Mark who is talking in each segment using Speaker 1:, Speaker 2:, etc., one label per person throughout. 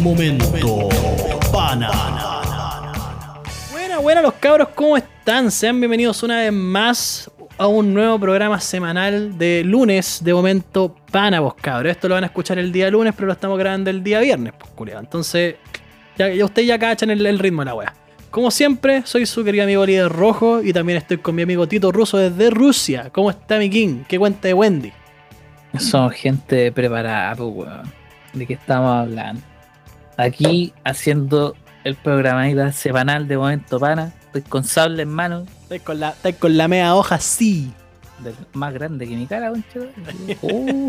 Speaker 1: Momento Pana.
Speaker 2: Buenas, buenas los cabros, ¿cómo están? Sean bienvenidos una vez más a un nuevo programa semanal de lunes de momento pana, vos cabros. Esto lo van a escuchar el día lunes, pero lo estamos grabando el día viernes, pues culiao. Entonces, ya, ya ustedes ya cachan el, el ritmo de la wea. Como siempre, soy su querido amigo líder rojo y también estoy con mi amigo Tito Ruso desde Rusia. ¿Cómo está mi King? ¿Qué cuenta de Wendy?
Speaker 3: Son gente preparada, pues, weón. ¿De qué estamos hablando? Aquí, haciendo el programadita semanal de Momento Pana, estoy con sable en mano,
Speaker 2: Estáis con la, estáis con la media hoja, sí.
Speaker 3: del- más grande que mi cara, concha. Uh.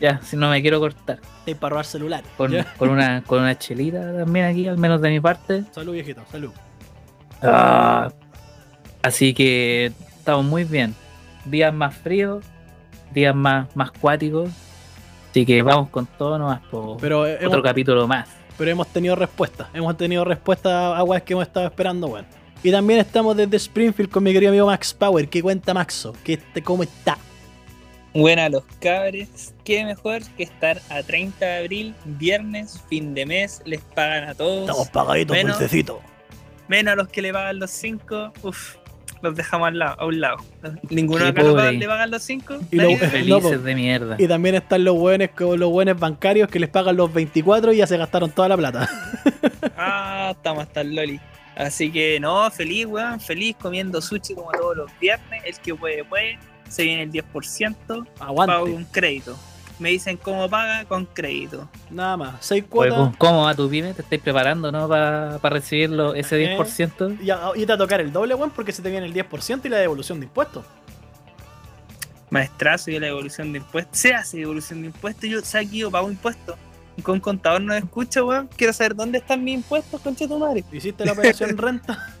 Speaker 3: ya, si no me quiero cortar.
Speaker 2: Estáis para robar celular.
Speaker 3: Con,
Speaker 2: Ya.
Speaker 3: con una, con una chelita también aquí, al menos de mi parte.
Speaker 2: Salud, viejito, salud.
Speaker 3: Ah, así que estamos muy bien. Días más fríos, días más, más cuáticos. Así que vamos con todo nomás, po.
Speaker 2: Pero eh, hemos-
Speaker 3: otro capítulo más.
Speaker 2: pero hemos tenido respuesta. Hemos tenido respuesta a weas que hemos estado esperando, weón. Y también estamos desde Springfield con mi querido amigo Max Power. ¿Qué cuenta Maxo? ¿Qué te- ¿Cómo está?
Speaker 4: Buena los cabres, qué mejor que estar a 30 de abril, viernes, fin de mes, les pagan a todos,
Speaker 1: Estamos pagaditos,
Speaker 4: Bueno.
Speaker 1: dulcecito.
Speaker 4: menos a los que le pagan los 5, uff, los dejamos al lado, a un lado. Ninguno
Speaker 3: Qué
Speaker 4: acá lo
Speaker 3: pobre.
Speaker 4: pagan- le pagan los 5,
Speaker 2: Y lo-
Speaker 3: Felices
Speaker 2: Loco.
Speaker 3: de mierda.
Speaker 2: Y también están los buenos, los buenos bancarios que les pagan los 24 y ya se gastaron toda la plata.
Speaker 4: ah, estamos hasta el loli. Así que no, feliz weón, feliz comiendo sushi como todos los viernes, el que puede puede, se viene el 10%, pago
Speaker 2: Aguante.
Speaker 4: un crédito. Me dicen cómo paga con crédito.
Speaker 2: Nada más. Seis
Speaker 3: Oye,
Speaker 2: cuotas.
Speaker 3: ¿cómo- ¿Cómo va tu pyme? ¿Te estáis preparando no para recibirlo ese
Speaker 2: Eh.
Speaker 3: 10%?
Speaker 2: Y, a- y te va a tocar el doble, weón, porque se te viene el 10% y la devolución de impuestos.
Speaker 4: maestrazo y la devolución de impuestos. Se hace devolución de impuestos. Yo sé que yo pago impuestos. Con un contador no escucho, weón. Quiero saber dónde están mis impuestos, concha de tu madre.
Speaker 2: Hiciste la operación renta.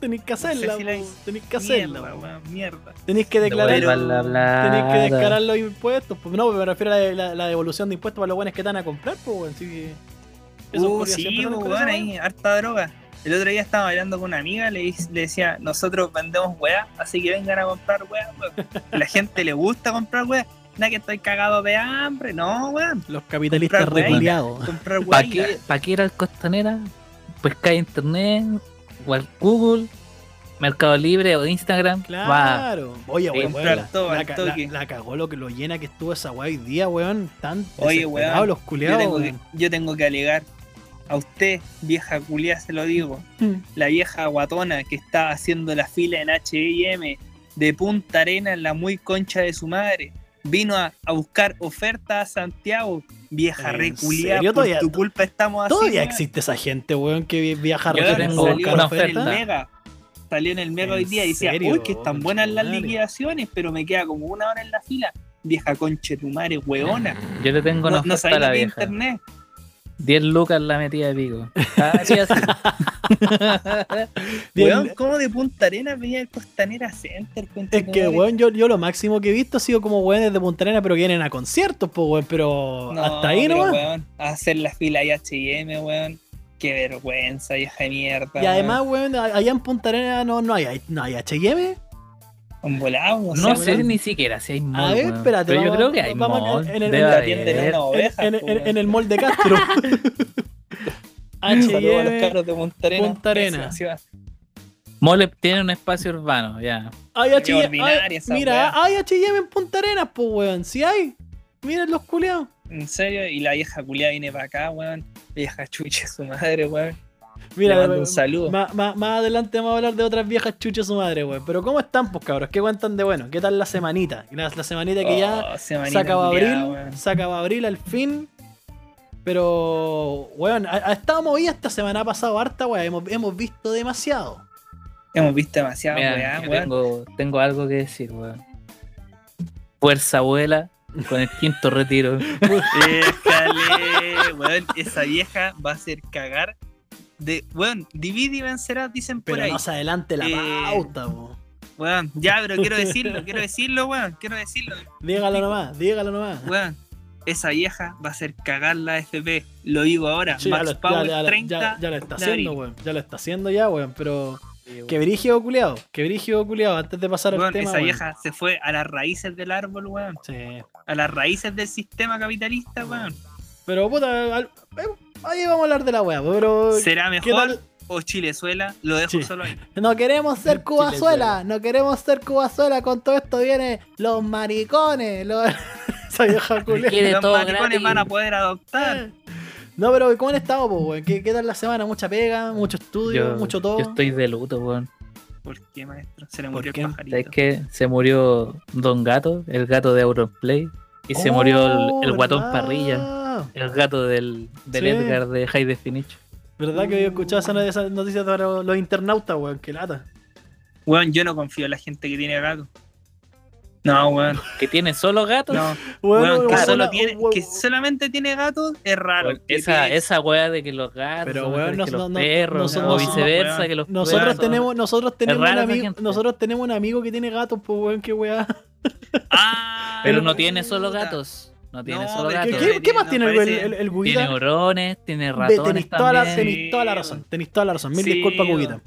Speaker 2: Tenéis que hacerla,
Speaker 4: No sé si la
Speaker 2: weón.
Speaker 4: hice.
Speaker 2: Tenéis que hacerla,
Speaker 4: Mierda,
Speaker 2: weón.
Speaker 4: weón, mierda.
Speaker 2: Tenéis que declarar.
Speaker 3: Devuelvan la plata.
Speaker 2: Tenéis que declarar los impuestos. Pues no, me refiero a la, la- la devolución de impuestos para los buenos que están a comprar, pues, weón. Así que. esos
Speaker 4: Uh,
Speaker 2: culiados
Speaker 4: sí,
Speaker 2: siempre andan con
Speaker 4: weón,
Speaker 2: esa weá.
Speaker 4: ahí, harta droga. El otro día estaba hablando con una amiga, le, dis- le decía, nosotros vendemos weá, así que vengan a comprar weá, weón. La gente le gusta comprar weá. Nada que estoy cagado de hambre, no, weón.
Speaker 2: Los capitalistas
Speaker 4: Comprar weá.
Speaker 2: reculeados.
Speaker 4: Comprar weá.
Speaker 3: ¿Para qué, pa' qué ir al Costanera? Pues cae internet, o al Google, Mercado Libre o Instagram. Va.
Speaker 2: Claro. Oye,
Speaker 3: Sí,
Speaker 2: weón,
Speaker 4: comprar
Speaker 2: la,
Speaker 4: todo
Speaker 2: la
Speaker 4: al
Speaker 2: ca-
Speaker 4: toque.
Speaker 2: la- la cagó lo que lo llena que estuvo esa weá hoy día, weón. Tan
Speaker 4: Oye,
Speaker 2: desesperados
Speaker 4: weón,
Speaker 2: los
Speaker 4: Yo
Speaker 2: culiados,
Speaker 4: tengo, que,
Speaker 2: weón.
Speaker 4: yo tengo que alegar a usted, vieja culia, se lo digo.
Speaker 2: Mm.
Speaker 4: La vieja guatona que está haciendo la fila en HM de Punta Arena en la muy concha de su madre. Vino a, a buscar ofertas a Santiago, vieja
Speaker 2: ¿En
Speaker 4: reculia.
Speaker 2: serio?
Speaker 4: Por
Speaker 2: Todavía-
Speaker 4: tu culpa estamos así.
Speaker 2: Todavía
Speaker 4: weón.
Speaker 2: existe esa gente, weón, que vi- viaja a
Speaker 3: Yo
Speaker 4: Weón,
Speaker 2: regiones
Speaker 3: tengo
Speaker 2: por
Speaker 3: una
Speaker 2: buscar
Speaker 4: salió en el
Speaker 3: oferta.
Speaker 4: mega. Salió en el mega
Speaker 2: ¿En
Speaker 4: hoy día y decía,
Speaker 2: serio?
Speaker 4: uy, que están
Speaker 2: Concha
Speaker 4: buenas
Speaker 2: tu
Speaker 4: las
Speaker 2: madre".
Speaker 4: liquidaciones, pero me queda como una hora en la fila. Vieja conche tu madre, weona.
Speaker 3: Yo le tengo una
Speaker 4: No, no
Speaker 3: oferta
Speaker 4: sabía
Speaker 3: a la
Speaker 4: de
Speaker 3: vieja.
Speaker 4: internet.
Speaker 3: 10 lucas la metida de pico. Ah, sí, así.
Speaker 2: Bien,
Speaker 4: Weón, ¿cómo de Punta Arenas venía el Costanera Center? concha
Speaker 2: Es
Speaker 4: tu
Speaker 2: que,
Speaker 4: madre?
Speaker 2: weón, yo, yo lo máximo que he visto ha sido como weones de Punta Arenas, pero que vienen a conciertos, pues, weón, pero
Speaker 4: No,
Speaker 2: hasta ahí
Speaker 4: pero,
Speaker 2: nomás.
Speaker 4: weón, hacer la fila ahí H&M, weón. Qué vergüenza, vieja de mierda.
Speaker 2: Y además, weón, a- allá en Punta Arenas no, no hay, no hay HM.
Speaker 4: Un volado,
Speaker 3: No sé
Speaker 2: weón.
Speaker 3: ni siquiera si hay mall.
Speaker 2: ver,
Speaker 3: weón.
Speaker 2: espérate,
Speaker 3: Pero yo
Speaker 2: vamos-
Speaker 3: creo que hay
Speaker 2: vamos a-
Speaker 3: mall.
Speaker 2: en el- en
Speaker 3: Debe
Speaker 2: la
Speaker 4: tienda
Speaker 3: haber.
Speaker 4: de una oveja. pues,
Speaker 2: En, en-
Speaker 4: po,
Speaker 2: en-
Speaker 4: weón.
Speaker 2: en el mall de Castro.
Speaker 4: Saludos a los
Speaker 2: HM.
Speaker 4: caros de Punta Arenas.
Speaker 2: Punta Arenas.
Speaker 4: Esa ciudad.
Speaker 3: Mall tiene un espacio urbano, ya.
Speaker 2: Hay
Speaker 4: Qué
Speaker 2: HM.
Speaker 4: ordinaria
Speaker 2: hay-
Speaker 4: esa
Speaker 2: Mira,
Speaker 4: weá.
Speaker 2: hay HM en Punta Arenas, pues, weón. Si hay. Miren los culeados.
Speaker 4: En serio, y la vieja culia viene para acá, weón. Vieja chuche su madre, weón.
Speaker 2: Mira,
Speaker 4: Le mando
Speaker 2: weón,
Speaker 4: un saludo.
Speaker 2: Más, más- más adelante vamos a hablar de otras viejas chuchas su madre, weón. Pero ¿cómo están, pues, cabros? ¿Qué cuentan de bueno? ¿Qué tal la semanita? La, la semanita que ya
Speaker 4: Oh, semanita
Speaker 2: se acaba
Speaker 4: culiá,
Speaker 2: abril,
Speaker 4: weón.
Speaker 2: se acaba abril al fin. Pero, weón, ha, ha estado movida esta semana, ha pasado harta, weón. Hemos, hemos visto demasiado.
Speaker 4: Hemos visto demasiado,
Speaker 3: Mira,
Speaker 4: weá,
Speaker 3: yo
Speaker 4: weón.
Speaker 3: tengo, tengo algo que decir, weón. Fuerza abuela con el quinto retiro.
Speaker 4: Déjale, weón, esa vieja va a hacer cagar. De, weón, divide y vencerás, dicen por
Speaker 2: Pero
Speaker 4: ahí.
Speaker 2: no se adelante la
Speaker 4: Eh,
Speaker 2: pauta, po.
Speaker 4: Weón, ya, pero quiero decirlo, quiero decirlo, weón, quiero decirlo,
Speaker 2: Dígalo nomás, dígalo nomás.
Speaker 4: weón. Esa vieja va a hacer cagar la FP, lo digo ahora.
Speaker 2: Sí, ya,
Speaker 4: Max
Speaker 2: lo,
Speaker 4: Power
Speaker 2: ya- ya-
Speaker 4: 30.
Speaker 2: ya- ya lo está
Speaker 4: de
Speaker 2: haciendo,
Speaker 4: abril.
Speaker 2: weón. Ya lo está haciendo ya, weón. Pero, que brígido culiado, que brígido culiado. Antes de pasar al
Speaker 4: Weón,
Speaker 2: tema,
Speaker 4: esa
Speaker 2: weón.
Speaker 4: vieja se fue a las raíces del árbol, weón.
Speaker 2: Sí.
Speaker 4: A las raíces del sistema capitalista, weón.
Speaker 2: Pero puta, al- eh, Ahí vamos a hablar de la wea, pero.
Speaker 4: ¿Será
Speaker 2: ¿Qué
Speaker 4: mejor
Speaker 2: tal?
Speaker 4: o Chilezuela? Lo dejo
Speaker 2: Sí.
Speaker 4: solo ahí.
Speaker 2: No queremos ser Cubazuela, no queremos ser Cubazuela. Con todo esto vienen los maricones. Los... Esa vieja culia.
Speaker 3: Quiere
Speaker 4: Los
Speaker 3: todo
Speaker 4: maricones
Speaker 3: gratis.
Speaker 4: van a poder
Speaker 2: Eh.
Speaker 4: adoptar.
Speaker 2: No, pero ¿cómo han estado, po, weón? ¿Qué, qué tal la semana? ¿Mucha pega? ¿Mucho estudio? ¿Mucho todo?
Speaker 3: yo estoy de luto, weón.
Speaker 4: ¿Por qué, maestro? Se le
Speaker 2: ¿Por
Speaker 4: murió
Speaker 2: qué?
Speaker 4: el
Speaker 3: ¿Sabes
Speaker 4: pajarito.
Speaker 3: qué? Se murió Don Gato, el gato de Auronplay. Y se murió el, el
Speaker 2: Oh,
Speaker 3: guatón
Speaker 2: ¿verdad?
Speaker 3: parrilla, el gato del, del
Speaker 2: Sí.
Speaker 3: Edgar de High Definition.
Speaker 2: ¿Verdad que había escuchado esa no- esas noticias de los los internautas, weón? Qué lata.
Speaker 4: Weón, yo no confío en la gente que tiene gato. No, weón.
Speaker 3: Que tiene solo gatos.
Speaker 4: No.
Speaker 2: Weón,
Speaker 4: Weón, que,
Speaker 2: weón,
Speaker 4: solo
Speaker 2: la-
Speaker 4: tiene,
Speaker 2: weón,
Speaker 4: que solamente tiene gatos es raro.
Speaker 3: Weón,
Speaker 4: Que
Speaker 3: esa,
Speaker 4: tiene-
Speaker 3: esa weá de que los gatos
Speaker 2: Pero,
Speaker 3: son
Speaker 2: weón,
Speaker 3: mejores
Speaker 2: no-
Speaker 3: que
Speaker 2: no-
Speaker 3: los
Speaker 2: no-
Speaker 3: perros,
Speaker 2: no-
Speaker 3: o
Speaker 2: no-
Speaker 3: viceversa,
Speaker 4: weón.
Speaker 3: que los
Speaker 2: Nosotros
Speaker 3: perros-
Speaker 2: tenemos, nosotros tenemos un
Speaker 3: rara esa
Speaker 2: amigo,
Speaker 3: gente.
Speaker 2: nosotros tenemos un amigo que tiene gatos, pues weón, qué weá.
Speaker 4: Ah,
Speaker 3: Pero no tiene solo
Speaker 4: puta.
Speaker 3: gatos. No tiene
Speaker 4: No,
Speaker 3: solo
Speaker 4: pero
Speaker 2: ¿Qué,
Speaker 3: gatos.
Speaker 2: qué-
Speaker 4: tiene-
Speaker 2: qué más
Speaker 4: no
Speaker 2: tiene el,
Speaker 4: parece-
Speaker 2: el, el Guguita?
Speaker 3: Tiene neurones, tiene
Speaker 2: Ve,
Speaker 3: ratones
Speaker 2: Tenéis toda, la-
Speaker 3: también.
Speaker 2: tenéis toda la razón, tenéis toda la razón. Mil
Speaker 4: Sí,
Speaker 2: disculpas,
Speaker 4: weón.
Speaker 2: Guguita.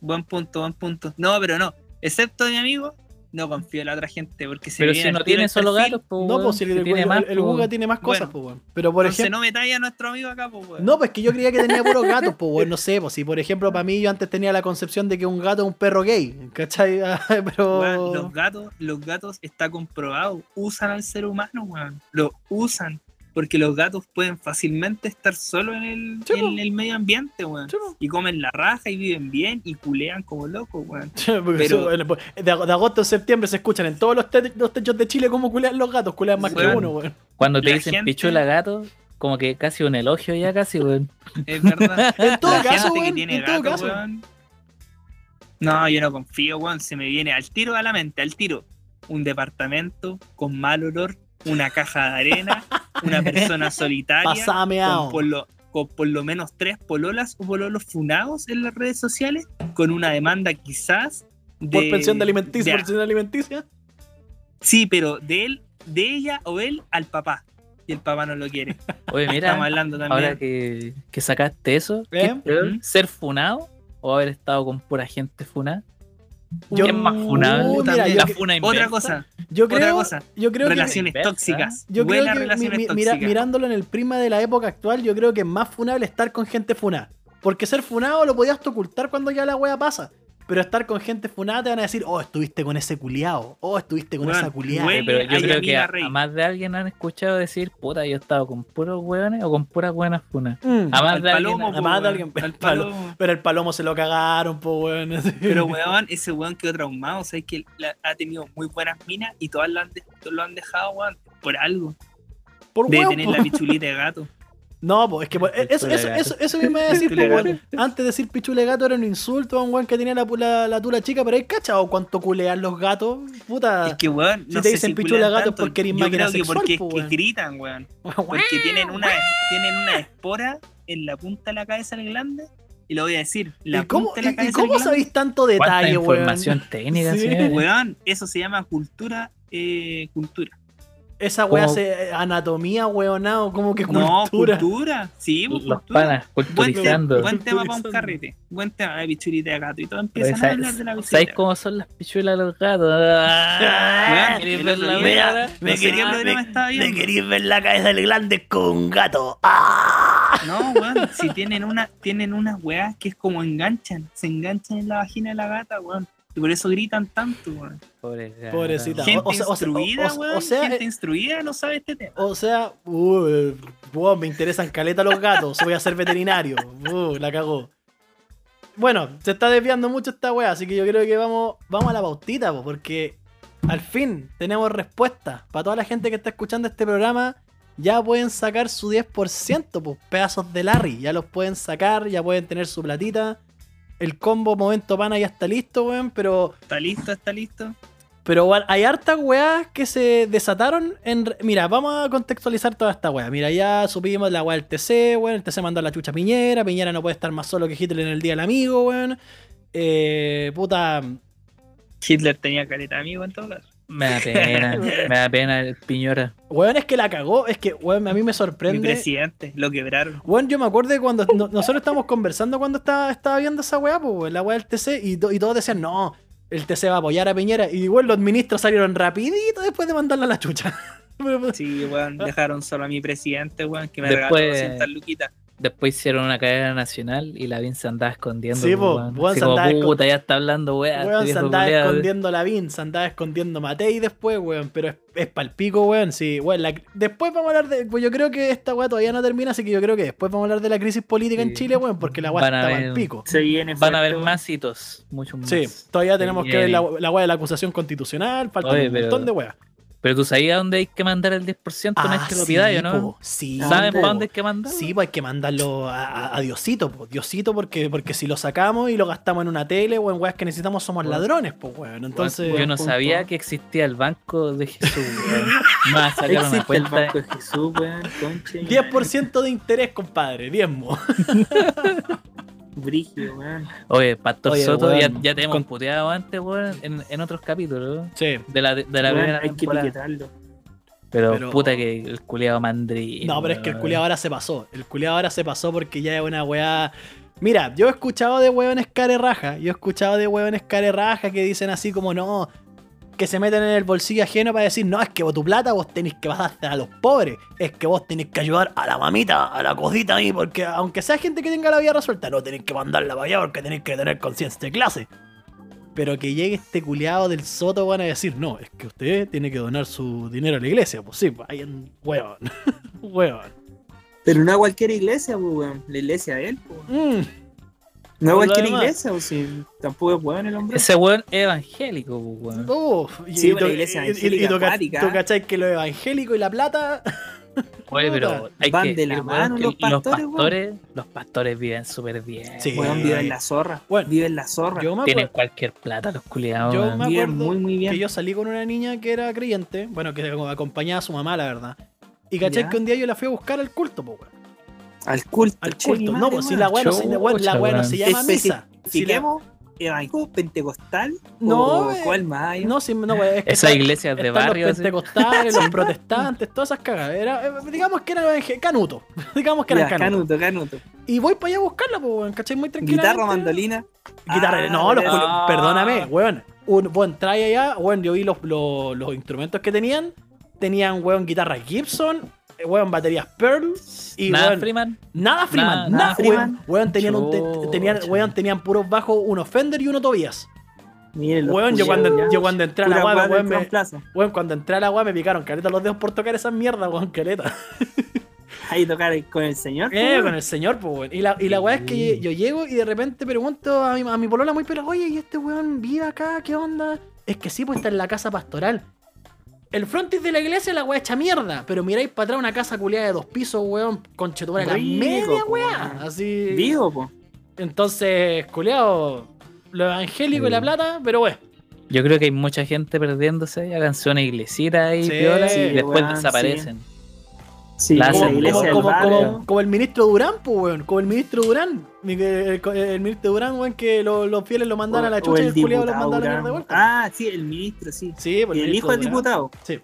Speaker 4: Buen punto, buen punto. No, pero no. Excepto mi amigo, no confío en la otra gente. Porque se
Speaker 3: Pero
Speaker 4: le viene
Speaker 3: si
Speaker 4: al
Speaker 3: no
Speaker 4: tiro
Speaker 3: tiene
Speaker 4: el
Speaker 3: solo
Speaker 4: perfil,
Speaker 3: gatos, pues,
Speaker 2: No,
Speaker 3: weón,
Speaker 2: pues si
Speaker 3: si
Speaker 2: el, el-
Speaker 3: tiene
Speaker 2: el-
Speaker 3: más,
Speaker 2: el
Speaker 3: pues,
Speaker 2: Guga tiene más cosas,
Speaker 4: Bueno.
Speaker 2: pues weón. Pero por
Speaker 4: Entonces
Speaker 2: ejemplo.
Speaker 4: no me talla a nuestro amigo acá, pues, weón.
Speaker 2: No, pues que yo creía que tenía puros gatos, pues, weón, no sé, pues si por ejemplo para mí yo antes tenía la concepción de que un gato es un perro gay, ¿cachai? Ah, Pero...
Speaker 4: Weón, los gatos, los gatos está comprobado, usan al ser humano, weón. Lo usan. Porque los gatos pueden fácilmente estar solos en el,
Speaker 2: Sí, po.
Speaker 4: en el medio ambiente, weón.
Speaker 2: Sí, po.
Speaker 4: Y comen la raja y viven bien y culean como locos, weón.
Speaker 2: Porque
Speaker 4: Pero-
Speaker 2: eso, bueno, pues, de, ag- de agosto a septiembre se escuchan en todos los, te- los techos de Chile cómo culean los gatos, culean más que
Speaker 4: Weón.
Speaker 2: uno, weón.
Speaker 3: Cuando te
Speaker 4: La
Speaker 3: dicen
Speaker 4: gente-
Speaker 3: pichula gato, como que casi un elogio ya casi, weón.
Speaker 4: Es verdad.
Speaker 2: En todo
Speaker 4: La
Speaker 2: caso,
Speaker 4: gente que
Speaker 2: weón,
Speaker 4: tiene
Speaker 2: en todo
Speaker 4: gato,
Speaker 2: caso.
Speaker 4: weón. No, yo no confío, weón. Se me viene al tiro a la mente, al tiro. Un departamento con mal olor, una caja de arena, una persona solitaria.
Speaker 2: Pasada meao.
Speaker 4: con por, lo, con por lo menos tres pololas o pololos funados en las redes sociales, con una demanda quizás de.
Speaker 2: Por pensión de alimenticia,
Speaker 4: de-
Speaker 2: por pensión de alimenticia.
Speaker 4: sí, pero de él, de ella o él al papá. Y el papá no lo quiere.
Speaker 3: Oye,
Speaker 4: Estamos
Speaker 3: mira,
Speaker 4: hablando
Speaker 3: ahora
Speaker 4: también.
Speaker 3: que, que sacaste eso, ¿qué
Speaker 2: ¿Eh?
Speaker 3: es peor, ¿ser funado o haber estado con pura gente funada?
Speaker 2: Yo-
Speaker 3: ¿Qué es más funable?
Speaker 2: Uy, mira, yo-
Speaker 3: ¿La funa inventa?
Speaker 4: Otra cosa,
Speaker 2: Yo creo,
Speaker 4: otra cosa.
Speaker 2: Yo creo que
Speaker 4: relaciones
Speaker 3: Inversa.
Speaker 4: tóxicas.
Speaker 2: Yo creo
Speaker 4: Buenas
Speaker 2: que mi-
Speaker 4: relaciones
Speaker 2: mi- mira-
Speaker 4: tóxicas.
Speaker 2: mirándolo en el prisma de la época actual, yo creo que es más funable estar con gente funada. Porque ser funado lo podías tú ocultar cuando ya la wea pasa. Pero estar con gente funada te van a decir, oh, estuviste con ese culiao, oh, estuviste con
Speaker 4: Weón,
Speaker 2: esa culiao.
Speaker 3: Eh,
Speaker 4: weón.
Speaker 3: Pero
Speaker 4: Ay,
Speaker 3: yo creo que
Speaker 4: amiga
Speaker 3: a,
Speaker 4: rey.
Speaker 3: a más de alguien han escuchado decir, puta, yo he estado con puros hueones o con puras buenas funas.
Speaker 2: Mm.
Speaker 3: A más
Speaker 4: Al
Speaker 3: de alguien
Speaker 4: palomo,
Speaker 2: a
Speaker 4: po,
Speaker 2: más de
Speaker 4: weón,
Speaker 2: alguien,
Speaker 4: al
Speaker 2: al palo-
Speaker 4: palomo.
Speaker 2: Pero el palomo se lo cagaron, po, weón. así.
Speaker 4: Pero weón, ese weón quedó traumado, sabes que la- ha tenido muy buenas minas y todas lo han, de- lo han dejado, weón, por algo.
Speaker 2: Por
Speaker 4: De
Speaker 2: weón,
Speaker 4: tener
Speaker 2: po.
Speaker 4: la pichulita de gato.
Speaker 2: No, pues es que po,
Speaker 3: Pichule
Speaker 2: eso, eso,
Speaker 3: gato.
Speaker 2: eso, eso mismo iba a decir, po,
Speaker 4: Pichule
Speaker 2: weón. Antes de decir pichule gato era un insulto a un weón que tenía la, la, la tula chica, pero ahí cachado cuánto culean los gatos. Puta.
Speaker 4: Es que weón,
Speaker 2: Ah. Si
Speaker 4: no
Speaker 2: te
Speaker 4: sé
Speaker 2: dicen
Speaker 4: si
Speaker 2: pichula
Speaker 4: culean
Speaker 2: gato es
Speaker 4: tanto.
Speaker 2: porque eres
Speaker 4: Yo
Speaker 2: máquina
Speaker 4: creo que
Speaker 2: sexual,
Speaker 4: porque es
Speaker 2: po,
Speaker 4: que
Speaker 2: weón.
Speaker 4: gritan, weón. Porque tienen una, tienen una espora en la punta de la cabeza del glande. Y lo voy a decir, la
Speaker 2: ¿Y cómo,
Speaker 4: punta de la
Speaker 2: y- y
Speaker 4: cabeza
Speaker 2: cómo
Speaker 4: del glande.
Speaker 2: sabéis tanto
Speaker 3: ¿Cuánta
Speaker 2: detalle, weón?
Speaker 3: información técnica,
Speaker 2: Sí.
Speaker 3: señores?
Speaker 4: Weón, eso se llama cultura, eh, cultura.
Speaker 2: Esa weá
Speaker 3: ¿Cómo? pues,
Speaker 2: hace anatomía, weonado, como que
Speaker 4: No,
Speaker 2: cultura.
Speaker 4: cultura. Sí, pues,
Speaker 3: Los
Speaker 4: cultura.
Speaker 3: panas
Speaker 4: Buen, te-
Speaker 3: culturizando.
Speaker 4: buen tema para un
Speaker 2: Culturizando.
Speaker 4: carrete. Buen tema de pichurita de gato. Y todo
Speaker 3: Oye,
Speaker 4: empiezan a hablar de la
Speaker 3: ¿Sabes ¿sabes
Speaker 4: pichurita.
Speaker 3: cómo son las pichulas de los gatos? Ah,
Speaker 4: Weón,
Speaker 3: ¿queréis
Speaker 4: el
Speaker 3: ver
Speaker 4: otro
Speaker 3: la
Speaker 4: día-
Speaker 3: mierda?
Speaker 4: No sé qué programa estaba
Speaker 1: Me
Speaker 4: viendo.
Speaker 1: queréis ver la cabeza del grande con un gato. ¡Ah!
Speaker 4: No, weón. Si tienen una, tienen unas weas que es como enganchan. Se enganchan en la vagina de la gata, weón. Y por eso gritan tanto, weón.
Speaker 3: Pobre gato.
Speaker 2: Pobrecita.
Speaker 4: Gente
Speaker 2: o sea- o sea-
Speaker 4: instruida,
Speaker 2: o- o-
Speaker 4: weón.
Speaker 2: o sea,
Speaker 4: gente
Speaker 2: eh,
Speaker 4: instruida no sabe este tema.
Speaker 2: O sea, uh, eh, wow, me interesan caleta los gatos, voy a ser veterinario. Uh, la cagó. Bueno, se está desviando mucho esta weá, así que yo creo que vamos, vamos a la pautita, po, porque al fin tenemos respuesta. Para toda la gente que está escuchando este programa, ya pueden sacar su 10%, pues pedazos de Larry, ya los pueden sacar, ya pueden tener su platita. El combo momento pana ya está listo, weón, pero
Speaker 4: ¿Está listo? ¿Está listo?
Speaker 2: pero bueno, hay hartas weas que se desataron en... re- Mira, vamos a contextualizar toda esta wea. Mira, ya supimos la wea del TC, weón. El TC mandó a la chucha a Piñera. Piñera no puede estar más solo que Hitler en el Día del Amigo, weón. Eh, puta...
Speaker 4: Hitler tenía careta de amigo en todo caso.
Speaker 3: Me da pena, me da pena el piñora.
Speaker 2: Weón, es que la cagó. Es que, weón, a mí me
Speaker 4: Mi
Speaker 2: sorprende.
Speaker 4: presidente, lo quebraron.
Speaker 2: Bueno, yo me acuerdo de cuando no- nosotros estábamos conversando cuando estaba, estaba viendo esa weá, pues, weón, la weá del TC, y, to- y todos decían, no, el TC va a apoyar a Piñera. Y, weón, los ministros salieron rapidito después de mandarla a la chucha. Pero,
Speaker 4: Sí, weón. Dejaron solo a mi presidente, weón, que me
Speaker 3: Después-
Speaker 4: regaló 200 luquitas.
Speaker 3: Después hicieron una carrera nacional y la Vince andaba escondiendo. pues,
Speaker 2: Sí, po,
Speaker 3: weón.
Speaker 2: weón
Speaker 3: Así
Speaker 2: se
Speaker 3: como,
Speaker 2: andaba escon-
Speaker 3: puta, ya está hablando, weá.
Speaker 2: Weón,
Speaker 3: este
Speaker 2: se
Speaker 3: viejo
Speaker 2: andaba
Speaker 3: culiao".
Speaker 2: escondiendo la Vin, se andaba escondiendo Matei después, weón. Pero es, es palpico, weón. Sí, weón. la- después vamos a hablar de. Pues yo creo que esta weá todavía no termina, así que yo creo que después vamos a hablar de la crisis política en
Speaker 3: Sí.
Speaker 2: Chile, weón, porque la weá
Speaker 3: Van a
Speaker 2: está
Speaker 3: ver-
Speaker 2: palpico.
Speaker 4: Se viene
Speaker 3: Van a haber
Speaker 4: fuerte,
Speaker 3: más hitos, muchos más.
Speaker 2: Sí, todavía tenemos que ver la,
Speaker 3: bien.
Speaker 2: la weá de la acusación constitucional, falta
Speaker 3: Oye,
Speaker 2: un
Speaker 3: pero-
Speaker 2: montón de weá.
Speaker 3: Pero tú sabías dónde hay que mandar el 10% en
Speaker 4: Ah,
Speaker 3: este
Speaker 2: sí,
Speaker 3: lapidario, ¿no?
Speaker 2: po, sí,
Speaker 3: ¿Saben
Speaker 2: po.
Speaker 3: para dónde hay que mandar?
Speaker 2: Sí, pues hay que mandarlo a, a- a Diosito, po. Diosito, porque, porque si lo sacamos y lo gastamos en una tele o en weas que necesitamos, somos
Speaker 3: Bueno.
Speaker 2: ladrones, pues, weón. Entonces,
Speaker 3: Yo no
Speaker 4: punto.
Speaker 3: sabía que existía el banco de Jesús, weón. Más sacar
Speaker 4: Existe
Speaker 3: una
Speaker 4: el
Speaker 3: cuenta.
Speaker 4: Banco de Jesús, weón, conche.
Speaker 2: 10% de interés, compadre, diezmo.
Speaker 4: Brigio, weón.
Speaker 3: Oye, Pastor
Speaker 2: Oye,
Speaker 3: Soto,
Speaker 2: weón,
Speaker 3: ya, ya te hemos
Speaker 2: con-
Speaker 3: puteado antes, weón, en, en otros capítulos, ¿no?
Speaker 2: Sí.
Speaker 3: De la, de la
Speaker 4: Weón,
Speaker 3: primera
Speaker 4: hay que
Speaker 3: temporada.
Speaker 4: etiquetarlo.
Speaker 3: Pero,
Speaker 2: Pero-
Speaker 3: puta que el culiado mandrí.
Speaker 2: No, pero es que el culiado ahora se pasó. El culiado ahora se pasó porque ya es una weá. Mira, yo he escuchado de hueones care raja. Yo he escuchado de hueones care raja que dicen así como no. Que se meten en el bolsillo ajeno para decir, no, es que vos tu plata vos tenés que pasar a los pobres. Es que vos tenés que ayudar a la mamita, a la cosita ahí, porque aunque sea gente que tenga la vida resuelta, no tenés que mandarla para allá porque tenés que tener conciencia de clase. Pero que llegue este culiado del soto van a decir, no, es que usted tiene que donar su dinero a la iglesia. Pues sí, pues ahí en hueón. Hueón.
Speaker 4: Pero no a cualquier iglesia, pues, weón. La iglesia de él, pues, weón.
Speaker 2: Mm,
Speaker 4: No
Speaker 2: Por
Speaker 4: a
Speaker 2: lo
Speaker 4: cualquier
Speaker 2: demás.
Speaker 4: iglesia, pues, si tampoco es weón el hombre.
Speaker 3: Ese weón es evangélico, pues, weón.
Speaker 2: uf, y-
Speaker 4: Sí,
Speaker 2: y
Speaker 4: una
Speaker 2: to-
Speaker 4: iglesia
Speaker 2: y-
Speaker 4: evangélica
Speaker 2: y to-
Speaker 4: acuática.
Speaker 2: tú cachai que lo evangélico y la plata.
Speaker 3: Oye, pero
Speaker 2: puta.
Speaker 3: hay
Speaker 4: Van
Speaker 3: que
Speaker 4: de la
Speaker 3: weón,
Speaker 4: mano
Speaker 3: que
Speaker 4: los pastores, weón.
Speaker 3: los pastores, los pastores viven súper bien.
Speaker 2: Sí.
Speaker 4: Weón
Speaker 2: Eh,
Speaker 4: vive en la zorra.
Speaker 2: bueno,
Speaker 4: vive en la zorra.
Speaker 2: Yo me
Speaker 3: Tienen
Speaker 2: acuerdo
Speaker 3: cualquier plata los culiados.
Speaker 2: Yo
Speaker 3: weón.
Speaker 2: me
Speaker 4: vive
Speaker 2: acuerdo
Speaker 4: muy, muy bien.
Speaker 2: que yo salí con una niña que era creyente, bueno, que acompañaba a su mamá, la verdad. Y cachai
Speaker 4: Ya.
Speaker 2: que un día yo la fui a buscar al culto, po, weón.
Speaker 4: Al culto.
Speaker 2: Al
Speaker 4: che, mi
Speaker 2: culto.
Speaker 4: madre,
Speaker 2: No, pues si la weá no, se- la weá- la weá no se
Speaker 4: weón.
Speaker 2: llama misa. Si la-
Speaker 4: Especifiquemos, evangélico, pentecostal.
Speaker 2: No,
Speaker 4: o
Speaker 2: eh,
Speaker 4: ¿Cuál más hay?
Speaker 2: no, si, no, weón, es que
Speaker 3: Esas
Speaker 2: está-
Speaker 3: iglesias de
Speaker 2: están
Speaker 3: barrio.
Speaker 2: los
Speaker 3: así.
Speaker 2: pentecostales, los protestantes, todas esas cagas. Era, eh, digamos que eran evangé- canuto. digamos que eran
Speaker 4: Ya,
Speaker 2: canuto.
Speaker 4: Canuto, Canuto.
Speaker 2: Y voy para allá a buscarla, po, weón, ¿cachai? Muy tranquila.
Speaker 4: Guitarra, mandolina.
Speaker 2: Guitarra,
Speaker 4: Ah,
Speaker 2: no, los
Speaker 4: ya.
Speaker 2: culi-
Speaker 3: Ah.
Speaker 2: perdóname, weón. Un, weón, trae allá, weón, yo vi los, los, los instrumentos que tenían. Tenían, weón, guitarras Gibson, eh, weón, baterías Pearl. Y,
Speaker 3: Nada,
Speaker 2: weón,
Speaker 3: Freeman.
Speaker 2: nada Freeman,
Speaker 3: nada,
Speaker 2: nada,
Speaker 3: nada
Speaker 2: Freeman.
Speaker 4: Freeman.
Speaker 2: Weón, tenían, un te-
Speaker 3: Chucha.
Speaker 2: tenían, weón, tenían puros bajos, uno Fender y uno Tobias.
Speaker 4: Miren los
Speaker 2: Weón, yo
Speaker 4: culiados,
Speaker 2: cuando,
Speaker 4: ya.
Speaker 2: yo cuando entré a la
Speaker 4: Pura
Speaker 2: weá,
Speaker 4: weá
Speaker 2: weón,
Speaker 4: del
Speaker 2: me,
Speaker 4: Crown Plaza.
Speaker 2: weón, cuando entré a la weá me picaron caleta los dedos por tocar esa mierda, weón, caleta.
Speaker 4: Ahí tocar con el señor.
Speaker 2: Eh,
Speaker 4: weón.
Speaker 2: con el señor, pues, weón. Y la, y la weá es que yo llego y de repente pregunto a mi, a mi polola muy pero, oye, ¿y este weón vive acá? ¿Qué onda? Es que sí, pues está en la casa pastoral. El frontis de la iglesia la weá hecha mierda, pero miráis para atrás una casa culiada de dos pisos, weón, con chetumare la
Speaker 4: Rico,
Speaker 2: media,
Speaker 4: po,
Speaker 2: weá.
Speaker 4: weón.
Speaker 2: Así.
Speaker 4: Vivo, po.
Speaker 2: Entonces, culiado, lo evangélico y la
Speaker 3: Sí.
Speaker 2: plata, pero weón.
Speaker 3: Yo creo que hay mucha gente perdiéndose. ahí, Háganse una iglesita ahí,
Speaker 2: Sí,
Speaker 3: piola, y después
Speaker 4: weón,
Speaker 3: desaparecen.
Speaker 4: Sí,
Speaker 3: La
Speaker 4: como
Speaker 2: Como,
Speaker 3: hacen
Speaker 4: la iglesia
Speaker 2: como-
Speaker 4: del
Speaker 2: como-
Speaker 4: barrio.
Speaker 2: como- como el ministro Durán, pues, weón. Como el ministro Durán. Mi- eh, El, el- el ministro Durán, weón, que lo- los fieles lo mandan a la
Speaker 4: O-
Speaker 2: chucha
Speaker 4: o
Speaker 2: y el culiado lo
Speaker 4: diputado
Speaker 2: mandan a la mierda de
Speaker 4: Durán.
Speaker 2: vuelta.
Speaker 4: Ah, sí, el ministro, sí.
Speaker 2: Sí, pues,
Speaker 4: Y el hijo del
Speaker 2: Durán.
Speaker 4: diputado.
Speaker 2: Sí.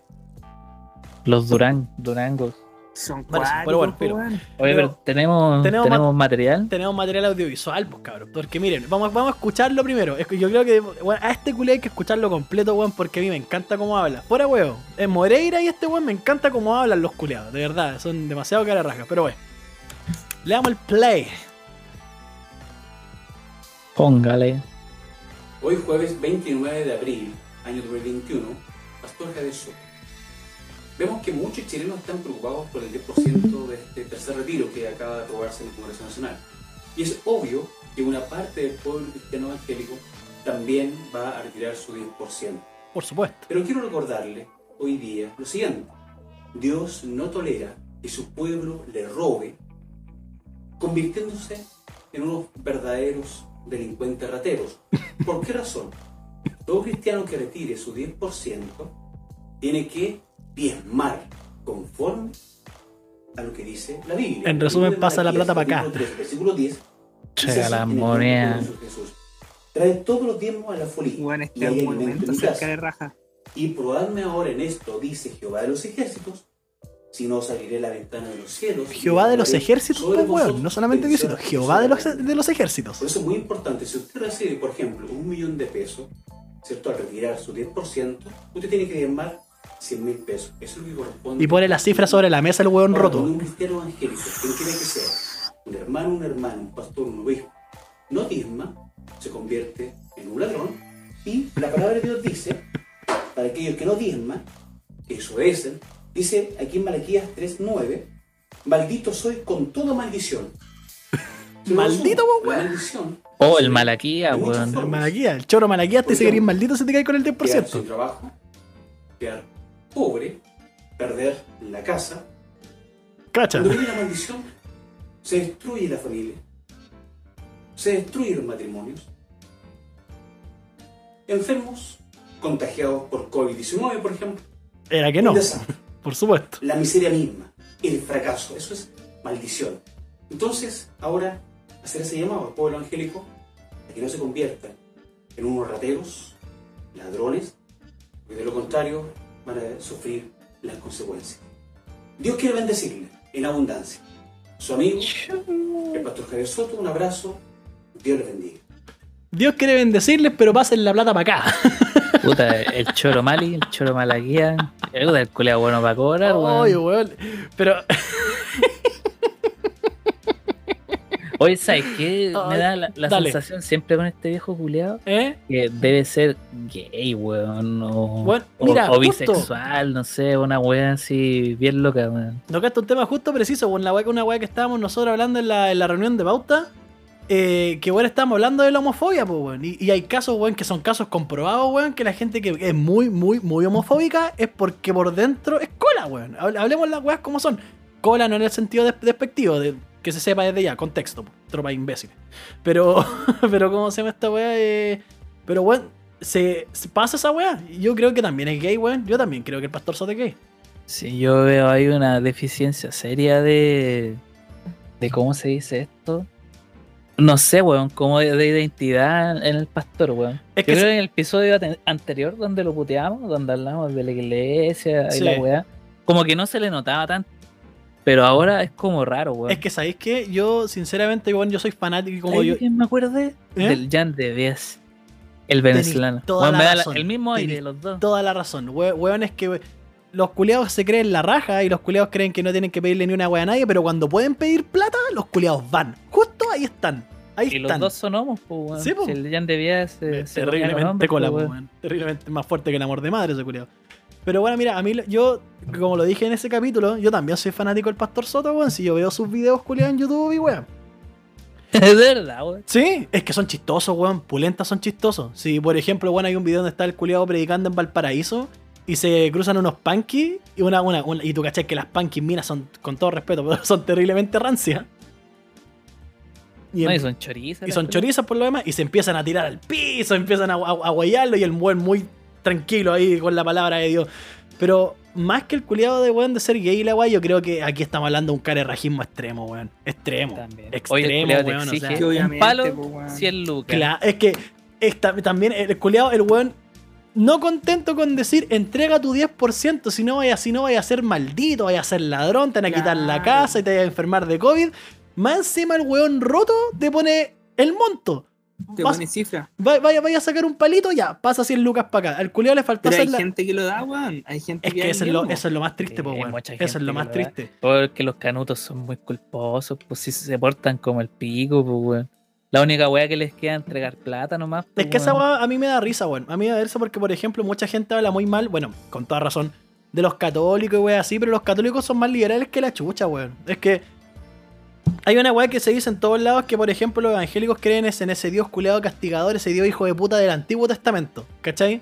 Speaker 3: Los Durán, Durangos.
Speaker 4: Son
Speaker 2: Bueno, sí,
Speaker 4: cuatro.
Speaker 2: pero bueno,
Speaker 4: po,
Speaker 2: pero-
Speaker 4: weón.
Speaker 3: Oye, pero,
Speaker 2: Pero-
Speaker 3: tenemos,
Speaker 2: tenemos
Speaker 3: tenemos, material.
Speaker 2: Tenemos material audiovisual, pues cabrón. Porque miren, vamos, vamos a escucharlo primero. Es que yo creo que bueno, a este culé hay que escucharlo completo, weón, porque a mí me encanta cómo habla. Fuera, weón. En Moreira y este weón me encanta cómo hablan los culeados. De verdad, son demasiado cara rasgas. Pero weón. Le damos el play.
Speaker 3: Póngale.
Speaker 5: Hoy jueves 29 de abril, año 2021, Pastor Javier Show. Vemos que muchos chilenos están preocupados por el 10% de este tercer retiro que acaba de aprobarse en el Congreso Nacional. Y es obvio que una parte del pueblo cristiano evangélico también va a retirar su 10%.
Speaker 2: Por supuesto.
Speaker 5: Pero quiero recordarle hoy día lo siguiente. Dios no tolera que su pueblo le robe, convirtiéndose en unos verdaderos delincuentes rateros. ¿Por qué razón? Todo cristiano que retire su 10% tiene que diezmar conforme a lo que dice la Biblia.
Speaker 2: En resumen,
Speaker 5: Libro de
Speaker 2: pasa la
Speaker 5: Malaquías,
Speaker 2: plata para acá.
Speaker 5: capítulo 3, Versículo 10.
Speaker 3: Trae
Speaker 5: dice
Speaker 3: la
Speaker 5: así en el nombre
Speaker 3: moneda.
Speaker 5: poderoso de Jesús. Trae todos los diezmos a la folía.
Speaker 4: Weón,
Speaker 5: y
Speaker 4: este
Speaker 5: hay alimento en
Speaker 4: monumento
Speaker 5: mi
Speaker 4: cerca
Speaker 5: casa.
Speaker 4: de raja.
Speaker 2: Eh,
Speaker 5: Y probadme ahora en esto, dice Jehová de los ejércitos, si no os abriré la ventana de los cielos. y
Speaker 2: Jehová de los
Speaker 5: derramaré
Speaker 2: ejércitos,
Speaker 5: sobre
Speaker 2: pues,
Speaker 5: vosotros
Speaker 2: weón. No solamente Dios, sino
Speaker 5: bendiciones
Speaker 2: Jehová de los, e-
Speaker 5: sobre
Speaker 2: de los ejércitos.
Speaker 5: Por eso es muy importante, si usted recibe, por ejemplo, un millón de pesos, ¿cierto? Al retirar su 10%, usted tiene que diezmar 100 mil pesos. Eso es lo que corresponde.
Speaker 2: Y pone la cifra sobre la mesa el weón
Speaker 5: Ahora,
Speaker 2: roto.
Speaker 5: cuando Un cristiano evangélico, quien quiera que sea, un hermano, un hermano, un pastor, un obispo, no diezma, se convierte en un ladrón y la palabra de Dios dice, para aquellos que no diezman, que desobedecen, dice aquí en Malaquías 3.9, maldito soy con toda maldición.
Speaker 2: Maldito,
Speaker 5: La maldición
Speaker 3: Oh, el Malaquía,
Speaker 5: Hay muchas
Speaker 3: weón.
Speaker 2: El malaquía, el choro malaquía te dice que eres maldito si te caes con el
Speaker 5: quedar sin
Speaker 2: 10%.
Speaker 5: trabajo, quedar pobre, perder la casa.
Speaker 2: Cacha.
Speaker 5: Cuando viene la maldición, se destruye la familia, se destruyen los matrimonios. Enfermos, contagiados por COVID-19, por ejemplo.
Speaker 2: Era que no,
Speaker 5: Un desastre.
Speaker 2: por supuesto.
Speaker 5: la miseria misma, el fracaso, eso es maldición. Entonces, ahora, hacer ese llamado al pueblo angélico a que no se conviertan en unos rateros, ladrones, porque de lo contrario van a sufrir las consecuencias. Dios quiere bendecirle en abundancia. Su amigo, el pastor Javier Soto, un abrazo, Dios les bendiga.
Speaker 2: Dios quiere bendecirles, pero pasen la plata para acá.
Speaker 3: Puta, el choro Mali, el choro Malaquía. El del culiao bueno para cobrar,
Speaker 2: Oye,
Speaker 3: weón.
Speaker 2: weón. Pero
Speaker 3: Oye, ¿sabes qué? Me
Speaker 2: Ay,
Speaker 3: da la, la
Speaker 2: dale.
Speaker 3: sensación siempre con este viejo culiao
Speaker 2: ¿Eh?
Speaker 3: que debe ser gay, weón. O,
Speaker 2: Bueno,
Speaker 3: o-
Speaker 2: mira,
Speaker 3: o
Speaker 2: justo.
Speaker 3: bisexual, no sé, una weá así bien loca, weón.
Speaker 2: Tocaste un tema justo preciso, con la wea- una weá que estábamos nosotros hablando en la, en la reunión de pauta. eh, que bueno, estábamos hablando de la homofobia, pues, weón. Y, y hay casos, weón, que son casos comprobados, weón, que la gente que es muy, muy, muy homofóbica es porque por dentro es cola, weón. Hable- Hablemos las weas como son. Cola no en el sentido des- despectivo, de, que se sepa desde ya, contexto, po, tropa de imbéciles. Pero, pero ¿cómo se llama esta weá? Eh, pero, weón, se, se pasa esa weá. Yo creo que también es gay, weón. Yo también creo que el pastor Soto es gay.
Speaker 3: Sí, yo veo ahí una deficiencia seria de. de cómo se dice esto. No sé, weón, como de, de identidad en el pastor, weón.
Speaker 2: Es
Speaker 3: yo
Speaker 2: que
Speaker 3: creo que en el episodio ante- anterior donde lo puteamos, donde hablamos de la iglesia y
Speaker 2: Sí.
Speaker 3: la weá, como que no se le notaba tanto. Pero ahora es como raro, weón.
Speaker 2: Es que sabéis que yo, sinceramente, bueno, yo soy fanático y como
Speaker 3: ¿Sabes
Speaker 2: yo. ¿Eh?
Speaker 3: de quién me acordé? Del Jan de Bias, el venezolano.
Speaker 2: toda
Speaker 3: Weón,
Speaker 2: la
Speaker 3: me da la-
Speaker 2: razón,
Speaker 3: el mismo aire,
Speaker 2: tenés
Speaker 3: los dos.
Speaker 2: Toda la razón. Hue- Hueones que we- los culeados se creen la raja y los culeados creen que no tienen que pedirle ni una wea a nadie, pero cuando pueden pedir plata, los culeados van. Justo ahí están. Ahí
Speaker 3: Y los
Speaker 2: están.
Speaker 3: dos son homos, po, weón.
Speaker 2: Sí, po.
Speaker 3: Si el Jan de Bias eh,
Speaker 2: Eh,
Speaker 3: se comió los
Speaker 2: terriblemente
Speaker 3: hombres,
Speaker 2: cola,
Speaker 3: po,
Speaker 2: po,
Speaker 3: weón.
Speaker 2: weón. Terriblemente más fuerte que el amor de madre ese culiao. Pero bueno, mira, a mí lo- yo, como lo dije en ese capítulo, yo también soy fanático del Pastor Soto, weón. Si yo veo sus videos culiados en YouTube y weón.
Speaker 3: Es verdad, weón.
Speaker 2: Sí, es que son chistosos, weón. Pulentas son chistosos. Si, por ejemplo, weón, hay un video donde está el culiado predicando en Valparaíso y se cruzan unos punkies y una, una, una- y tú caché que las punkies minas son, con todo respeto, pero son terriblemente rancias. Y,
Speaker 3: No,
Speaker 2: em-
Speaker 3: y son chorizas.
Speaker 2: y
Speaker 3: las
Speaker 2: son
Speaker 3: culias.
Speaker 2: chorizas por lo demás y se empiezan a tirar al piso, empiezan a, a, a guayarlo y el weón muy tranquilo ahí con la palabra de Dios. Pero más que el culiado de weón de ser gay y la guay, yo creo que aquí estamos hablando de un carerrajismo extremo, weón. Extremo.
Speaker 3: También. Oye, el
Speaker 2: Extremo,
Speaker 3: culiao te
Speaker 2: weón. o
Speaker 3: exige
Speaker 2: sea.
Speaker 4: Que obviamente,
Speaker 3: un palo,
Speaker 4: pues, weón.
Speaker 3: 100 lucas.
Speaker 2: Claro, es que es ta- también el culiado, el weón, no contento con decir entrega tu 10%, si no vaya, si no vaya a ser maldito, vaya a ser ladrón, te van a quitar la
Speaker 4: Claro.
Speaker 2: casa y te vaya a enfermar de COVID. Más encima el weón roto te pone el monto.
Speaker 4: Te
Speaker 2: Vas-
Speaker 4: pone Este cifra.
Speaker 2: va- vaya, vaya a sacar un palito, ya, pasa 100 lucas para acá. Al culiado le faltó
Speaker 4: Pero hay
Speaker 2: hacer la-
Speaker 4: gente que lo da, weón. Hay gente
Speaker 2: Es que
Speaker 4: da
Speaker 2: eso es, lo,
Speaker 4: dinero.
Speaker 2: eso es lo más triste,
Speaker 3: Sí,
Speaker 2: po,
Speaker 3: hay
Speaker 2: weón.
Speaker 3: mucha
Speaker 2: Eso
Speaker 3: gente
Speaker 2: es lo
Speaker 3: que
Speaker 2: más
Speaker 3: lo da.
Speaker 2: triste.
Speaker 3: Porque los canutos son muy culposos, pues si se portan como el pico, pues, weón. La única weá que les queda es entregar plata nomás. pues,
Speaker 2: Es que esa
Speaker 3: weón.
Speaker 2: weá a mí me da risa, weón. A mí me da risa porque, por ejemplo, mucha gente habla muy mal, bueno, con toda razón, de los católicos y weá así, pero los católicos son más liberales que la chucha, weón. Es que hay una weá que se dice en todos lados que, por ejemplo, los evangélicos creen es en ese Dios culeado castigador, ese Dios hijo de puta del Antiguo Testamento, ¿cachai?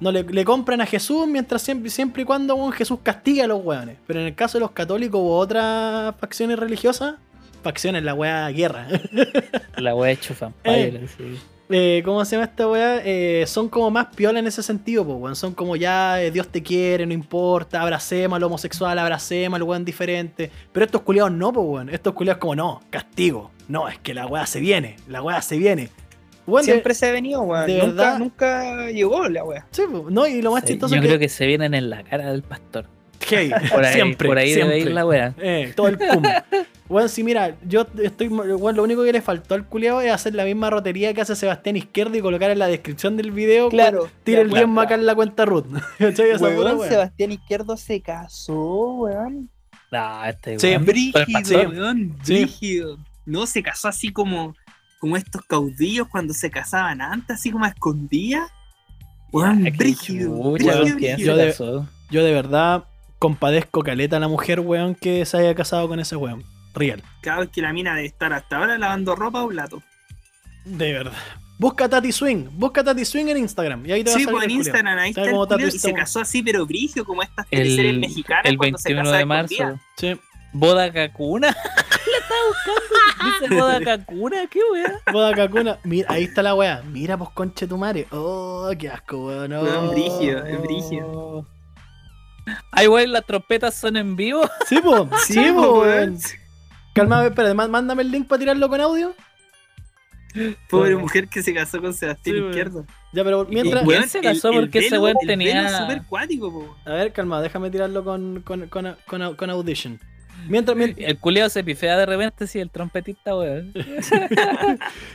Speaker 2: No le, le compran a Jesús mientras siempre, siempre y cuando weón, Jesús castiga a los weones. Pero en el caso de los católicos u otras facciones religiosas, facciones, la weá guerra.
Speaker 3: La weá hecho vampire. así.
Speaker 2: Eh, ¿Cómo se llama esta weá? Eh, son como más piola en ese sentido, po, weón. Son como ya eh, Dios te quiere, no importa, abracemos al homosexual, abracemos al weón diferente. Pero estos culiados no, po, weón. Estos culiados como no, castigo. No, es que la weá se viene, la weá se viene. Weón, de-
Speaker 4: Siempre se ha venido, weón.
Speaker 2: de
Speaker 4: nunca,
Speaker 2: verdad.
Speaker 4: nunca llegó la weá.
Speaker 2: sí, po. no, y lo más
Speaker 3: Sí,
Speaker 2: chistoso
Speaker 3: Yo
Speaker 2: que,
Speaker 3: creo que se vienen en la cara del pastor.
Speaker 2: Hey,
Speaker 3: Por ahí,
Speaker 2: siempre,
Speaker 3: por ahí
Speaker 2: siempre.
Speaker 3: debe ir la weá.
Speaker 2: Eh, todo el pum. Bueno, sí, mira, yo estoy. Bueno, lo único que le faltó al culiao es hacer la misma rotería que hace Sebastián Izquierdo y colocar en la descripción del video.
Speaker 4: Claro.
Speaker 2: Tira el
Speaker 3: Claro,
Speaker 2: diezmo acá en la cuenta Ruth. ¿Cachai? Esa pura
Speaker 4: Weón,
Speaker 2: wea.
Speaker 4: Sebastián Izquierdo se casó, weón.
Speaker 3: No, este
Speaker 2: Sí,
Speaker 3: weón.
Speaker 4: Brígido,
Speaker 3: pastor.
Speaker 4: weón.
Speaker 2: Sí.
Speaker 4: Brígido. No, se casó así como, como estos caudillos cuando se casaban antes, así como a escondidas. Weón,
Speaker 3: Ay, qué
Speaker 4: brígido,
Speaker 3: chucha,
Speaker 4: brígido,
Speaker 3: weón, que ya
Speaker 4: brígido.
Speaker 3: se
Speaker 2: Yo de-
Speaker 3: casó.
Speaker 2: Yo de verdad compadezco caleta a la mujer, weón, que se haya casado con ese weón. Real.
Speaker 4: Claro, es que la mina debe estar hasta ahora lavando ropa o plato.
Speaker 2: De verdad. Busca Tati Swing. Busca Tati Swing en Instagram. Y ahí te va a
Speaker 4: Sí,
Speaker 2: salir
Speaker 4: pues en
Speaker 2: el culiao.
Speaker 4: Instagram ahí está
Speaker 2: ¿Sabe
Speaker 4: el
Speaker 2: cómo tatu
Speaker 4: culiao, y
Speaker 2: está,
Speaker 4: se
Speaker 2: weón?
Speaker 4: casó así, pero brigio, como estas teleseries
Speaker 3: El,
Speaker 4: mexicanas
Speaker 3: el
Speaker 4: cuando se
Speaker 3: 21
Speaker 4: casaban
Speaker 3: de
Speaker 4: escondidas.
Speaker 3: marzo.
Speaker 2: Sí.
Speaker 3: Boda Kakuna. La estaba buscando. Dice Boda Kakuna, qué weá.
Speaker 2: Boda Kakuna. Mira, ahí está la weá. Mira, pues conche tu madre. Oh, qué asco, weón. Oh. No.
Speaker 4: Weón, brígido, es brígido.
Speaker 3: Ay, weón, las trompetas son en vivo.
Speaker 2: Sí, pues. Sí,
Speaker 4: Sí,
Speaker 2: po,
Speaker 4: po,
Speaker 2: weón. Calma, espera, ma- mándame el link para tirarlo con audio.
Speaker 4: Pobre mujer que se casó con Sebastián
Speaker 2: Sí, weón.
Speaker 4: Izquierdo.
Speaker 2: Ya, pero mientras.
Speaker 3: ¿Quién se casó? Porque ese weón tenía-
Speaker 4: súper cuático, po.
Speaker 2: A ver, calma, déjame tirarlo con, con, con, con, con Audition. Mientras, mien-
Speaker 3: El culiao se pifea de repente, sí, el trompetista, weón.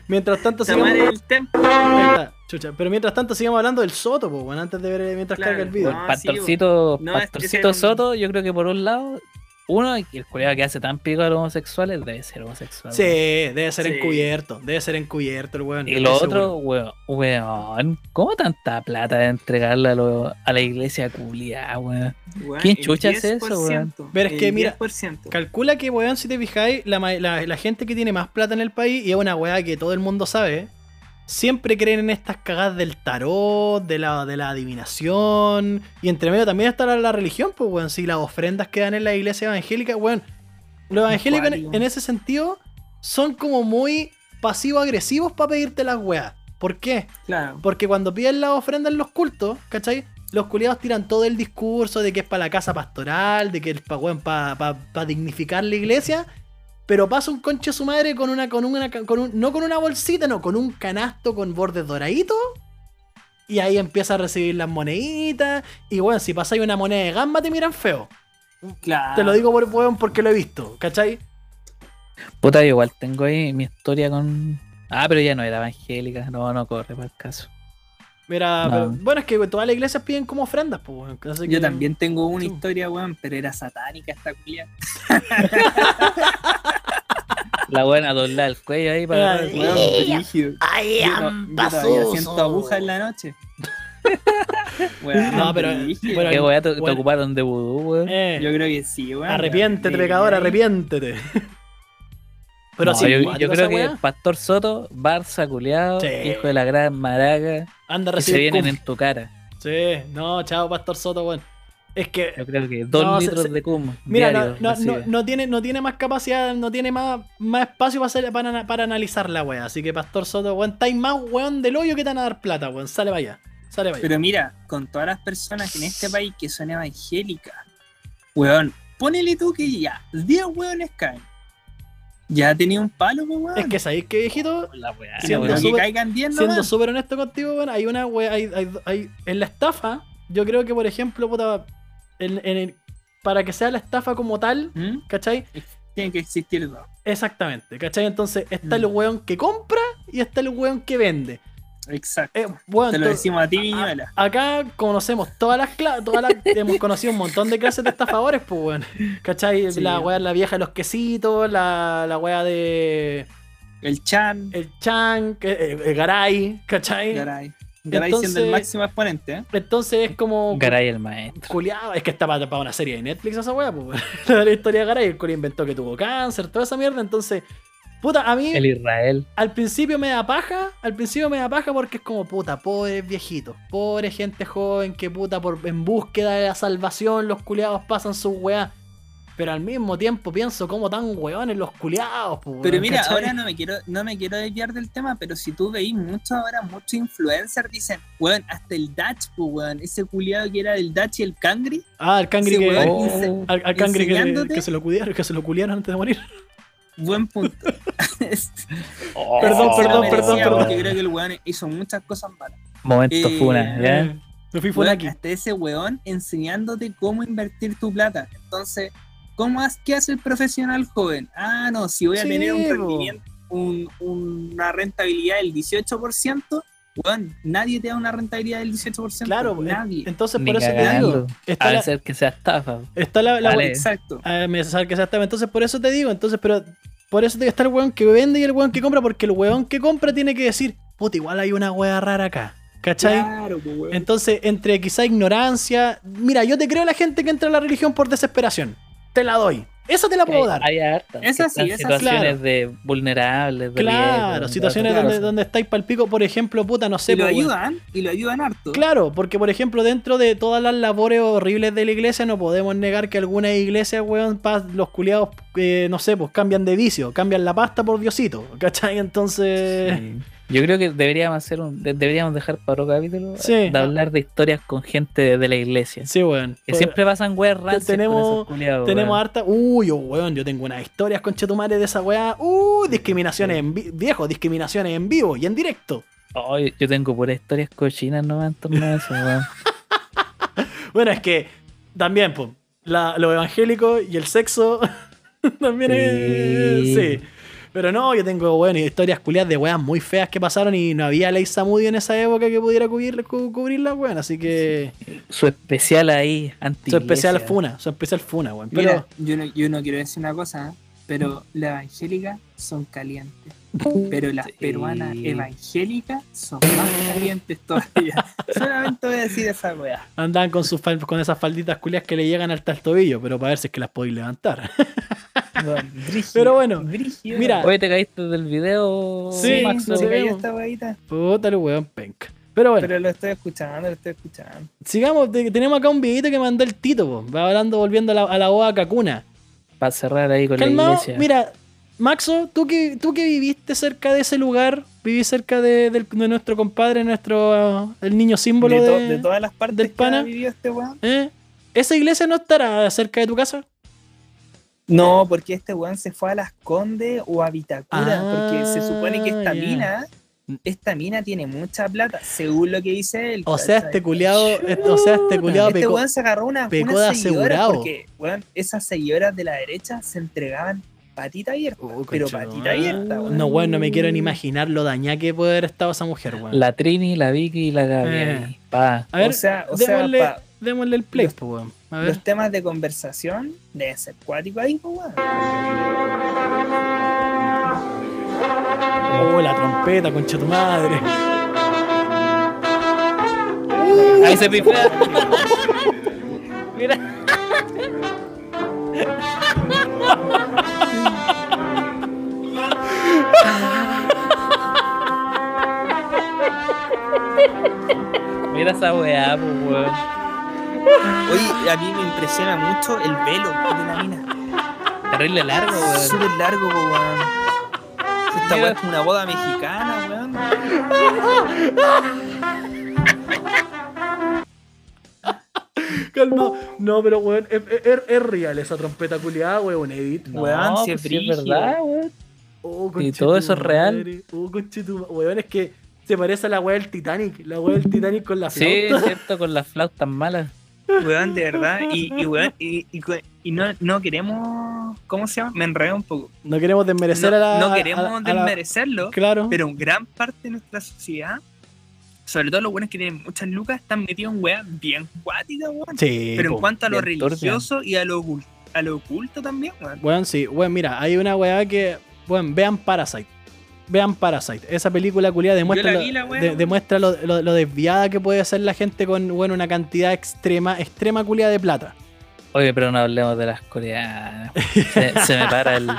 Speaker 2: mientras tanto
Speaker 4: Esa
Speaker 2: sigamos.
Speaker 4: madre del templo.
Speaker 2: Ahí está, chucha. Pero mientras tanto sigamos hablando del soto, po, weón, antes de ver mientras
Speaker 4: Claro,
Speaker 2: carga el
Speaker 3: O
Speaker 2: video.
Speaker 3: el
Speaker 4: No, sí,
Speaker 3: pastorcito,
Speaker 4: no, es que
Speaker 3: pastorcito
Speaker 4: ese era un-
Speaker 3: Soto, yo creo que por un lado, uno, y el culiado que hace tan pico a los homosexuales debe ser homosexual.
Speaker 2: Sí,
Speaker 3: weón.
Speaker 2: debe ser
Speaker 4: Sí.
Speaker 2: encubierto, debe ser encubierto el weón.
Speaker 3: Y lo
Speaker 2: estoy
Speaker 3: otro, weón, weón, ¿cómo tanta plata de entregarle a, lo- a la iglesia culiada, weón?
Speaker 4: Weón,
Speaker 3: ¿Quién
Speaker 4: el
Speaker 3: chucha hace eso, weón?
Speaker 4: 10%,
Speaker 2: Pero es que
Speaker 4: el
Speaker 2: mira-
Speaker 4: 10%.
Speaker 2: Calcula que, weón, si te fijáis, la, ma- la- la gente que tiene más plata en el país, y es una weá que todo el mundo sabe, ¿eh? siempre creen en estas cagadas del tarot, de la, de la adivinación, y entre medio también está la, la religión, pues, weón, si las ofrendas que dan en la iglesia evangélica, weón, los evangélicos en,
Speaker 4: Acuario.
Speaker 2: en ese sentido son como muy pasivo-agresivos para pedirte las weas. ¿Por qué?
Speaker 4: Claro.
Speaker 2: Porque cuando piden las ofrendas en los cultos, ¿cachai? Los culiados tiran todo el discurso de que es para la casa pastoral, de que es para para dignificar la iglesia, pero pasa un conche su madre con una, con una, con un, no con una bolsita, no, con un canasto con bordes doraditos. Y ahí empieza a recibir las moneditas. Y bueno, si pasa ahí una moneda de gamba, te miran feo.
Speaker 4: Claro.
Speaker 2: Te lo digo por weón porque lo he visto, ¿cachai?
Speaker 3: Puta, yo igual tengo ahí mi historia con. Ah, pero ya no era evangélica, no, no corre para el caso.
Speaker 2: Mira,
Speaker 3: No.
Speaker 2: pero- bueno, es que todas las iglesias piden como ofrendas, pues, weón, así
Speaker 4: Ah. Yo
Speaker 2: que-
Speaker 4: también tengo una
Speaker 2: Sí.
Speaker 4: historia, weón, pero era satánica esta culia.
Speaker 3: La buena doblar el cuello ahí para.
Speaker 2: Ay,
Speaker 4: Weón, brígido.
Speaker 1: I
Speaker 4: Yo, no,
Speaker 1: am
Speaker 4: yo todavía
Speaker 1: Pazuzu.
Speaker 4: siento agujas en la noche. Weón,
Speaker 2: No, pero-
Speaker 4: brígido.
Speaker 2: pero-
Speaker 3: Qué weá, te, te
Speaker 2: Bueno.
Speaker 3: ocuparon de vudú, weón.
Speaker 2: Eh.
Speaker 4: yo creo que sí, weón.
Speaker 2: Arrepiéntete,
Speaker 4: De-
Speaker 2: pecador,
Speaker 4: de ahí-
Speaker 2: arrepiéntete. Pero
Speaker 3: No,
Speaker 2: así,
Speaker 3: yo, yo
Speaker 2: cuático pues, esa
Speaker 3: creo que
Speaker 2: weá.
Speaker 3: el Pastor Soto, Barça culiado,
Speaker 2: Sí.
Speaker 3: hijo de la gran maraca,
Speaker 2: anda a
Speaker 3: que se
Speaker 2: recibir.
Speaker 3: vienen
Speaker 2: cum.
Speaker 3: en tu cara.
Speaker 2: Sí, no, chao, Pastor Soto, weón. Es que,
Speaker 3: Yo creo que dos
Speaker 2: No, se-
Speaker 3: litros
Speaker 2: se-
Speaker 3: de cum.
Speaker 2: mira, no,
Speaker 3: diarios
Speaker 2: no- no-
Speaker 3: recibe.
Speaker 2: no tiene, no tiene más capacidad, no tiene más, más espacio para, hacer- para, ana- para analizar la weá. Así que, Pastor Soto, weón, estáis más weón del hoyo que te van a dar plata, weón. Sale para allá. Sale para allá.
Speaker 4: Pero mira, con todas las personas en este país que son evangélicas, weón, ponele tú que ya, 10 weones caen. Ya tenía un palo, pues, weón.
Speaker 2: es que sabéis que, viejito,
Speaker 3: La weá,
Speaker 2: siendo
Speaker 4: Pero
Speaker 3: weón.
Speaker 4: que
Speaker 2: súper-
Speaker 4: caigan 10
Speaker 2: siendo
Speaker 4: nomás.
Speaker 2: súper honesto contigo, weón, hay una weá, hay, hay- hay- en la estafa, yo creo que, por ejemplo, puta, en- en el- para que sea la estafa como tal,
Speaker 4: ¿Mm?
Speaker 2: ¿cachai?
Speaker 4: Tienen que existir dos.
Speaker 2: Exactamente, ¿cachai? Entonces está el
Speaker 4: Mm.
Speaker 2: weón que compra y está el weón que vende.
Speaker 4: Exacto.
Speaker 2: Eh, weón,
Speaker 4: Te lo
Speaker 2: to-
Speaker 4: decimos a ti,
Speaker 2: a-
Speaker 4: Viñuela.
Speaker 2: acá conocemos todas las clases, todas las, hemos conocido un montón de clases de estafadores, pues weón. ¿Cachai?
Speaker 4: Sí.
Speaker 2: la weá, la vieja de los quesitos, la, la weá de
Speaker 4: El Chan,
Speaker 2: el Chan, que- el, el Garay, ¿cachai?
Speaker 4: Garay. Garay siendo
Speaker 2: Eh, Entonces-
Speaker 4: el máximo exponente, ¿eh?
Speaker 2: Entonces es como
Speaker 3: Garay el maestro.
Speaker 2: culiado, es que está para, una serie de Netflix esa weá, pues weón. la historia de Garay, el culiao inventó que tuvo cáncer, toda esa mierda, entonces, puta, a mí
Speaker 3: El Israel.
Speaker 2: Al principio me da paja, al principio me da paja porque es como puta, pobres viejitos, pobre gente joven que puta por, en búsqueda de la salvación los culiados pasan sus weá. Pero al mismo tiempo pienso como tan weones los culiados, po,
Speaker 4: Pero
Speaker 2: weón,
Speaker 4: mira,
Speaker 2: ¿cachai?
Speaker 4: ahora no me quiero no me quiero desviar del tema, pero si tú veis mucho ahora, muchos influencers dicen, weón, hasta el Dutch, pues, weón, ese culiado que era del Dutch y el Cangri,
Speaker 2: Ah, al cangri,
Speaker 4: Sí,
Speaker 2: que,
Speaker 4: weón.
Speaker 2: al-
Speaker 3: Oh,
Speaker 2: al, cangri que,
Speaker 4: enseñándote.
Speaker 2: que se lo culiaron, que se lo culiaron antes de morir.
Speaker 4: buen punto.
Speaker 3: oh,
Speaker 2: Perdón,
Speaker 4: Se lo
Speaker 2: perdón,
Speaker 4: merecía
Speaker 2: perdón, perdón.
Speaker 4: Porque creo que el weón hizo muchas cosas malas.
Speaker 3: Momento
Speaker 4: Eh,
Speaker 3: funa, ¿ya?
Speaker 2: No fui
Speaker 4: Weón,
Speaker 2: funaki.
Speaker 4: hasta ese weón enseñándote cómo invertir tu plata. Entonces, ¿cómo has, ¿qué hace el profesional joven? Ah, no, si voy a
Speaker 2: Sí,
Speaker 4: tener un
Speaker 2: bo.
Speaker 4: rendimiento, un- una rentabilidad del 18%, weón, nadie te da una rentabilidad del 18%.
Speaker 2: Claro, en-
Speaker 4: nadie.
Speaker 2: entonces
Speaker 3: Ni
Speaker 2: por eso te
Speaker 3: cagando.
Speaker 2: digo,
Speaker 3: A
Speaker 2: está la,
Speaker 3: veces que sea estafa.
Speaker 2: está la- la-
Speaker 3: Dale.
Speaker 4: Exacto.
Speaker 2: Ah, me hace saber que exactamente. Entonces, por eso te digo, entonces, pero Por eso tiene que estar el weón que vende y el weón que compra, porque el weón que compra tiene que decir, puta, igual hay una wea rara acá. ¿Cachai?
Speaker 4: Claro, pues, weón.
Speaker 2: Entonces, entre quizá ignorancia. Mira, yo te creo la gente que entra a la religión por desesperación. Te la doy. Esa te la puedo
Speaker 3: Hay-
Speaker 2: dar.
Speaker 3: Hay hartas.
Speaker 4: Esa
Speaker 3: que
Speaker 4: sí,
Speaker 3: están
Speaker 4: esa sí.
Speaker 3: Situaciones
Speaker 2: Claro.
Speaker 3: de vulnerables, de riesgo,
Speaker 2: Claro,
Speaker 3: de-
Speaker 2: situaciones
Speaker 3: claro,
Speaker 2: donde, donde estáis pal pico, por ejemplo, puta, no sé.
Speaker 4: y lo
Speaker 2: pues, weón.
Speaker 4: ayudan, y lo ayudan harto.
Speaker 2: Claro, porque por ejemplo, dentro de todas las labores horribles de la iglesia, no podemos negar que algunas iglesias, weón, pa- los culiados, eh, no sé, pues cambian de vicio, cambian la pasta por Diosito, ¿cachai? Entonces,
Speaker 3: Sí. Yo creo que deberíamos hacer un, de- deberíamos dejar para otro capítulo eh,
Speaker 2: Sí.
Speaker 3: de hablar de historias con gente de, de la iglesia.
Speaker 2: sí, weón.
Speaker 3: Que siempre pasan weas rancias con
Speaker 2: tenemos-
Speaker 3: esos culiados,
Speaker 2: Tenemos
Speaker 3: weón.
Speaker 2: harta. Uy, oh, weón, yo tengo unas historias con Chetumare de esa weá. Uh, discriminaciones en vivo. Viejo, discriminaciones en vivo y en directo.
Speaker 3: Oh, yo- yo tengo puras historias cochinas nomás en torno a eso, weón.
Speaker 2: Bueno, es que también, pues, la- lo evangélico y el sexo también es.
Speaker 3: Sí.
Speaker 2: Sí. Pero no, yo tengo, bueno, historias culiadas de weas muy feas que pasaron y no había ley Samudio en esa época que pudiera cubrir, cu- cubrirlas, weón. Así que.
Speaker 3: Su especial ahí, anti
Speaker 2: Su especial
Speaker 3: iglesia.
Speaker 2: funa, su especial funa, weón. Pero.
Speaker 4: Mira, yo, no, yo no quiero decir una cosa, ¿eh? pero las evangélicas son calientes. Pero las
Speaker 3: Sí.
Speaker 4: peruanas evangélicas son más calientes todavía. Solamente voy a decir esa weá.
Speaker 2: Andaban con, sus fal- con esas falditas culiadas que le llegan hasta el tobillo, pero para ver si es que las podéis levantar.
Speaker 4: Weón, brígido,
Speaker 2: Pero bueno,
Speaker 4: brígido.
Speaker 2: mira,
Speaker 3: Oye, te caíste del video,
Speaker 2: Sí,
Speaker 3: Max.
Speaker 4: se
Speaker 2: sí.
Speaker 4: me cayó esta weadita.
Speaker 2: Puta el weón penca. Pero bueno,
Speaker 4: Pero lo estoy escuchando, lo estoy escuchando.
Speaker 2: sigamos. te- Tenemos acá un videito que mandó el Tito, po, va hablando, volviendo a la, a la boda cacuna.
Speaker 3: Para cerrar ahí con la
Speaker 2: Calmado,
Speaker 3: iglesia.
Speaker 2: mira, Maxo, tú que, tú que viviste cerca de ese lugar, vivís cerca de, del- de nuestro compadre, nuestro ah, el niño símbolo
Speaker 4: De,
Speaker 2: de,
Speaker 4: to- de todas las partes
Speaker 2: del pana.
Speaker 4: que ha vivido este weón.
Speaker 2: ¿eh? ¿Esa iglesia no estará cerca de tu casa?
Speaker 4: No, porque este weón se fue a las Condes o a Vitacura,
Speaker 2: Ah,
Speaker 4: porque se supone que esta
Speaker 2: ya.
Speaker 4: mina, esta mina tiene mucha plata, según lo que dice él.
Speaker 2: O sea,
Speaker 4: ¿cachai?
Speaker 2: este culiado, o sea, este culiado
Speaker 4: Este
Speaker 2: pecó.
Speaker 4: weón se agarró una,
Speaker 2: pecó
Speaker 4: unas
Speaker 2: de
Speaker 4: seguidoras,
Speaker 2: asegurado.
Speaker 4: porque weón, esas seguidoras de la derecha se entregaban patita abierta,
Speaker 2: Oh,
Speaker 4: pero
Speaker 2: concha
Speaker 4: patita
Speaker 2: madre.
Speaker 4: abierta, weón.
Speaker 2: No, weón, no me quiero ni imaginar lo dañada que puede haber estado esa mujer, weón.
Speaker 3: La Trini, la Vicky y la Gaby.
Speaker 2: Eh.
Speaker 3: ahí, Pa.
Speaker 2: A ver,
Speaker 4: o sea, o sea,
Speaker 2: démosle,
Speaker 4: pa-
Speaker 2: démosle el play,
Speaker 4: los-
Speaker 2: po, weón. A ver.
Speaker 4: los temas de conversación de ser cuático ahí, pues, weón.
Speaker 2: Oh, la trompeta, concha tu madre.
Speaker 3: Ahí se pifea. Mira. Mira esa weá, pues, weón.
Speaker 4: Oye, a mí me impresiona mucho el velo de la mina.
Speaker 3: Terrible largo, weón.
Speaker 4: Súper largo, po, weón. Esta
Speaker 3: Mira.
Speaker 4: weón es como una boda mexicana, weón.
Speaker 2: Calma. No, pero weón, es, es- es real esa trompeta culiada, weón, Edith.
Speaker 4: Weón, si
Speaker 3: pues,
Speaker 4: es
Speaker 3: sí es
Speaker 4: brígido.
Speaker 3: verdad, weón.
Speaker 2: Oh,
Speaker 3: Y todo eso es real.
Speaker 2: conchetumadre. Oh, conchetum- Weón, es que se parece a la weá del Titanic. La weá del Titanic con la
Speaker 3: Sí,
Speaker 2: flauta.
Speaker 3: cierto, con las flautas malas.
Speaker 4: Weón, de verdad. Y, y weón, y, y cu- y no, no queremos. ¿Cómo se llama? Me enredé un poco.
Speaker 2: No queremos desmerecer a la.
Speaker 4: No, no
Speaker 2: a-
Speaker 4: queremos
Speaker 2: a- a la-
Speaker 4: desmerecerlo,
Speaker 2: Claro.
Speaker 4: pero gran parte de nuestra sociedad, sobre todo los buenos que tienen muchas lucas, están metidos en weas bien cuáticas, weón.
Speaker 2: sí,
Speaker 4: pero en
Speaker 2: po.
Speaker 4: cuanto a lo
Speaker 3: bien turbias.
Speaker 4: religioso y a lo, ocul- a lo oculto también, weón.
Speaker 2: Bueno, sí, bueno, mira, hay una weá que. Bueno, vean Parasite. Vean Parasite. Esa película culiada demuestra,
Speaker 4: la
Speaker 2: lo-
Speaker 4: vi, la weá.
Speaker 2: de- demuestra lo, lo- lo desviada que puede ser la gente con bueno, una cantidad extrema, extrema culiada de plata.
Speaker 3: Oye, pero no hablemos de las coreanas. Se, se me para el.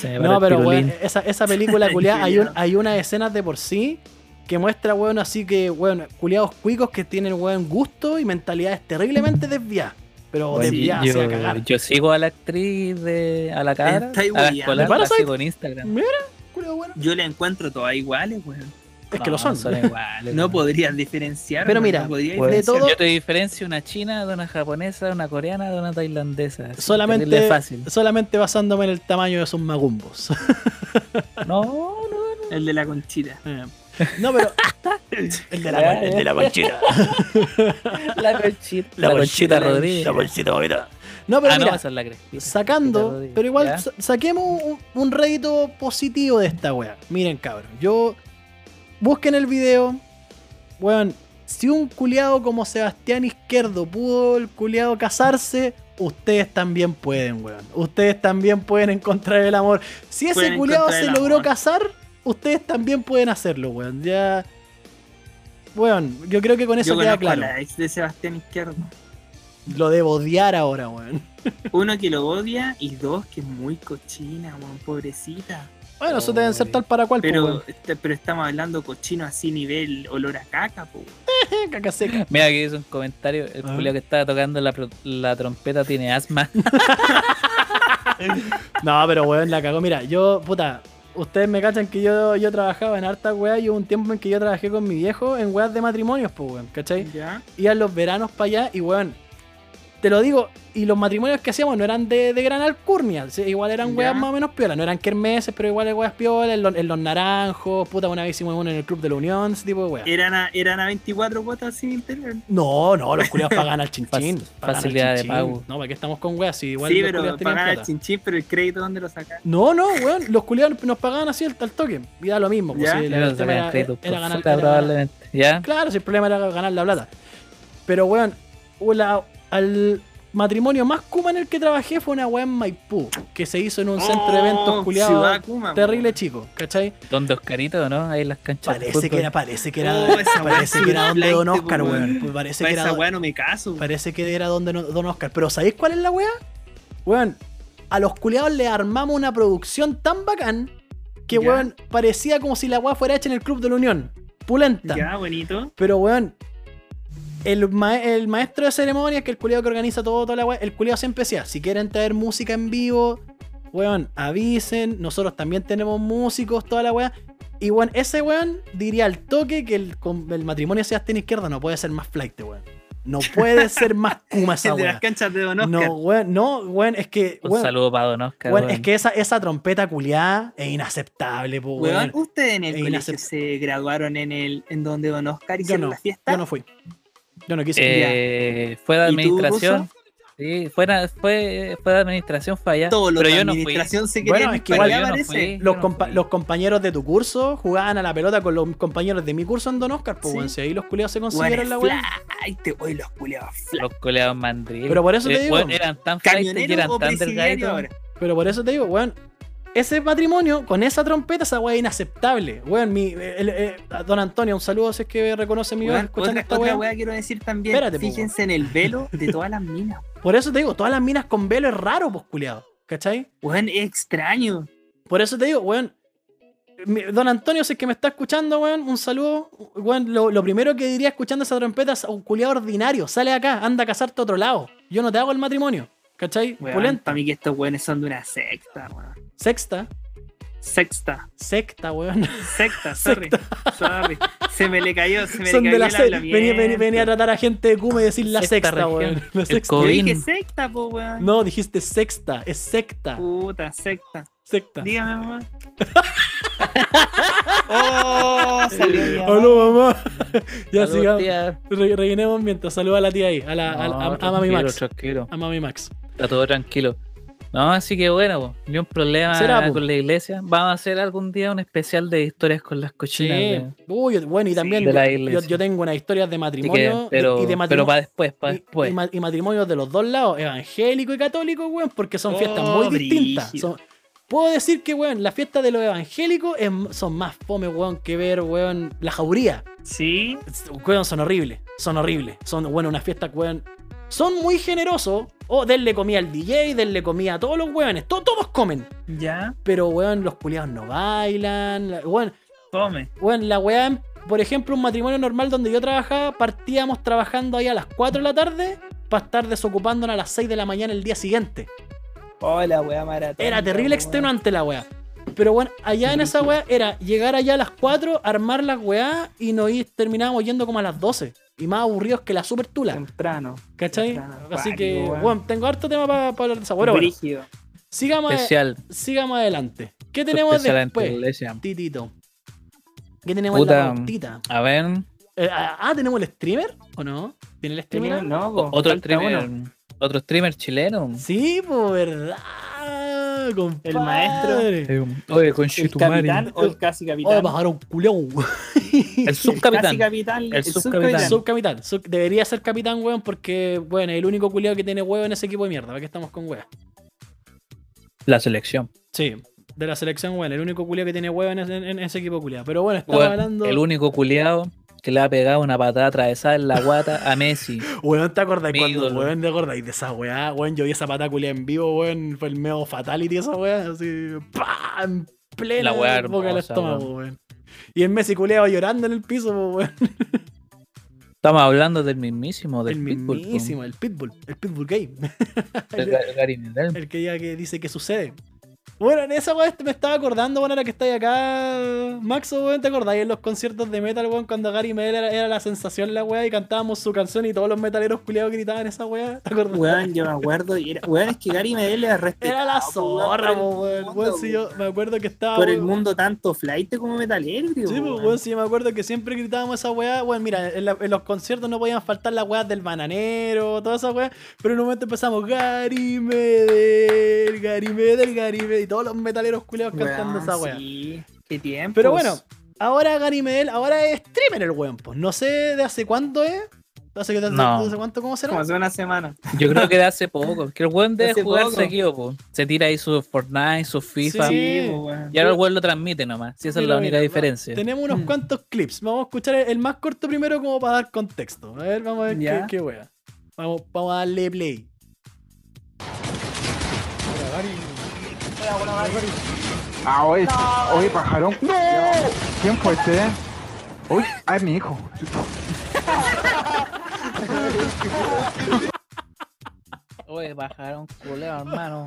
Speaker 3: Se me para
Speaker 2: No,
Speaker 3: el
Speaker 2: pero
Speaker 3: pirulín.
Speaker 2: weón, esa, esa película culiada, hay, un-
Speaker 4: Culiao.
Speaker 2: hay unas escenas de por sí que muestra, weón, así que, weón, culiados cuicos que tienen, weón, gusto y mentalidades terriblemente desviadas. Pero
Speaker 3: Oye,
Speaker 2: desviadas,
Speaker 3: yo,
Speaker 2: así a cagar.
Speaker 3: yo sigo a la actriz de a la cara,
Speaker 4: Estáis
Speaker 3: a la
Speaker 4: hueando.
Speaker 3: escolar,
Speaker 2: ¿De
Speaker 3: la
Speaker 2: Parasite?
Speaker 3: sigo en Instagram.
Speaker 2: Mira, culiao bueno.
Speaker 4: Yo la encuentro todas iguales, weón.
Speaker 2: Es que
Speaker 3: No,
Speaker 2: lo son.
Speaker 3: iguales.
Speaker 4: No
Speaker 3: weón.
Speaker 4: podrías diferenciar.
Speaker 2: Pero
Speaker 4: weón,
Speaker 2: mira, pues,
Speaker 4: no podrías
Speaker 2: de
Speaker 4: diferenciar.
Speaker 2: todo-
Speaker 3: Yo te diferencio una china de una japonesa, de una coreana, de una tailandesa. Así,
Speaker 2: Solamente-
Speaker 3: terrible fácil.
Speaker 2: Solamente basándome en el tamaño de sus magumbos.
Speaker 3: No, no, no.
Speaker 4: El de la conchita.
Speaker 2: Eh, No, pero.
Speaker 1: El de la, el
Speaker 4: Eh.
Speaker 1: de la conchita.
Speaker 3: La conchita, la
Speaker 1: bolsita
Speaker 3: conchita Rodríguez.
Speaker 1: La bolsita bonita.
Speaker 2: No, pero
Speaker 3: ah, no,
Speaker 2: mira,
Speaker 3: esa es la Crespita. Conchita
Speaker 2: sacando,
Speaker 3: Rodríguez,
Speaker 2: pero igual
Speaker 3: ya.
Speaker 2: sa- saquemos un, un rédito positivo de esta wea. Miren, cabrón, yo. Busquen el video. Weón, si un culiado como Sebastián Izquierdo pudo el culiado casarse, Ustedes también pueden, weón. Ustedes también pueden encontrar el amor. Si ese
Speaker 4: Pueden
Speaker 2: culiado
Speaker 4: encontrar
Speaker 2: se
Speaker 4: el
Speaker 2: logró
Speaker 4: amor.
Speaker 2: casar, ustedes también pueden hacerlo, weón. Ya. Weón, yo creo que con eso
Speaker 4: Yo
Speaker 2: queda
Speaker 4: conozco a
Speaker 2: claro.
Speaker 4: la ex de Sebastián Izquierdo.
Speaker 2: Lo debo odiar ahora, weón.
Speaker 4: Uno que lo odia y dos que es muy cochina, weón, pobrecita.
Speaker 2: Bueno, eso deben ser
Speaker 3: Oy.
Speaker 2: tal para cual, po,
Speaker 4: Oh, Pero,
Speaker 2: weón.
Speaker 4: este- pero estamos hablando cochino así nivel olor a caca, po.
Speaker 2: Caca seca.
Speaker 3: Mira que hizo un comentario, el
Speaker 2: Ah.
Speaker 3: culiao que estaba tocando la, pro- la trompeta tiene asma.
Speaker 2: No, pero weón, la cagó. Mira, yo, puta, ustedes me cachan que yo, yo trabajaba en harta weá y hubo un tiempo en que yo trabajé con mi viejo en weas de matrimonios, pues weón, ¿cachai?
Speaker 4: ¿Ya?
Speaker 2: Iban los veranos para allá y weón, te lo digo, y los matrimonios que hacíamos no eran de, de gran alcurnia, sí, igual eran
Speaker 4: Ya.
Speaker 2: weas más o menos piolas, no eran kermeses, pero igual eran weas piolas, en los, en los naranjos, puta, una vez hicimos uno en el Club de la Unión, ese tipo de weas.
Speaker 4: Eran a, eran a 24 cuotas sin internet.
Speaker 2: No, no, los culiados pagan al chinchín.
Speaker 3: Fac-
Speaker 2: pagan al
Speaker 3: facilidad de
Speaker 2: chinchín.
Speaker 3: pago.
Speaker 2: No, ¿para qué estamos con weas? Si igual
Speaker 4: sí,
Speaker 2: los culiados
Speaker 4: pero
Speaker 2: tenían
Speaker 4: pagaban el
Speaker 2: plata.
Speaker 4: chinchín, pero el crédito, ¿dónde lo sacaban?
Speaker 2: No, no, weón. Los culiados nos pagaban así al, al toque. Y da lo mismo. Pues,
Speaker 4: Ya.
Speaker 2: sí, el-
Speaker 3: Claro,
Speaker 2: el
Speaker 3: se
Speaker 2: tema
Speaker 3: me
Speaker 2: era,
Speaker 3: han caído
Speaker 2: era
Speaker 3: por
Speaker 2: ganar, era-
Speaker 3: fuera, pues, probablemente. ¿Ya?
Speaker 2: Claro, si el problema era ganar la plata. Pero, weón, la- al matrimonio más kuma en el que trabajé fue una weá en Maipú. Que se hizo en un centro de
Speaker 4: Oh,
Speaker 2: eventos culiados terrible chico, ¿cachai?
Speaker 3: Donde Oscarito, ¿no? Ahí en las canchas. de
Speaker 2: Parece que
Speaker 3: fútbol.
Speaker 2: era, parece que era,
Speaker 4: Oh, esa weá
Speaker 2: parece
Speaker 4: sí
Speaker 2: que era
Speaker 4: era
Speaker 2: donde Don
Speaker 4: flight,
Speaker 2: Oscar,
Speaker 4: pues,
Speaker 2: weón.
Speaker 4: weón.
Speaker 2: Pues Parece
Speaker 4: Para
Speaker 2: que era
Speaker 4: esa weá no me caso.
Speaker 2: Parece que era donde no- Don Oscar. Pero ¿sabéis cuál es la weá? Weón, a los culiados le armamos una producción tan bacán que,
Speaker 4: Ya.
Speaker 2: weón, parecía como si la weá fuera hecha en el Club de la Unión. Pulenta.
Speaker 4: Ya, bonito.
Speaker 2: Pero, weón, el, ma- el maestro de ceremonias, que el culiado que organiza todo, toda la weá, el culiado siempre decía, si quieren traer música en vivo, weón, avisen, nosotros también tenemos músicos, toda la weá. Y, weón, ese weón diría al toque que el, con- el matrimonio de Sebastián Izquierda no puede ser más flight, weón. No puede ser más kuma esa
Speaker 4: El de
Speaker 2: weá.
Speaker 4: las canchas de Don Oscar.
Speaker 2: No, weón, no, weón, es que,
Speaker 3: Un
Speaker 2: weón,
Speaker 3: saludo para Don Oscar.
Speaker 2: weón,
Speaker 3: weón.
Speaker 2: es que esa, esa trompeta culiada es inaceptable, po,
Speaker 4: Weón, uh,
Speaker 2: weón.
Speaker 4: ustedes en el
Speaker 2: Es
Speaker 4: colegio
Speaker 2: inacept-
Speaker 4: se graduaron en el en donde Don Oscar
Speaker 2: Yo
Speaker 4: hicieron
Speaker 2: no,
Speaker 4: la fiesta.
Speaker 2: Yo no fui. Yo no quise.
Speaker 3: Eh, fue de
Speaker 4: ¿Y tú,
Speaker 3: administración.
Speaker 4: Ruso?
Speaker 3: Sí, fue, fue, fue de administración, fue allá.
Speaker 4: Todos los
Speaker 3: pero
Speaker 4: de
Speaker 3: yo no fui.
Speaker 4: administración se
Speaker 2: Bueno,
Speaker 4: querían
Speaker 2: es que
Speaker 4: disparar,
Speaker 2: igual
Speaker 3: yo no
Speaker 4: parece.
Speaker 3: fui.
Speaker 2: Los,
Speaker 3: no
Speaker 2: compa-
Speaker 3: fui.
Speaker 2: los compañeros de tu curso jugaban a la pelota con los compañeros de mi curso en Don Oscar, pues,
Speaker 4: Sí.
Speaker 2: weón, si ahí los culiados se
Speaker 4: Weón,
Speaker 2: consiguieron la
Speaker 4: es
Speaker 2: weón.
Speaker 4: fly, te voy los culiados fly.
Speaker 3: Los coleados mandriles.
Speaker 2: Pero por eso te digo.
Speaker 3: Eh, weón, Eran tan flight que
Speaker 4: Camionero
Speaker 3: eran
Speaker 4: o
Speaker 3: tan
Speaker 4: presidiario ahora.
Speaker 3: delgaditos.
Speaker 2: Pero por eso te digo, weón, ese matrimonio con esa trompeta, esa weá es inaceptable. Weón, mi, eh, el- el- a don Antonio, un saludo si es que reconoce mi voz
Speaker 4: Weón,
Speaker 2: escuchando
Speaker 4: Otra,
Speaker 2: esta
Speaker 4: otra
Speaker 2: weá.
Speaker 4: weá quiero decir también,
Speaker 2: Espérate, po,
Speaker 4: fíjense en el velo de todas las minas.
Speaker 2: Por eso te digo, todas las minas con velo es raro, pues, culiado. ¿Cachai?
Speaker 4: Weón, es extraño.
Speaker 2: Por eso te digo, weón. mi- Don Antonio, si es que me está escuchando, weón, un saludo. Weón, lo, lo primero que diría escuchando esa trompeta es un culiado ordinario. Sale de acá, anda a casarte a otro lado. Yo no te hago el matrimonio. ¿Cachai?
Speaker 4: Weón,
Speaker 2: Pulenta.
Speaker 4: para mí que estos weones son de una secta, weón.
Speaker 2: Sexta.
Speaker 4: Sexta,
Speaker 2: Secta, weón.
Speaker 4: secta, sorry, sorry. Se me le cayó, se me
Speaker 2: Son
Speaker 4: le
Speaker 2: de
Speaker 4: cayó
Speaker 2: la
Speaker 4: el
Speaker 2: sexta. Venía, venía- venía a
Speaker 4: hablamiento.
Speaker 2: tratar a gente de Cume y decir la
Speaker 3: Sexta
Speaker 2: sexta,
Speaker 3: región.
Speaker 2: weón. La
Speaker 3: El
Speaker 2: sexta.
Speaker 4: Yo
Speaker 3: COVID.
Speaker 4: dije
Speaker 3: Godín.
Speaker 4: secta, po, weón.
Speaker 2: No, dijiste sexta. Es secta.
Speaker 4: Puta, secta.
Speaker 2: Secta.
Speaker 4: Dígame, mamá. oh, salió mi mamá.
Speaker 2: Aló, mamá. ya
Speaker 3: Saludos,
Speaker 2: sigamos.
Speaker 3: tía.
Speaker 2: Re- rellenemos mientras. Saluda a la tía ahí. A, la, a-
Speaker 3: No,
Speaker 2: a- a, Mami
Speaker 3: tranquilo,
Speaker 2: Max.
Speaker 3: tranquilo.
Speaker 2: A Mami Max.
Speaker 3: Está todo tranquilo. No, así que bueno, po, ni un problema
Speaker 2: Será, po.
Speaker 3: con la iglesia. Vamos a hacer algún día un especial de historias con las
Speaker 2: Sí.
Speaker 3: cochinas. weón.
Speaker 2: Uy, bueno, y también
Speaker 3: de la
Speaker 2: yo- yo,
Speaker 3: iglesia.
Speaker 2: yo tengo unas historias de
Speaker 3: Así que,
Speaker 2: matrimonio
Speaker 3: pero,
Speaker 2: y de
Speaker 3: pero
Speaker 2: matrimonio.
Speaker 3: para después, para después.
Speaker 2: y, ma- y matrimonios de los dos lados, evangélico y católico, weón, porque son
Speaker 4: Oh,
Speaker 2: fiestas muy distintas.
Speaker 4: brígido.
Speaker 2: Son- puedo decir que, weón, la fiesta de los evangélicos es- son más fome, weón, que ver, weón, la jauría.
Speaker 4: Sí,
Speaker 2: Weón, son horribles, son horribles. Son, bueno, unas fiestas, weón. Son muy generosos. O denle comida al DJ, denle comida a todos los weones. to- todos comen.
Speaker 4: ya,
Speaker 2: Pero, weón, los culiados no bailan. la- Weón,
Speaker 4: come.
Speaker 2: Bueno, la weá, por ejemplo, un matrimonio normal donde yo trabajaba, partíamos trabajando ahí a las 4 de la tarde para estar desocupándonos a las 6 de la mañana el día siguiente.
Speaker 4: Hola, weá maratón.
Speaker 2: Era terrible extenuante la weá. Pero bueno, allá en esa weá era llegar allá a las 4, armar las weá y nos ir- terminábamos yendo como a las 12. Y más aburridos que la super
Speaker 4: Em,
Speaker 2: tula,
Speaker 4: Temprano.
Speaker 2: ¿cachai?
Speaker 4: Temprano,
Speaker 2: Así
Speaker 4: válido,
Speaker 2: que,
Speaker 4: em, weón.
Speaker 2: bueno, tengo harto tema para hablar de esa. Bueno, bueno,
Speaker 4: Brígido.
Speaker 2: sigamos, a-
Speaker 3: especial.
Speaker 2: sigamos adelante. ¿Qué tenemos
Speaker 3: especial ante la
Speaker 2: después,
Speaker 3: iglesia.
Speaker 2: Titito? ¿Qué tenemos en la
Speaker 3: Puta.
Speaker 2: pautita?
Speaker 3: A ver,
Speaker 2: Eh, ah, ah, ¿tenemos el streamer? ¿O no? ¿Tiene el streamer?
Speaker 4: Tenía- No, po,
Speaker 3: otro
Speaker 4: falta
Speaker 3: streamer,
Speaker 4: uno.
Speaker 3: otro streamer chileno.
Speaker 2: Sí, pues verdad. compadre.
Speaker 4: El maestro.
Speaker 3: Oye, con
Speaker 4: El capitán o el casi capitán.
Speaker 2: Oh, bajaron culión.
Speaker 3: El
Speaker 4: El casi
Speaker 3: subcapitán.
Speaker 4: capitán. El,
Speaker 3: subcapitán.
Speaker 4: subcapitán.
Speaker 2: Subcapitán. Sub- debería ser capitán, weón, porque, bueno, es el único culiado que tiene huevo en ese equipo de mierda. ¿Para qué estamos con weas?
Speaker 3: La selección.
Speaker 2: Sí, de la selección, bueno, el único culiado que tiene huevo en ese, en ese equipo culiado. Pero bueno, estamos
Speaker 3: Weón,
Speaker 2: hablando.
Speaker 3: el único culiado que le ha pegado una patada atravesada en la guata a Messi.
Speaker 2: Weón, ¿te acordás
Speaker 3: Mi
Speaker 2: cuando,
Speaker 3: ídolo.
Speaker 2: weón, te acordáis de esa weá? Weón, yo vi esa pata culia en vivo, weón, fue el medio fatality esa weá, así, ¡pah! En plena
Speaker 3: La weá
Speaker 2: boca del
Speaker 3: hermosa,
Speaker 2: estómago, weón. Y el Messi culeaba llorando en el piso, po, weón.
Speaker 3: Estamos hablando del mismísimo, del
Speaker 2: el
Speaker 3: Pitbull, po.
Speaker 2: mismísimo, el Pitbull, el Pitbull Game.
Speaker 3: El Gar- Gary Medel.
Speaker 2: El que ya que dice que sucede. Bueno, en esa weá me estaba acordando, bueno, ahora que estáis acá, Maxo, weón, ¿te acordáis en los conciertos de metal, weón, cuando Gary Medel era, era la sensación, la weá, y cantábamos su canción y todos los metaleros culeados gritaban esa weá? ¿Te acordás?
Speaker 4: Weón, yo me acuerdo. y era- Weón, es que Gary Medel era respetado.
Speaker 2: Era la
Speaker 4: po, weón,
Speaker 2: zorra,
Speaker 4: por el
Speaker 2: po, weón.
Speaker 4: mundo,
Speaker 2: Weón, si yo me acuerdo que estaba.
Speaker 4: Por el
Speaker 2: weón.
Speaker 4: mundo tanto flight como metalero, tío,
Speaker 2: Sí, pues,
Speaker 4: weón.
Speaker 2: weón, sí, yo me acuerdo que siempre gritábamos esa weá. Bueno, mira, en, la- en los conciertos no podían faltar las weas del bananero, todas esas weas. Pero en un momento empezamos, Gary Medel, Gary Medel, Gary Medel", Y todos los metaleros culeados
Speaker 4: Weón,
Speaker 2: cantando esa weá.
Speaker 4: Sí, pues. qué tiempo.
Speaker 2: Pero bueno, ahora Gary Medel, ahora es streamer el weón, pues. No sé de hace cuánto es. No sé de hace,
Speaker 3: No.
Speaker 2: de hace cuánto, ¿cómo será?
Speaker 4: Como hace una semana.
Speaker 3: Yo creo que de hace poco. Que el weón
Speaker 4: De
Speaker 3: debe
Speaker 4: hace
Speaker 3: jugar
Speaker 4: poco.
Speaker 3: seguido, po. Se tira ahí su Fortnite, su FIFA.
Speaker 2: Sí.
Speaker 4: Sí, pues, weón.
Speaker 3: Y ahora el weón lo transmite nomás. Si esa es
Speaker 2: Mira,
Speaker 3: la única
Speaker 2: mira,
Speaker 3: diferencia.
Speaker 2: Tenemos unos
Speaker 4: Mm.
Speaker 2: cuantos clips. Vamos a escuchar el, el más corto primero como para dar contexto. A ver, vamos a ver qué-
Speaker 4: Ya.
Speaker 2: qué, wea. Vamos, vamos a darle play.
Speaker 6: Ah, oye, oye, pajarón. ¡No! ¿Quién fue este? Uy, ah, es mi hijo.
Speaker 3: Oye, bajaron culeo, hermano.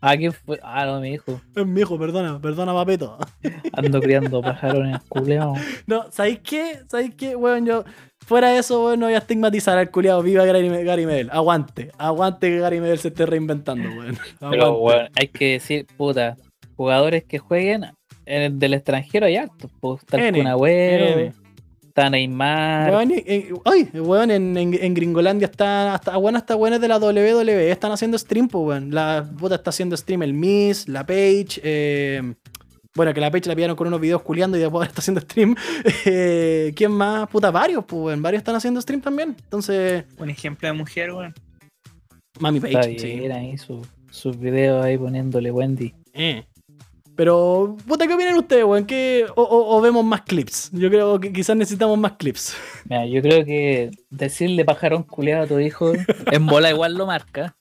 Speaker 3: ¿A quién fue? Ah, no, mi hijo.
Speaker 2: Es mi hijo, Eh, perdona, perdona, papeto.
Speaker 3: Ando criando pajarones culeados.
Speaker 2: No, ¿sabéis qué? ¿Sabéis qué? Weón, yo. Fuera de eso, weón, no voy a estigmatizar al culiado. Viva Gary, Me- Gary Medel. Aguante. Aguante que Gary Medel se esté reinventando, weón.
Speaker 3: Pero
Speaker 2: Aguante.
Speaker 3: bueno, hay que decir, puta, jugadores que jueguen en el del extranjero hay hartos. Pues, está el
Speaker 2: N,
Speaker 3: Kun Agüero,
Speaker 2: N.
Speaker 3: está Neymar.
Speaker 2: Weón, en- en- ay, weón, en, en- en Gringolandia están hasta, weón, hasta weones de la WWE están haciendo stream, po, weón. La puta está haciendo stream el Miss, la Page. eh, bueno, que la Page la pillaron con unos videos culiando y después ahora está haciendo stream. Eh, ¿Quién más? Puta, varios, po, weón. Varios están haciendo stream también. Entonces,
Speaker 4: Un ejemplo de mujer, weón.
Speaker 2: Mami
Speaker 3: está
Speaker 2: Page,
Speaker 3: bien
Speaker 2: sí.
Speaker 3: ahí su- sus videos ahí poniéndole Wendy.
Speaker 2: Eh. Pero, puta, ¿qué opinan ustedes, weón? ¿Qué- o, o- o vemos más clips? Yo creo que quizás necesitamos más clips.
Speaker 3: Mira, yo creo que decirle pajarón culeado a tu hijo en bola igual lo marca.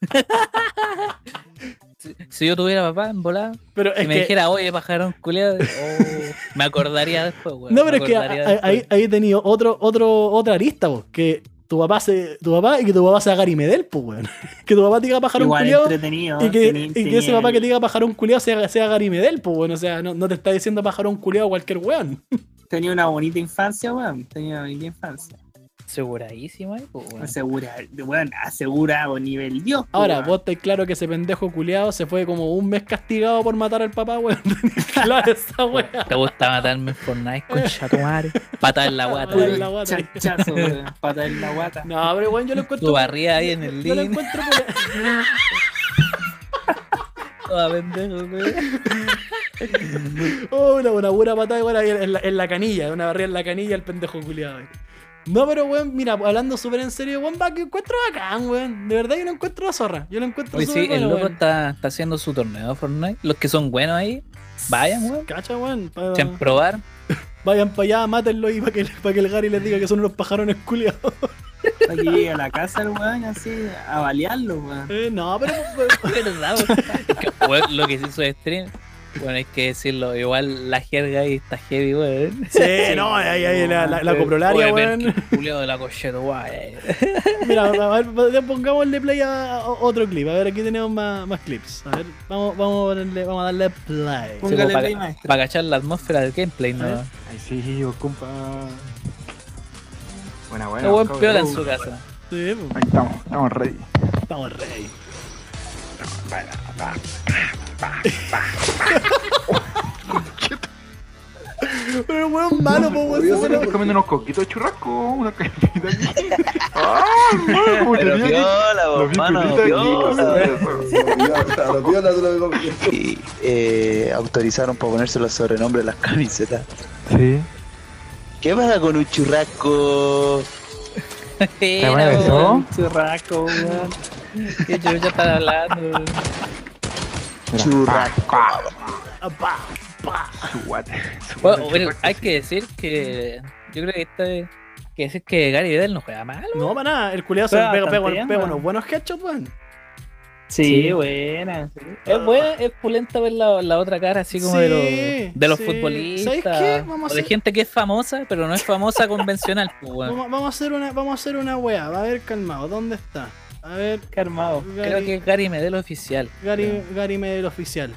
Speaker 3: si, si yo tuviera papá en bola,
Speaker 2: Pero
Speaker 3: que
Speaker 2: es
Speaker 3: me
Speaker 2: que-
Speaker 3: dijera, oye, pajarón culeado, oh, me acordaría después, weón.
Speaker 2: No,
Speaker 3: Pues, me
Speaker 2: pero es que
Speaker 3: acordaría
Speaker 2: ahí, ahí,
Speaker 3: después.
Speaker 2: ahí he tenido otro, otro, otra arista, vos, que tu papá se, tu papá y que tu papá sea Gary Medel, pues weón. Que tu papá te diga pajarón
Speaker 4: Igual
Speaker 2: culiao
Speaker 4: entretenido.
Speaker 2: y que,
Speaker 4: teni-
Speaker 2: y que
Speaker 4: tenía
Speaker 2: ese papá
Speaker 4: el-
Speaker 2: que te diga pajarón culiao sea, sea Gary Medel, pues weón. O sea, no, no te está diciendo pajarón culiao cualquier weón.
Speaker 4: Tenía una bonita infancia, weón. Tenía una bonita infancia.
Speaker 3: Seguradísimo ahí, pues, weón.
Speaker 4: Asegura, weón, asegurado nivel Dios. pues,
Speaker 2: Ahora,
Speaker 4: weón.
Speaker 2: vos estáis claro que ese pendejo culiao se fue como un mes castigado por matar al papá, weón. claro, esa weón.
Speaker 3: Te gusta matarme en Fortnite con chatumare. Patada en la guata.
Speaker 2: Patada en
Speaker 3: weón.
Speaker 2: la guata.
Speaker 4: Chachazo, weón. Pata en la guata.
Speaker 2: No, pero weón, yo lo encuentro.
Speaker 3: Tu barrida ahí en el
Speaker 2: yo lo
Speaker 3: link.
Speaker 2: encuentro culiao.
Speaker 3: Toda pendejo, weón.
Speaker 2: Oh, una, una buena patada igual ahí en la, en la canilla, una barrera en la canilla el pendejo culiado. No, pero weón, mira, hablando súper en serio, weón, va que encuentro bacán, weón. De verdad yo no encuentro la zorra. Yo lo encuentro
Speaker 3: Oye,
Speaker 2: súper
Speaker 3: sí, el
Speaker 2: bueno,
Speaker 3: loco
Speaker 2: weón.
Speaker 3: está, está haciendo su torneo de Fortnite. Los que son buenos ahí, vayan, weón.
Speaker 2: Cacha, weón. Pa-
Speaker 3: Sin probar.
Speaker 2: Vayan para allá, mátenlo y para que, pa' que el Gary les diga que son unos pajarones culiados.
Speaker 4: Aquí llega a la casa el weón así a balearlo, weón.
Speaker 2: Eh, no, pero
Speaker 3: ¿Verdad, weón? Que, weón, Lo que se hizo de stream. Bueno, hay que decirlo, igual la jerga ahí está heavy, weón.
Speaker 2: Sí, no, ahí, ahí, la, la, la coprolaria,
Speaker 3: Oye, pero
Speaker 2: weón.
Speaker 3: que Julio de la cocheta, guay.
Speaker 2: Mira, a ver, pongámosle play a a otro clip. A ver, aquí tenemos más, más clips. A ver, vamos, vamos, a ponerle- vamos a darle play. ¿Eh?
Speaker 4: Póngale
Speaker 3: Sí, como
Speaker 4: play,
Speaker 3: pa-
Speaker 4: maestro.
Speaker 3: Para cachar la atmósfera del gameplay, ¿no?
Speaker 2: ver.
Speaker 6: Ay, sí, yo, compa. Buena, buena.
Speaker 3: Está buen
Speaker 6: cabrón.
Speaker 3: piola en su casa.
Speaker 2: Sí, pues.
Speaker 6: Ahí estamos, estamos ready.
Speaker 2: Estamos rey. Pero weón malo, po, weón.
Speaker 6: Yo estoy comiendo unos coquitos de churrasco, una cajita aquí. ¡Ah, hermano! Como
Speaker 7: Pero
Speaker 6: tenía aquí.
Speaker 7: piola, vos,
Speaker 6: Los vi
Speaker 7: mano,
Speaker 6: pirulita
Speaker 7: piola.
Speaker 6: aquí, cabrón.
Speaker 7: Y eh, autorizaron para ponerse los sobrenombres a las camisetas.
Speaker 6: Sí.
Speaker 7: ¿Qué pasa con un churrasco?
Speaker 3: ¿Te
Speaker 6: buena de todo?
Speaker 3: Churraco, weón. Que yo ya estaba hablando.
Speaker 7: Churrasco.
Speaker 1: Apa, pa.
Speaker 6: Su guate. su
Speaker 3: Bueno,
Speaker 6: guate,
Speaker 3: bueno,
Speaker 6: churrasco,
Speaker 3: hay
Speaker 6: sí.
Speaker 3: que decir que. Yo creo que esta vez. Que decir que Gary Vidal no juega mal.
Speaker 2: No, para nada. El culiado se
Speaker 4: Pega
Speaker 2: pega,
Speaker 4: bastante
Speaker 2: pega,
Speaker 4: bien,
Speaker 2: pega
Speaker 4: weón.
Speaker 2: unos buenos headshots, weón.
Speaker 4: Sí,
Speaker 3: Sí.
Speaker 4: buena. sí.
Speaker 2: Ah.
Speaker 3: Es buena, es pulenta ver la, la otra cara así como de
Speaker 2: Sí,
Speaker 3: los, de los
Speaker 2: sí. ¿Sabes
Speaker 3: futbolistas.
Speaker 2: qué? Vamos a
Speaker 3: o de
Speaker 2: hacer-
Speaker 3: gente que es famosa, pero no es famosa convencional. pues, weón.
Speaker 2: Vamos, vamos a hacer una, vamos a hacer una weá. Va a ver, calmado. ¿Dónde está? A ver,
Speaker 4: Qué armado.
Speaker 3: Creo
Speaker 2: Gary,
Speaker 3: que es Gary Medel oficial.
Speaker 2: Gary, Gary Medel oficial.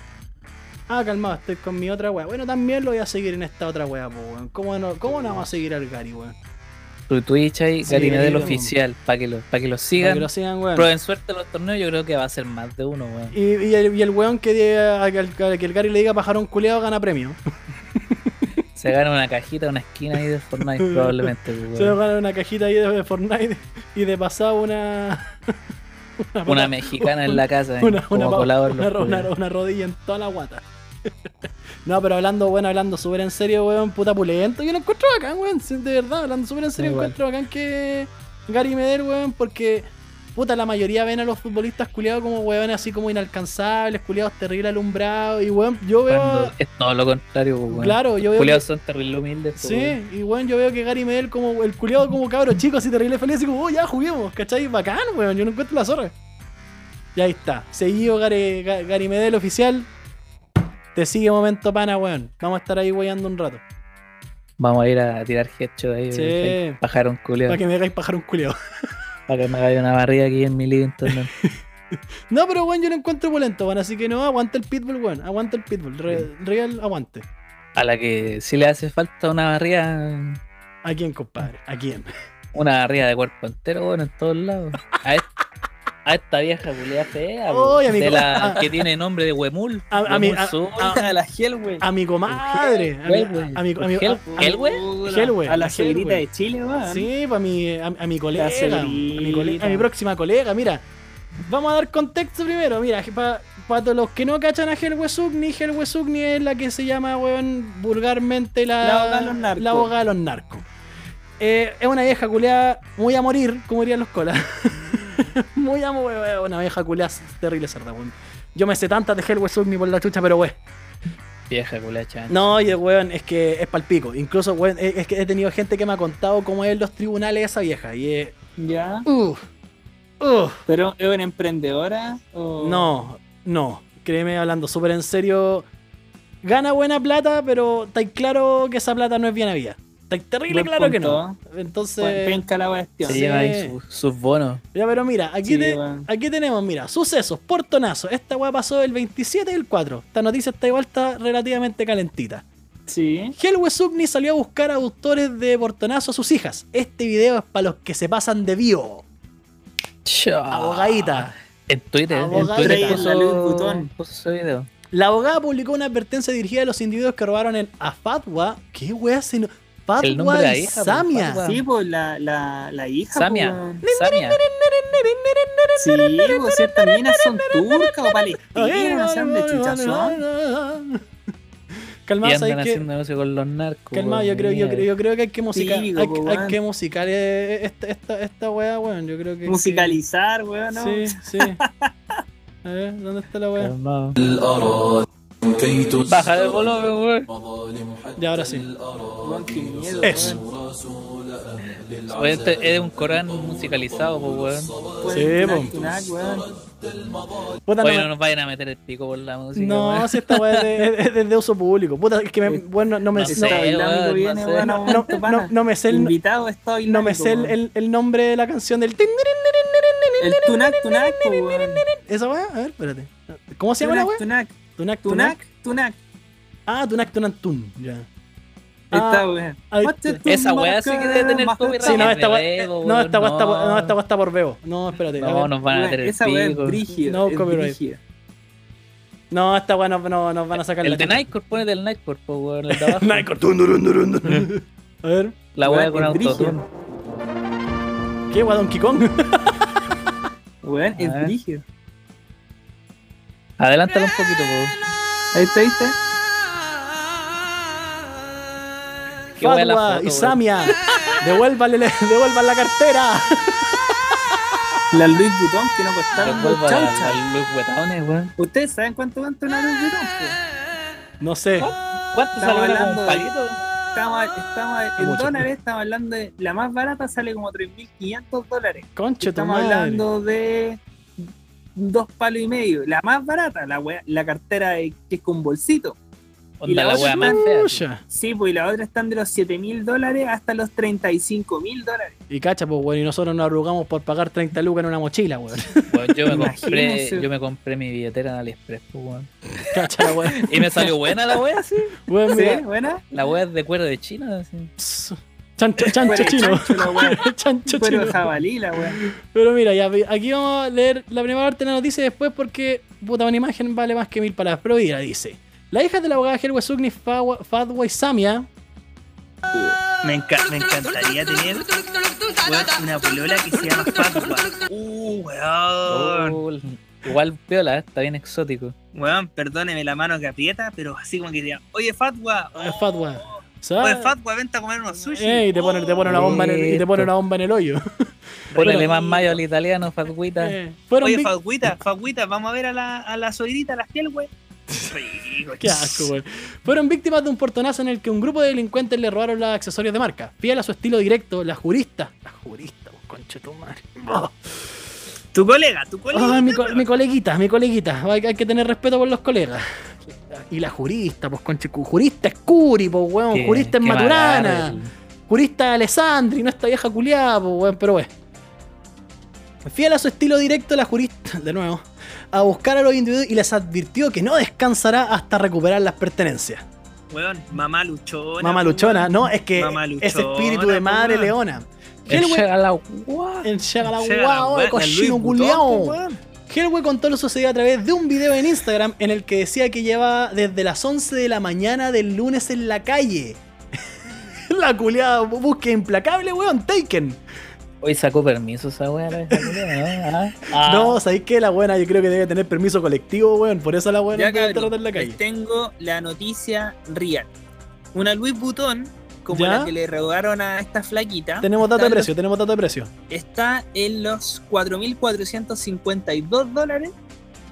Speaker 2: Ah, calmado, estoy con mi otra weá. Bueno, también lo voy a seguir en esta otra weá, po, weón. ¿Creo? no, ¿Cómo no vamos a seguir al Gary, weón?
Speaker 3: Tu Twitch ahí,
Speaker 2: Sí,
Speaker 3: Gary Medel
Speaker 2: weón.
Speaker 3: oficial, para que, lo, pa' que lo
Speaker 2: Para
Speaker 3: sigan.
Speaker 2: que lo sigan, weón.
Speaker 3: Prueben suerte en los torneos, yo creo que va a ser más de uno, weón.
Speaker 2: Y, y el, y el weón que, diga- a que el, que el Gary le diga pajarón culeado gana premio.
Speaker 3: Se gana una cajita, una esquina ahí de Fortnite probablemente, weón.
Speaker 2: Se lo gana una cajita ahí de Fortnite y de pasado una.
Speaker 3: Una mexicana en la casa, eh,
Speaker 2: Una, una,
Speaker 3: como
Speaker 2: pa-
Speaker 3: colador. los
Speaker 2: una ro- una-
Speaker 3: culiados.
Speaker 2: una rodilla en toda la guata. no, pero hablando, bueno, hablando súper en serio, weón, puta pulento. Yo lo encuentro bacán, weón. sí, De verdad, hablando súper en serio,
Speaker 3: Igual.
Speaker 2: encuentro bacán que Gary Medel, weón, porque. Puta, la mayoría ven a los futbolistas culiados como weón así como inalcanzables, culiados terrible alumbrados. Y weón, yo veo.
Speaker 3: Cuando es todo lo contrario, pues, weón.
Speaker 2: Claro, yo veo.
Speaker 3: Juliados son terrible humildes, pues, weón.
Speaker 2: Sí, y bueno, yo veo que Gary Medel como el culiado como cabro chico, así terrible feliz, así como, oh, ya juguemos, ¿cachai? Bacán, weón, yo no encuentro la zorra. Y ahí está, seguido Gary, Ga- Gary Medel oficial. Te sigue momento pana, weón. Vamos a estar ahí weyando un rato.
Speaker 3: Vamos a ir a tirar headshot ahí.
Speaker 2: Sí.
Speaker 3: ahí, Pajaron culiado.
Speaker 2: Para que me hagáis pajar un culiado.
Speaker 3: Para que me haga una barriga aquí en mi living también.
Speaker 2: No, pero weón, yo lo encuentro polento, weón, así que no, aguanta el pitbull, weón. Aguanta el pitbull. Re- real, aguante.
Speaker 3: A la que si le hace falta una barriga,
Speaker 2: ¿A quién, compadre? ¿A quién?
Speaker 3: una barriga de cuerpo entero, bueno, en todos lados. A, es- a esta vieja culiada fea, po,
Speaker 2: Oy, amigo.
Speaker 3: de la que tiene nombre de Huemul.
Speaker 2: A- a mi- a-
Speaker 3: Huemul Sur.
Speaker 4: A la Gel, güey.
Speaker 2: A mi comadre. A mi, a mi, a mi-
Speaker 3: Gel,
Speaker 2: a- a-
Speaker 3: Gel, güey.
Speaker 2: Gel, güey.
Speaker 4: A la
Speaker 2: La Gel,
Speaker 4: señorita
Speaker 2: güey.
Speaker 4: de Chile, güey.
Speaker 2: Sí, para mi, a, a mi colega, a mi, cole-
Speaker 4: celebrita.
Speaker 2: a mi próxima colega, mira. Vamos a dar contexto primero, mira, para los que no cachan a Helwe Sugni, Helwe Sugni es la que se llama, weón, vulgarmente la,
Speaker 4: La abogada de los narcos.
Speaker 2: la abogada de los narcos. Eh, es una vieja culeada muy a morir, como dirían los colas. muy a morir, una vieja culeada terrible cerda, weón. Yo me sé tantas de Helwe Sugni por la chucha, pero weón.
Speaker 3: Vieja culiada chancha.
Speaker 2: No, y el weón, es que es palpico. Incluso, weón, es es que he tenido gente que me ha contado cómo es en los tribunales esa vieja. Y es.
Speaker 4: Ya.
Speaker 2: Uf, uf,
Speaker 4: Pero es una emprendedora o.
Speaker 2: no, no. Créeme hablando súper en serio. Gana buena plata, pero está claro que esa plata no es bien había. Está terrible
Speaker 4: Buen
Speaker 2: claro que no.
Speaker 4: punto. Buen-
Speaker 2: Entonces.
Speaker 4: Penca la cuestión.
Speaker 3: Se
Speaker 2: Sí.
Speaker 3: lleva ahí su- sus bonos.
Speaker 2: Ya, pero mira, aquí,
Speaker 4: Sí,
Speaker 2: te-
Speaker 4: weón.
Speaker 2: aquí tenemos, mira, sucesos, portonazos. Esta weá pasó el 27 y el 4. Esta noticia está igual, está relativamente calentita.
Speaker 4: Sí.
Speaker 2: Helwe Sugni salió a buscar aductores de portonazo a sus hijas. Este video es para los que se pasan de bio.
Speaker 3: Chao.
Speaker 2: Abogadita.
Speaker 3: En Twitter,
Speaker 2: Abogada
Speaker 3: en
Speaker 2: y
Speaker 3: Twitter
Speaker 2: en
Speaker 3: puso,
Speaker 4: la Luis Butón.
Speaker 3: puso ese video.
Speaker 2: La abogada publicó una advertencia dirigida a los individuos que robaron en Afatwa. ¿Qué wea se no?
Speaker 3: El nombre de
Speaker 2: Fatwa
Speaker 3: la
Speaker 2: y
Speaker 3: hija, pues,
Speaker 2: Samia.
Speaker 3: Fatwa.
Speaker 4: Sí, pues la, la, la hija. pues,
Speaker 3: Samia,
Speaker 4: weón.
Speaker 3: Samia.
Speaker 4: Sí, pues ciertas minas son turcas o palestinas, sean de chuchazón.
Speaker 3: Y
Speaker 2: Calmado,
Speaker 3: andan
Speaker 2: ¿sabes qué?
Speaker 3: haciendo negocio con los narcos.
Speaker 2: Calmado, yo
Speaker 3: weón,
Speaker 2: creo, yo
Speaker 3: mierda.
Speaker 2: creo, yo creo que hay que musicar,
Speaker 4: Típico,
Speaker 2: hay,
Speaker 4: pues,
Speaker 2: hay
Speaker 4: weón.
Speaker 2: que musicar eh, esta, esta, esta wea, weón. Yo creo que.
Speaker 4: Musicalizar, weón. ¿no?
Speaker 2: Sí, sí. A ver, ¿dónde está la wea?
Speaker 3: Calmado. Baja de volumen, weón.
Speaker 2: Ya, ahora sí.
Speaker 4: Weón, qué miedo,
Speaker 2: Eso.
Speaker 3: Oye, este es un Corán musicalizado, pues, weón.
Speaker 4: weón.
Speaker 2: Sí,
Speaker 4: Pueden
Speaker 2: po.
Speaker 4: imaginar, weón.
Speaker 2: Puta, no
Speaker 3: Oye,
Speaker 2: me-
Speaker 3: no nos vayan a meter el pico por la música.
Speaker 2: No,
Speaker 3: weón.
Speaker 2: si esta weá es de- es de, es de uso público. Puta, es que me, bueno, no me,
Speaker 3: No
Speaker 2: no-
Speaker 3: sé,
Speaker 4: Estado
Speaker 3: weón,
Speaker 4: Islámico
Speaker 3: no
Speaker 4: viene,
Speaker 3: sé.
Speaker 4: weón, a
Speaker 2: no-
Speaker 4: un momento,
Speaker 2: no-
Speaker 4: pana.
Speaker 2: no me sé el-
Speaker 4: Invitado a Estado
Speaker 2: no me
Speaker 4: Islámico,
Speaker 2: sé el,
Speaker 4: weón.
Speaker 2: el- el nombre de la canción del tin, nirin, nirin, nirin,
Speaker 4: El Tunac, Tunac, po, weón.
Speaker 2: nirin. Esa weá, a ver, espérate. ¿Cómo se llama la
Speaker 4: Tunac,
Speaker 2: weá? Tunac,
Speaker 4: Tunac, Tunac, Tunac.
Speaker 2: Ah, Tunac, Tunac, Tun. Ya.
Speaker 4: Esta
Speaker 2: Ah,
Speaker 4: weón.
Speaker 2: ahí
Speaker 4: What the
Speaker 2: está.
Speaker 4: tune,
Speaker 3: Esa weá sí que debe tener
Speaker 4: motherfucker.
Speaker 3: copyright.
Speaker 2: Sí, no, esta weá.
Speaker 3: Bebo,
Speaker 2: No, esta weá está por-
Speaker 3: no.
Speaker 2: no, esta weá está por Bebo. No, espérate. a
Speaker 3: No,
Speaker 2: ver.
Speaker 3: nos van a meter el
Speaker 4: Esa weá es
Speaker 3: pico.
Speaker 4: brígida.
Speaker 2: No
Speaker 4: es
Speaker 2: copyright.
Speaker 4: brígida.
Speaker 2: No, esta weá no, no- nos van a sacar
Speaker 3: El
Speaker 2: la
Speaker 3: de
Speaker 2: chucha.
Speaker 3: Nightcore, pone del Nightcore, po, weón. El de abajo.
Speaker 1: Nightcore. Dun, dun, dun, dun, dun.
Speaker 2: A ver,
Speaker 3: La
Speaker 6: Weón,
Speaker 3: weá con
Speaker 6: es
Speaker 3: autotune.
Speaker 2: ¿qué weá Donkey Kong?
Speaker 4: Weón,
Speaker 3: A
Speaker 4: es
Speaker 3: ver.
Speaker 4: brígido.
Speaker 3: Adelántalo un poquito, pues. po.
Speaker 4: Ahí está, ahí está.
Speaker 3: Qué buena la
Speaker 2: Fatwa,
Speaker 3: foto,
Speaker 2: Isamia, devuélvale, devuélvale la cartera.
Speaker 4: La Luis Butón que no
Speaker 3: weón. Los
Speaker 4: costaron dos
Speaker 3: huevos,
Speaker 4: chauchas.
Speaker 3: a- a Los huetones, weón.
Speaker 4: ¿Ustedes saben cuánto cuánto una Luis Butón? po?
Speaker 2: No sé.
Speaker 3: ¿Cuánto
Speaker 4: Estamos
Speaker 3: sale
Speaker 4: hablando
Speaker 3: como un
Speaker 4: de-
Speaker 3: palito?
Speaker 4: Estamos,
Speaker 3: Ah.
Speaker 4: estamos en
Speaker 2: Mucho.
Speaker 4: dólares, estamos hablando de la más barata sale como 3.500 dólares.
Speaker 2: Conche, tu
Speaker 4: Estamos
Speaker 2: madre.
Speaker 4: hablando de dos palos y medio. La más barata, la, wea- la cartera de- que es con bolsito.
Speaker 3: Onda, la
Speaker 4: la
Speaker 3: weá
Speaker 4: otra-
Speaker 3: más fea. así.
Speaker 2: Chucha.
Speaker 4: Sí, pues y la otra están de los 7 mil dólares hasta los 35 mil dólares.
Speaker 2: Y cacha, pues, weón, y nosotros nos arrugamos por pagar 30 lucas en una mochila, weón.
Speaker 3: Weón, yo, me compré,
Speaker 4: Imagínense.
Speaker 3: yo me compré mi billetera en AliExpress, po, weón.
Speaker 2: Cacha la weón.
Speaker 3: Y me salió buena la weá, sí.
Speaker 2: Weón,
Speaker 4: ¿Sí?
Speaker 2: mira.
Speaker 4: ¿Buena?
Speaker 3: La weá es de cuero de China, sí.
Speaker 2: Pss. Chancho, chancho
Speaker 4: Fuera de
Speaker 2: chino.
Speaker 4: chancho la wea.
Speaker 2: Chancho
Speaker 4: Fuera
Speaker 2: chino.
Speaker 4: de jabalí la wea.
Speaker 2: Pero mira, ya, aquí vamos a leer la primera parte de la noticia y después porque puta una imagen vale más que mil palabras. Pero mira, dice. La hija de la abogada Helwe Sugni Fawa- Fadwa Isamia
Speaker 4: Me, enca- me encantaría tener weón, una polola que se llama Fatwa. Uh, weón.
Speaker 3: Oh, igual piola, está bien exótico.
Speaker 4: Weón, perdóneme la mano que aprieta, pero así como que diga, oye Fatwa,
Speaker 2: Ah,
Speaker 4: oh,
Speaker 2: Fatwa.
Speaker 4: oye
Speaker 2: ¿Sabes?
Speaker 4: Fatwa, vente a comer unos sushi. Oh.
Speaker 2: Ey, te pone, te pone una bomba en el, y te pone una bomba en el hoyo.
Speaker 3: Ponele
Speaker 4: Rico.
Speaker 3: más mayo al italiano, fatguita.
Speaker 2: Eh, fueron
Speaker 4: Oye
Speaker 2: vic-
Speaker 4: Fatguita, Fatguita, vamos a ver a la, a la suegrita, a las piel, weón. Rico,
Speaker 2: Qué asco, weón. Fueron víctimas de un portonazo en el que un grupo de delincuentes le robaron los accesorios de marca. Fiel a su estilo directo, la jurista. La jurista, vos, conche tu madre. Ah,
Speaker 4: Tu colega, tu colega.
Speaker 2: mi, co- mi coleguita, mi coleguita. Hay, hay que tener respeto por los colegas. Y la jurista, pues conche, cu- jurista es Curi, pues weón,
Speaker 3: Qué-
Speaker 2: jurista es
Speaker 3: qué
Speaker 2: Maturana,
Speaker 3: malar el-
Speaker 2: jurista es Alessandri, no esta vieja culiada, pues weón, pero weón. Fiel a su estilo directo, la jurista, de nuevo, a buscar a los individuos y les advirtió que no descansará hasta recuperar las pertenencias.
Speaker 4: Weón, mamá luchona.
Speaker 2: Mamá luchona, no, es que
Speaker 4: Mamá luchona,
Speaker 2: ese espíritu de
Speaker 4: po,
Speaker 2: madre
Speaker 4: weón.
Speaker 2: leona.
Speaker 3: el
Speaker 2: Hellway
Speaker 3: llega la guau.
Speaker 2: enchaga la
Speaker 4: Llega
Speaker 2: guau,
Speaker 4: weón,
Speaker 2: el
Speaker 4: el Luis
Speaker 2: cochino
Speaker 4: Butón,
Speaker 2: culiao.
Speaker 4: weón.
Speaker 2: Hellway contó lo sucedido a través de un video en Instagram en el que decía que llevaba desde las 11 de la mañana del lunes en la calle. la culiada busca implacable, weón, taken.
Speaker 3: Hoy sacó permiso esa weá, la vieja culiá, ¿no? Ah, ah.
Speaker 2: No, ¿sabéis qué? La buena yo creo que debe tener permiso colectivo, weón. Por eso la buena
Speaker 4: Ya,
Speaker 2: no puede
Speaker 4: cabrón,
Speaker 2: tratar en la
Speaker 4: les
Speaker 2: calle.
Speaker 4: tengo la noticia real. Una Luis Butón, como
Speaker 2: ¿Ya?
Speaker 4: la que le robaron a esta flaquita,
Speaker 2: Tenemos dato de
Speaker 4: Dale.
Speaker 2: precio, tenemos dato de precio.
Speaker 4: está en los 4.452 dólares,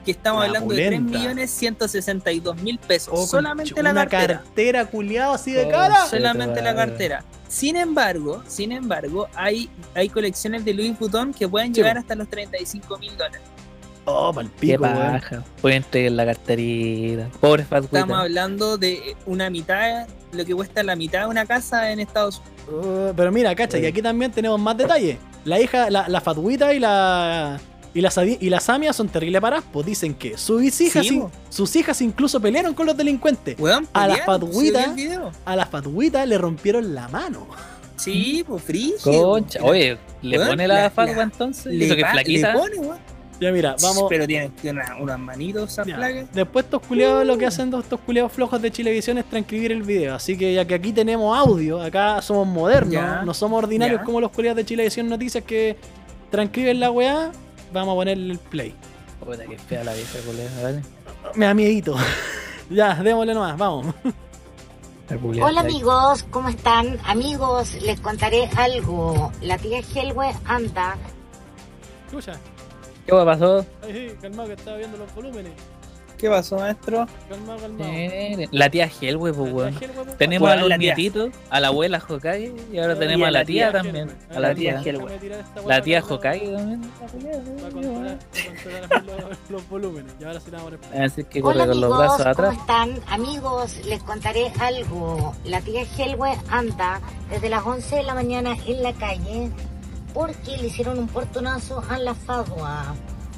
Speaker 4: que estamos
Speaker 2: La
Speaker 4: hablando
Speaker 2: pulenta.
Speaker 4: de 3.162.000 pesos.
Speaker 2: Oh,
Speaker 4: solamente
Speaker 2: conche-
Speaker 4: la
Speaker 2: una
Speaker 4: cartera.
Speaker 2: cartera culiado así de
Speaker 3: Oh,
Speaker 2: cara.
Speaker 3: sí.
Speaker 4: solamente la
Speaker 3: Claro.
Speaker 4: cartera. Sin embargo, sin embargo, hay, hay colecciones de Louis Vuitton que pueden
Speaker 2: Sí,
Speaker 4: llegar
Speaker 2: po.
Speaker 4: hasta los 35 mil dólares.
Speaker 2: Oh, pal
Speaker 3: Qué
Speaker 2: pico, weón.
Speaker 3: paja. Voy a entregar la carterita. Pobre
Speaker 4: Estamos
Speaker 3: fatguita.
Speaker 4: hablando de eh, una mitad, lo que cuesta la mitad de una casa en Estados
Speaker 2: Uh,
Speaker 4: Unidos.
Speaker 2: pero mira, cacha, y aquí también tenemos más detalles. La hija, la, la fatguita y la. Y la, Sadi- y la Samia son terribles paras, pues dicen que sus hijas,
Speaker 4: Sí,
Speaker 2: in-
Speaker 4: po.
Speaker 2: sus hijas incluso pelearon con los delincuentes.
Speaker 4: Weón,
Speaker 2: A la
Speaker 4: pelearon,
Speaker 2: Fatguita.
Speaker 4: ¿sí vio el video?
Speaker 2: A la fatguita le rompieron la mano.
Speaker 4: Sí, pues frígido.
Speaker 3: Concha. Oye, ¿le
Speaker 4: Weón,
Speaker 3: pone la,
Speaker 4: la-
Speaker 3: fatwa
Speaker 4: la-
Speaker 3: entonces?
Speaker 4: le,
Speaker 3: Eso que
Speaker 4: pa-
Speaker 3: flaquita.
Speaker 4: le pone, weón.
Speaker 2: Ya mira, vamos.
Speaker 4: Pero tiene, tiene una- unos manitos esas
Speaker 2: ya.
Speaker 4: plagas.
Speaker 2: Después estos culeados lo que
Speaker 4: Uh.
Speaker 2: hacen estos culeados flojos de Chilevisión es transcribir el video. Así que ya que aquí tenemos audio, acá somos modernos,
Speaker 4: Ya.
Speaker 2: no somos ordinarios
Speaker 4: Ya.
Speaker 2: como los culeados de Chilevisión Noticias que transcriben la weá, vamos a ponerle el play.
Speaker 3: Puta, qué fea la vieja culiá, dale.
Speaker 2: Me da miedito. ya, démosle nomás, vamos.
Speaker 3: La culiá,
Speaker 8: Hola
Speaker 3: like.
Speaker 8: amigos, ¿cómo están? Amigos, les contaré algo. La tía Helwe anda
Speaker 2: Escucha.
Speaker 3: ¿Qué hueá pasó?
Speaker 2: Ay, sí, calmado que estaba viendo los volúmenes.
Speaker 4: ¿Qué pasó, maestro?
Speaker 2: Calmado, calmado.
Speaker 3: Eh, La tía Gel, pues, weón.
Speaker 2: Traje el huevo.
Speaker 3: Tenemos
Speaker 4: Weón,
Speaker 3: a los
Speaker 4: la tía.
Speaker 3: nietitos, a la abuela Hokage y ahora tenemos a la tía también. A la tía.
Speaker 4: Helwe.
Speaker 2: Déjame tirar esta
Speaker 3: La
Speaker 2: hueá
Speaker 3: tía
Speaker 2: para
Speaker 3: Hokage también.
Speaker 2: Para controlar, para controlar los, los volúmenes. Y ahora sí la vamos a poner.
Speaker 3: Así Ah, que corre
Speaker 8: Hola
Speaker 3: con los
Speaker 8: amigos,
Speaker 3: brazos
Speaker 8: ¿cómo
Speaker 3: atrás.
Speaker 8: están? Amigos, les contaré algo. La tía Helwe anda desde las 11 de la mañana en la calle porque le hicieron un portonazo a la fagua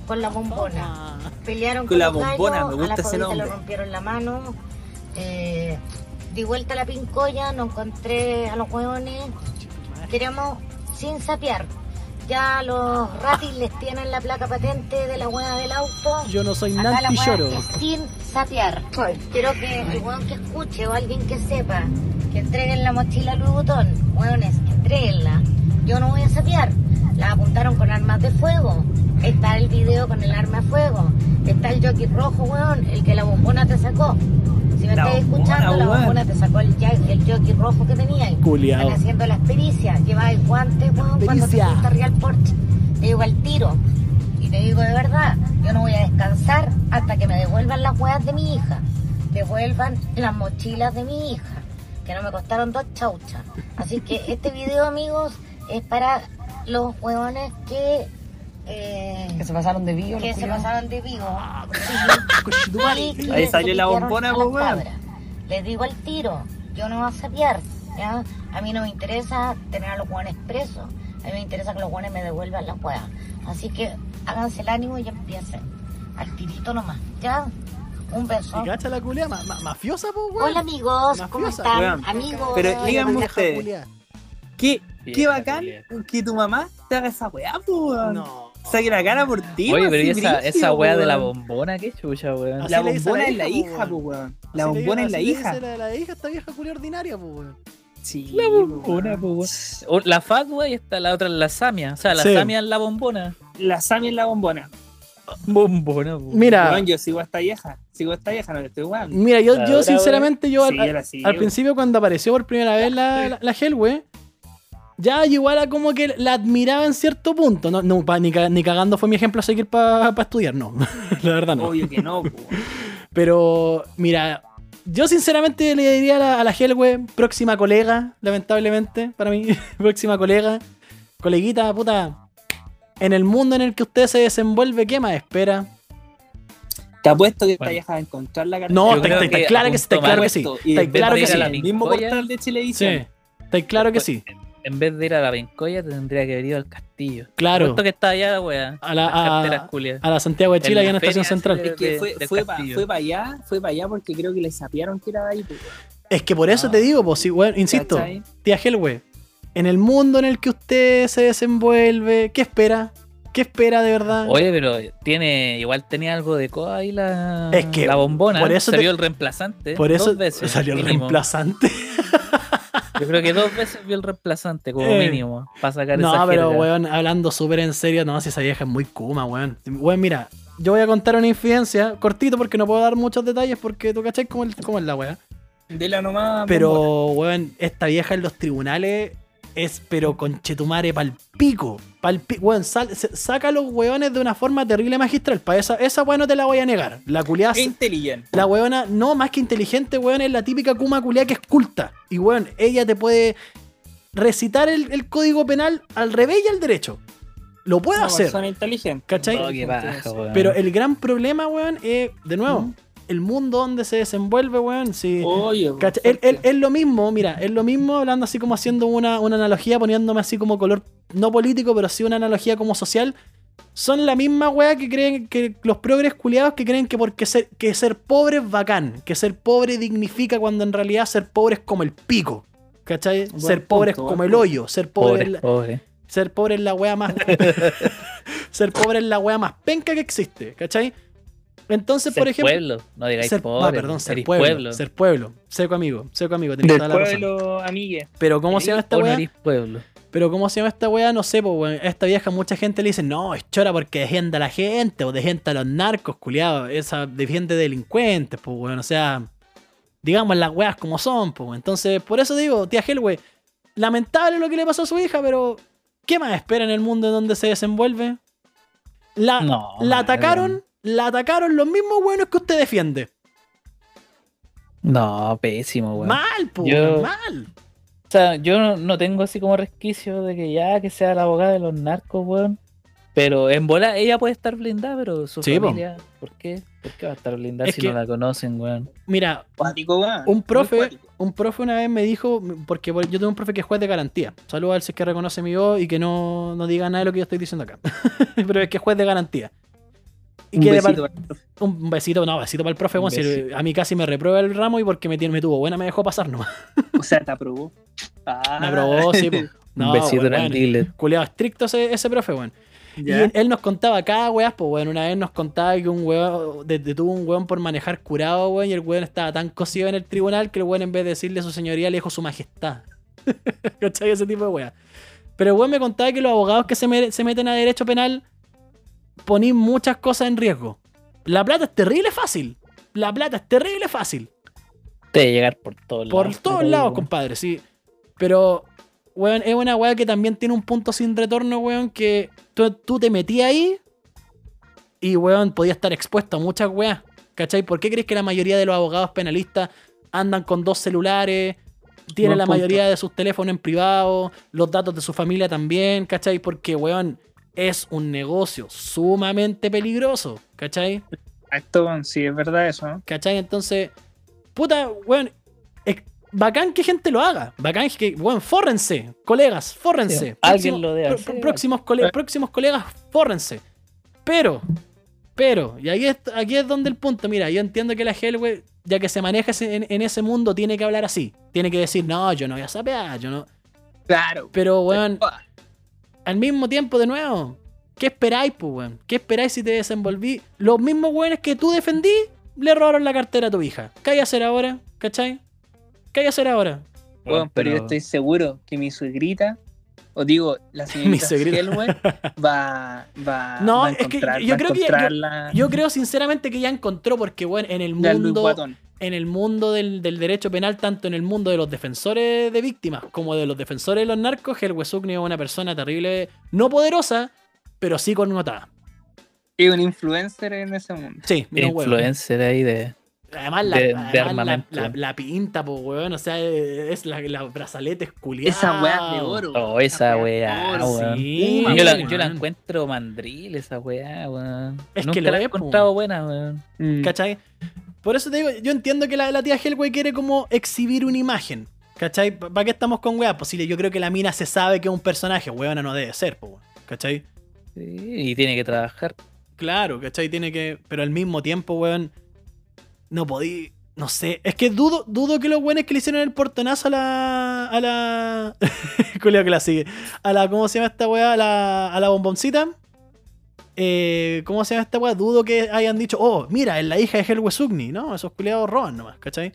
Speaker 8: con la bombona.
Speaker 2: Ah,
Speaker 8: Pelearon
Speaker 4: Con
Speaker 8: con,
Speaker 4: la
Speaker 8: los gallos,
Speaker 4: bombona, me gusta
Speaker 8: a la
Speaker 4: ese
Speaker 8: fagüita
Speaker 4: nombre.
Speaker 8: le rompieron la mano. eh, di vuelta a la pincoya, no encontré a los hueones.
Speaker 2: chico, madre.
Speaker 8: Queremos sin sapear. Ya los ratis les tienen la placa patente de la hueá del auto.
Speaker 2: Yo no soy
Speaker 8: Acá la
Speaker 2: Nanti
Speaker 8: hueá
Speaker 2: Lloro.
Speaker 8: es sin sapear. Quiero que el hueón que escuche o alguien que sepa que entreguen la mochila Louis Vuitton. Hueones, entreguenla. Yo no voy a sapear. La apuntaron con armas de fuego. Está el video con el arma de fuego. Está el jockey rojo, hueón, el que la bombona te sacó. Si me
Speaker 4: La
Speaker 8: estáis
Speaker 4: bombona,
Speaker 8: escuchando, la
Speaker 4: hueón.
Speaker 8: bombona te sacó el, ya- el jockey rojo que tenías.
Speaker 2: Culeado.
Speaker 8: Están haciendo las pericias. Lleváis guantes, hueón, cuando te
Speaker 2: Pericia.
Speaker 8: fuiste a Real Porch. Te digo al tiro. Y te digo de verdad, yo no voy a descansar hasta que me devuelvan las huevas de mi hija. Devuelvan las mochilas de mi hija, que no me costaron dos chauchas. Así que este video, amigos, es para los huevones que... eh,
Speaker 9: Que se pasaron de vivo.
Speaker 8: que
Speaker 9: los
Speaker 8: se
Speaker 9: culiados.
Speaker 8: pasaron de vivo. Y que
Speaker 4: Ahí
Speaker 8: se
Speaker 4: salió la
Speaker 8: pitearon
Speaker 4: bombona,
Speaker 8: a
Speaker 4: pues,
Speaker 8: las
Speaker 4: weón.
Speaker 8: cabras. Les digo al tiro, yo no voy a sapear, ¿ya? A mí no me interesa tener a los guanes presos. A mí me interesa que los guanes me devuelvan las huevas. Así que háganse el ánimo y empiecen. Al tirito nomás, ¿ya? Un beso.
Speaker 2: ¿Y cacha la culea? Ma- ma- ¿Mafiosa, po, weón?
Speaker 8: Hola amigos, ¿cómo
Speaker 2: Mafiosa,
Speaker 8: están?
Speaker 4: weón.
Speaker 8: Amigos,
Speaker 4: Pero díganme
Speaker 2: Vieja
Speaker 4: ustedes.
Speaker 2: culea.
Speaker 4: Qué, qué
Speaker 3: Vieja
Speaker 4: bacán que tu mamá te haga esa weá, po, weón.
Speaker 2: No.
Speaker 4: Saque la cara por ti.
Speaker 3: Oye,
Speaker 4: así,
Speaker 3: pero ¿y esa,
Speaker 4: brígido,
Speaker 3: esa weá de la
Speaker 4: weón.
Speaker 3: bombona, qué chucha, weón.
Speaker 2: Así
Speaker 4: La
Speaker 2: le dice a
Speaker 4: bombona
Speaker 2: la
Speaker 4: es la
Speaker 2: hija, po,
Speaker 4: hija, po, weón. La
Speaker 2: Así le-
Speaker 4: bombona es la
Speaker 2: así le dice
Speaker 4: hija.
Speaker 2: La, la hija, esta vieja culea ordinaria, po, weón.
Speaker 4: Sí,
Speaker 3: La bombona,
Speaker 4: weón.
Speaker 3: po, weón. O La fatua y está la otra en la samia. O sea, la
Speaker 2: Sí.
Speaker 3: samia es la bombona.
Speaker 4: La Sammy es la bombona.
Speaker 3: Bombona, po.
Speaker 2: Mira,
Speaker 4: Weón, yo sigo a esta vieja. Sigo a esta vieja, no le estoy weando.
Speaker 2: mira, yo,
Speaker 3: La
Speaker 2: yo
Speaker 3: dura,
Speaker 2: sinceramente, yo al-
Speaker 4: Sí, era así.
Speaker 2: Al principio cuando apareció por primera vez la, la, la Hellwe, ya yo igual a como que la admiraba en cierto punto. No, no, pa- ni, ca- ni cagando fue mi ejemplo a seguir para estudiar, no. la verdad no.
Speaker 4: Obvio que no, po, weón.
Speaker 2: Pero mira, yo sinceramente le diría a la, a la Hellwe, próxima colega, lamentablemente, para mí, próxima colega, coleguita, puta, en el mundo en el que usted se desenvuelve, ¿qué más espera?
Speaker 4: Te apuesto que esta
Speaker 3: Bueno.
Speaker 4: vieja va a encontrar la carta.
Speaker 2: No,
Speaker 3: Yo
Speaker 2: está,
Speaker 3: creo
Speaker 2: está
Speaker 3: que
Speaker 2: claro que sí, está
Speaker 3: apuntó
Speaker 2: claro
Speaker 3: mal
Speaker 2: que sí.
Speaker 4: esto. Y
Speaker 2: Está
Speaker 4: después
Speaker 2: claro
Speaker 4: de
Speaker 2: que
Speaker 4: ir a
Speaker 2: sí.
Speaker 4: la mismo
Speaker 3: Pincoya.
Speaker 4: portal de Chilevisión.
Speaker 2: Sí, está claro que sí.
Speaker 3: En vez de ir a la pencoya, te tendría que haber ido al castillo.
Speaker 2: Claro.
Speaker 3: Puesto que está allá la weá.
Speaker 2: A la,
Speaker 3: Las carteras
Speaker 2: a,
Speaker 3: culias.
Speaker 2: a la Santiago de
Speaker 3: En
Speaker 2: Chile,
Speaker 3: la
Speaker 2: allá en la
Speaker 3: feria,
Speaker 2: Estación
Speaker 3: así
Speaker 2: Central.
Speaker 3: de-
Speaker 4: Es que fue,
Speaker 3: del
Speaker 4: fue, pa-
Speaker 3: castillo.
Speaker 4: fue para allá, fue para allá porque creo que le sapearon que era de ahí. po, weón.
Speaker 2: Es que por eso
Speaker 4: Ah.
Speaker 2: te digo, pues, sí, weón, insisto,
Speaker 4: ¿Cachai?
Speaker 2: tía Helwe, en el mundo en el que usted se desenvuelve, ¿qué espera? ¿Qué espera de verdad?
Speaker 3: Oye, pero tiene, igual tenía algo de coa ahí la,
Speaker 2: Es que
Speaker 3: la bombona.
Speaker 2: por eso
Speaker 3: se
Speaker 2: te-
Speaker 3: vio el reemplazante.
Speaker 2: por eso
Speaker 3: dos veces,
Speaker 2: salió el
Speaker 3: mínimo.
Speaker 2: reemplazante.
Speaker 3: Yo creo que dos veces vio el reemplazante, como
Speaker 2: Eh.
Speaker 3: mínimo, para sacar esa
Speaker 2: No, pero
Speaker 3: jerga.
Speaker 2: weón, hablando súper en serio, no, si esa vieja es muy kuma, weón. Weón, mira, yo voy a contar una infidencia, cortito porque no puedo dar muchos detalles porque tú cachai cómo, el- cómo es la weá.
Speaker 4: De la nomada. bombona.
Speaker 2: Pero, weón, esta vieja en los tribunales es, pero conchetumare, pal pico. Pal pi- weón, sal- se- saca a los weones de una forma terrible magistral. Pa esa, esa weón no te la voy a negar. La culiada,
Speaker 4: Es inteligente.
Speaker 2: la weona, no más que inteligente, weón, es la típica Kuma culiada que es culta. Y, weón, ella te puede recitar el, el código penal al revés y al derecho. Lo puede
Speaker 4: Una
Speaker 2: hacer,
Speaker 4: persona inteligente.
Speaker 2: ¿cachai?
Speaker 3: Oh, qué baja, weón.
Speaker 2: Pero el gran problema, weón, es, de nuevo, el mundo donde se desenvuelve, weón, si...
Speaker 4: Oye, po,
Speaker 2: Cacha, es, es-
Speaker 4: fuerte.
Speaker 2: es lo mismo, mira, es lo mismo hablando así como haciendo una, una analogía, poniéndome así como color, no político, pero sí una analogía como social. Son la misma wea que creen que los progres culiados que creen que porque ser, que ser pobre es bacán, que ser pobre dignifica cuando en realidad ser pobre es como el pico. ¿Cachai?
Speaker 4: Buen
Speaker 2: ser pobre
Speaker 4: punto,
Speaker 2: es como
Speaker 4: buen
Speaker 2: el hoyo, ser pobre,
Speaker 3: pobre,
Speaker 2: es la-
Speaker 3: pobre.
Speaker 2: ser pobre es la wea más. ser pobre es la wea más penca que existe, ¿cachai? Entonces,
Speaker 3: Ser
Speaker 2: por ejemplo.
Speaker 3: pueblo, no digáis
Speaker 2: ser,
Speaker 3: pobre.
Speaker 2: ah, perdón, ser
Speaker 3: eres
Speaker 2: pueblo, Ser pueblo. Seco amigo, seco amigo, tenés
Speaker 7: Del
Speaker 2: toda la razón.
Speaker 4: Pueblo, amigue.
Speaker 2: Pero ¿cómo se llama esta
Speaker 3: o no
Speaker 2: weá?
Speaker 3: eres pueblo.
Speaker 2: Pero ¿cómo se llama esta weá? No sé, pues weón. Esta vieja, mucha gente le dice, no, es chora porque defiende a la gente, o defiende a los narcos, culiado. Esa defiende delincuentes, pues weón. O sea, digamos las weas como son, pues weón. Entonces, por eso digo, tía Helwe, lamentable lo que le pasó a su hija, pero ¿qué más espera en el mundo en donde se desenvuelve? La,
Speaker 3: No,
Speaker 2: Ah, la
Speaker 3: madre.
Speaker 2: atacaron, la atacaron los mismos buenos que usted defiende.
Speaker 3: No, pésimo, weón.
Speaker 2: Mal, pues,
Speaker 3: Yo-
Speaker 2: weón, mal.
Speaker 3: O sea, yo no, no tengo así como resquicio de que ya que sea la abogada de los narcos, weón. Pero en bola, ella puede estar blindada, pero su
Speaker 2: Sí, po.
Speaker 3: familia, ¿por qué? ¿Por qué va a estar blindada
Speaker 2: Es
Speaker 3: si
Speaker 2: que-
Speaker 3: no la conocen, weón?
Speaker 2: Mira,
Speaker 4: Cuático, weón.
Speaker 2: un
Speaker 4: Muy
Speaker 2: profe,
Speaker 4: cuático.
Speaker 2: un profe una vez me dijo, porque por- yo tengo un profe que es juez de garantía. Saludos a él si es que reconoce mi voz y que no, no diga nada de lo que yo estoy diciendo acá. Pero es que es juez de garantía. Y
Speaker 4: Un
Speaker 2: que de
Speaker 4: besito,
Speaker 2: par- un besito, no, besito para el profe,
Speaker 3: Un
Speaker 2: bueno, si
Speaker 3: besito.
Speaker 2: a mí casi me reprueba el ramo y porque me, tiene- me tuvo buena me dejó pasar nomás.
Speaker 4: O sea, te aprobó. Ah,
Speaker 2: Me aprobó, sí, po. No,
Speaker 3: un besito
Speaker 2: weón,
Speaker 3: en el dealer.
Speaker 2: Culeado estricto ese, ese profe, weón.
Speaker 4: Ya.
Speaker 2: Y él nos contaba cada weá, pues weón, una vez nos contaba que un weón de- detuvo un weón por manejar curado, weón, y el weón estaba tan cosido en el tribunal que el weón en vez de decirle su señoría le dijo su majestad. ¿Cachai? Ese tipo de weá. Pero el weón me contaba que los abogados que se, mere- se meten a derecho penal ponen muchas cosas en riesgo. La plata es terrible fácil. La plata es terrible fácil.
Speaker 3: Te debe llegar por todos
Speaker 2: Por
Speaker 3: lados.
Speaker 2: todos
Speaker 3: Uy,
Speaker 2: lados,
Speaker 3: weón.
Speaker 2: compadre, sí. Pero, weón, es una weá que también tiene un punto sin retorno, weón, que tú, tú te metías ahí y, weón, podías estar expuesto a muchas weas. ¿Cachai? ¿Por qué crees que la mayoría de los abogados penalistas andan con dos celulares? Tienen
Speaker 3: Buen
Speaker 2: la
Speaker 3: punto.
Speaker 2: mayoría de sus teléfonos en privado, los datos de su familia también, ¿cachai? Porque, weón, es un negocio sumamente peligroso, ¿cachai?
Speaker 4: Exacto, weón, sí, es verdad eso, ¿no?
Speaker 2: ¿Cachai? Entonces, puta, weón, es- bacán que gente lo haga. Bacán que, weón, fórrense, colegas, fórrense.
Speaker 3: Sí, alguien lo debe
Speaker 2: pro-
Speaker 3: hacer.
Speaker 2: próximos, cole- próximos colegas, fórrense. Pero, pero, y ahí es, aquí es donde el punto, mira, yo entiendo que la Hellway, ya que se maneja ese- en, en ese mundo, tiene que hablar así. Tiene que decir, no, yo no voy a sapear, yo no.
Speaker 4: Claro.
Speaker 2: Pero, weón, al mismo tiempo, de nuevo, ¿qué esperáis, pues, weón? ¿Qué esperáis si te desenvolví? Los mismos weones que tú defendí le robaron la cartera a tu hija. ¿Qué hay a hacer ahora? ¿Cachai? ¿Qué hay a hacer ahora?
Speaker 4: Weón, pero, yo estoy seguro que mi suegrita, o digo, la señorita
Speaker 2: suegrita.
Speaker 4: Helwer, va, va,
Speaker 2: No,
Speaker 4: va a
Speaker 2: es que
Speaker 4: encontrar,
Speaker 2: yo
Speaker 4: va a
Speaker 2: creo que-
Speaker 4: encontrar la,
Speaker 2: Yo creo sinceramente que ya encontró, porque, weón, en el
Speaker 4: la Luis
Speaker 2: mundo,
Speaker 4: Guatón.
Speaker 2: en el mundo del, del derecho penal, tanto en el mundo de los defensores de víctimas como de los defensores de los narcos, el Wesukni es una persona terrible, no poderosa, pero sí connotada.
Speaker 4: Es un influencer en ese mundo.
Speaker 2: Sí, mira, weón.
Speaker 3: Influencer ahí de.
Speaker 2: Además, la,
Speaker 3: de- de
Speaker 2: además la-
Speaker 3: armamento.
Speaker 2: la- la pinta, pues, weón. O sea, es la, la brazalete es culiada.
Speaker 4: Esa weá
Speaker 2: Ah.
Speaker 4: de oro.
Speaker 3: Oh, esa
Speaker 4: de
Speaker 3: weá,
Speaker 4: oro,
Speaker 3: weón.
Speaker 2: Sí,
Speaker 3: Yo la,
Speaker 2: weón.
Speaker 3: yo la encuentro mandril esa weá, weón.
Speaker 2: Es que
Speaker 3: Nunca
Speaker 2: lo
Speaker 3: la he
Speaker 2: es, po.
Speaker 3: encontrado buena, weón.
Speaker 4: Mm.
Speaker 2: ¿Cachai? Por eso te digo, yo entiendo que la, la tía Hellway quiere como exhibir una imagen. ¿Cachai? ¿Para qué estamos con weá? Pues sí, yo creo que la mina se sabe que es un personaje, weón, no debe ser, pues, weón. ¿Cachai?
Speaker 3: Sí, y tiene que trabajar.
Speaker 2: Claro, ¿cachai? Tiene que. Pero al mismo tiempo, weón. No podí. No sé. Es que dudo, dudo que los weones que le hicieron el portonazo a la. a la. Julio que la sigue. A la. ¿Cómo se llama esta weá? A la. A la bomboncita. Eh, ¿Cómo se llama esta weá? Dudo que hayan dicho, oh, mira, es la hija de Helwe Sugni, ¿no? Esos culiados roban nomás, ¿cachai?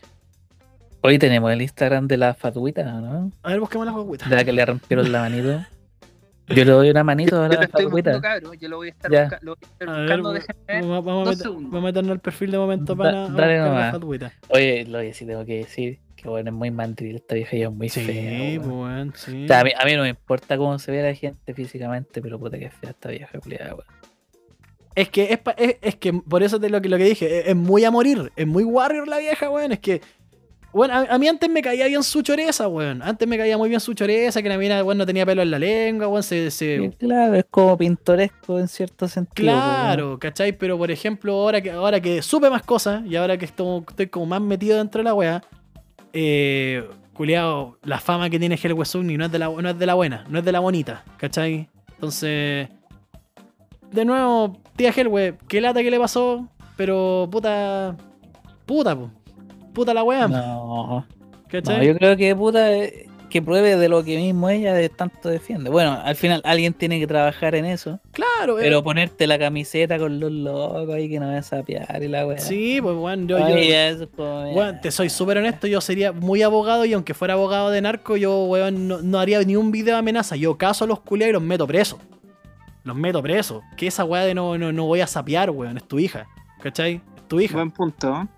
Speaker 3: Hoy tenemos el Instagram de la fatuita, ¿no?
Speaker 2: A ver, busquemos las huevitas.
Speaker 3: De la que le rompieron la manito. Yo le doy una manito a
Speaker 4: Yo te
Speaker 3: la
Speaker 4: estoy buscando,
Speaker 3: fatuita.
Speaker 4: cabrón. Yo lo voy a estar,
Speaker 3: Ya.
Speaker 4: busca- lo voy a estar
Speaker 2: A ver,
Speaker 4: buscando.
Speaker 2: pues,
Speaker 4: déjenme ver.
Speaker 2: Vamos, vamos a
Speaker 4: Dos
Speaker 2: meter-
Speaker 4: segundos.
Speaker 2: vamos a meternos al perfil de momento
Speaker 3: Da-
Speaker 2: para.
Speaker 3: dale
Speaker 2: buscar la
Speaker 3: nomás.
Speaker 2: fatuita.
Speaker 3: Oye, lo que sí tengo que decir, que bueno, es muy mandril esta vieja y es muy
Speaker 2: Sí,
Speaker 3: fea. weón.
Speaker 2: pues, weón, sí.
Speaker 3: O sea, a, mí, a mí no me importa cómo se ve la gente físicamente, pero puta que es fea esta vieja culiada, weón.
Speaker 2: Es que es, pa- es, es que por eso te lo, que- lo que dije, e, es, es muy a morir, es muy warrior la vieja, weón. Es que, bueno, a, a mí antes me caía bien su choreza, weón. Antes me caía muy bien su choreza, que la mina, weón, no tenía pelo en la lengua, weón. Se, se-
Speaker 3: Y Claro, es como pintoresco en cierto sentido. pues, weón.
Speaker 2: Claro, ¿cachai? Pero por ejemplo, ahora que, ahora que supe más cosas y ahora que estoy, estoy como más metido dentro de la weá, eh, culiao, la fama que tiene Hellway Sugni no es, de la, no es de la buena, no es de la bonita, ¿cachai? Entonces, de nuevo, tía Hellway, qué lata que le pasó, pero puta, puta, po. puta la weá,
Speaker 3: No,
Speaker 2: ¿cachai?
Speaker 3: no, yo creo que puta eh, que pruebe de lo que mismo ella de tanto defiende. Bueno, al final alguien tiene que trabajar en eso,
Speaker 2: claro, eh,
Speaker 3: pero ponerte la camiseta con los locos ahí que no vas a piar y la weá.
Speaker 2: sí, pues bueno, yo,
Speaker 3: Ay,
Speaker 2: yo-
Speaker 3: eso es como,
Speaker 2: Weón, te soy súper honesto, yo sería muy abogado y aunque fuera abogado de narco, yo, weón, no, no haría ni un video de amenaza. Yo caso a los culiados y los meto presos. Los meto presos. Que esa weá de no, no, no voy a sapear, weón, es tu hija. ¿Cachai? Es tu hija.
Speaker 4: Buen punto.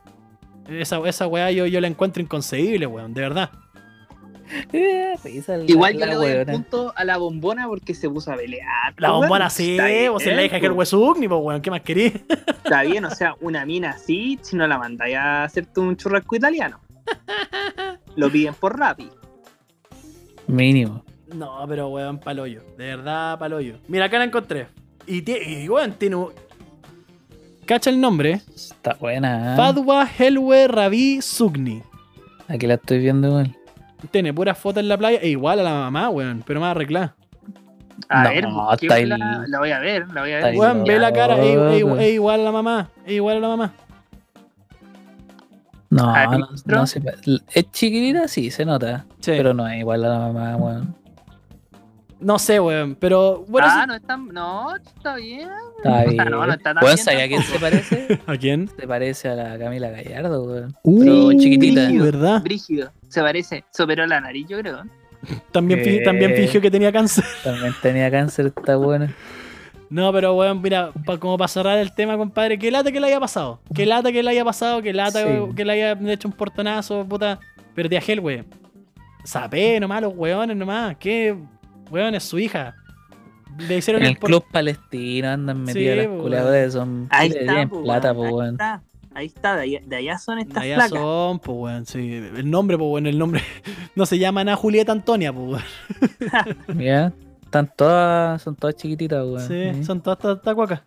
Speaker 4: ¿eh?
Speaker 2: Esa, esa weá yo, yo la encuentro inconcebible, weón, de verdad.
Speaker 3: Eh, risa la-
Speaker 4: Igual yo
Speaker 3: la
Speaker 4: le doy el
Speaker 3: weona.
Speaker 4: punto a la bombona porque se puso a pelear.
Speaker 2: La
Speaker 4: pues,
Speaker 2: bombona
Speaker 4: weón.
Speaker 2: sí,
Speaker 4: Está bien,
Speaker 2: o sea, la hija que el
Speaker 4: pues.
Speaker 2: ni pues, weón, ¿qué más querís?
Speaker 4: Está bien, o sea, una mina así, si no la mandáis a hacerte un churrasco italiano. Lo piden por Rappi.
Speaker 3: Mínimo.
Speaker 2: No, pero weón, paloyo. De verdad, paloyo. Mira, acá la encontré. Y, tie- y weón, tiene un- Cacha el nombre.
Speaker 3: Está buena. ¿eh?
Speaker 2: Padua Helwe Rabi Sugni.
Speaker 3: Aquí la estoy viendo igual.
Speaker 2: Tiene puras fotos en la playa, e igual a la mamá, weón, pero más arreglada.
Speaker 4: A
Speaker 3: No,
Speaker 4: ver,
Speaker 3: está ahí-
Speaker 4: busquémosla, la, voy a ver, la voy a
Speaker 3: está
Speaker 4: ver.
Speaker 3: ahí.
Speaker 2: Weón, ve la cara, e, e-
Speaker 3: loco.
Speaker 2: e igual a la mamá, e igual a la mamá.
Speaker 3: No,
Speaker 4: Ah,
Speaker 3: no,
Speaker 4: ¿otro?
Speaker 3: no se pa- Es chiquitita, sí, se nota.
Speaker 2: Sí.
Speaker 3: Pero no es igual a la mamá, weón.
Speaker 2: No sé, weón, pero bueno.
Speaker 4: ah,
Speaker 2: sí-
Speaker 4: no está, no, está bien.
Speaker 3: Está bien.
Speaker 4: no, no está tan
Speaker 3: Weón,
Speaker 4: bien
Speaker 3: ¿sabes a quién se parece?
Speaker 2: ¿A quién?
Speaker 3: Se parece a la Camila Gallardo, weón.
Speaker 2: Uh.
Speaker 3: Pero chiquitita.
Speaker 2: Uy, ¿Verdad?
Speaker 4: Brígido, se parece. Se operó la nariz, yo creo.
Speaker 2: También, fi-
Speaker 3: Eh.
Speaker 2: también fingió que tenía cáncer.
Speaker 3: También tenía cáncer, está buena.
Speaker 2: No, pero weón, mira, pa- como para cerrar el tema, compadre, qué lata que le haya pasado. Qué lata que le haya pasado, qué lata
Speaker 3: Sí.
Speaker 2: que le haya hecho un portonazo, puta. Pero tía Gel, weón. Sapé nomás los weones nomás. Qué weón es su hija. Le hicieron
Speaker 3: En el
Speaker 2: por-
Speaker 3: club palestino andan metidas
Speaker 2: Sí,
Speaker 3: las
Speaker 2: po,
Speaker 3: culiadoras, son
Speaker 4: Ahí
Speaker 3: le
Speaker 4: está,
Speaker 3: tienen
Speaker 4: po,
Speaker 3: plata,
Speaker 4: weón,
Speaker 3: po,
Speaker 4: ahí
Speaker 3: pues, weón.
Speaker 4: está. Ahí está, de allá, de allá son estas
Speaker 2: Allá
Speaker 4: placas.
Speaker 2: son, pues weón, sí. El nombre, pues weón, el nombre. No se llama nada Julieta Antonia, pues weón.
Speaker 3: Mira, están todas, son todas chiquititas, weón.
Speaker 2: Sí,
Speaker 3: Mm.
Speaker 2: son todas estas tacuacas.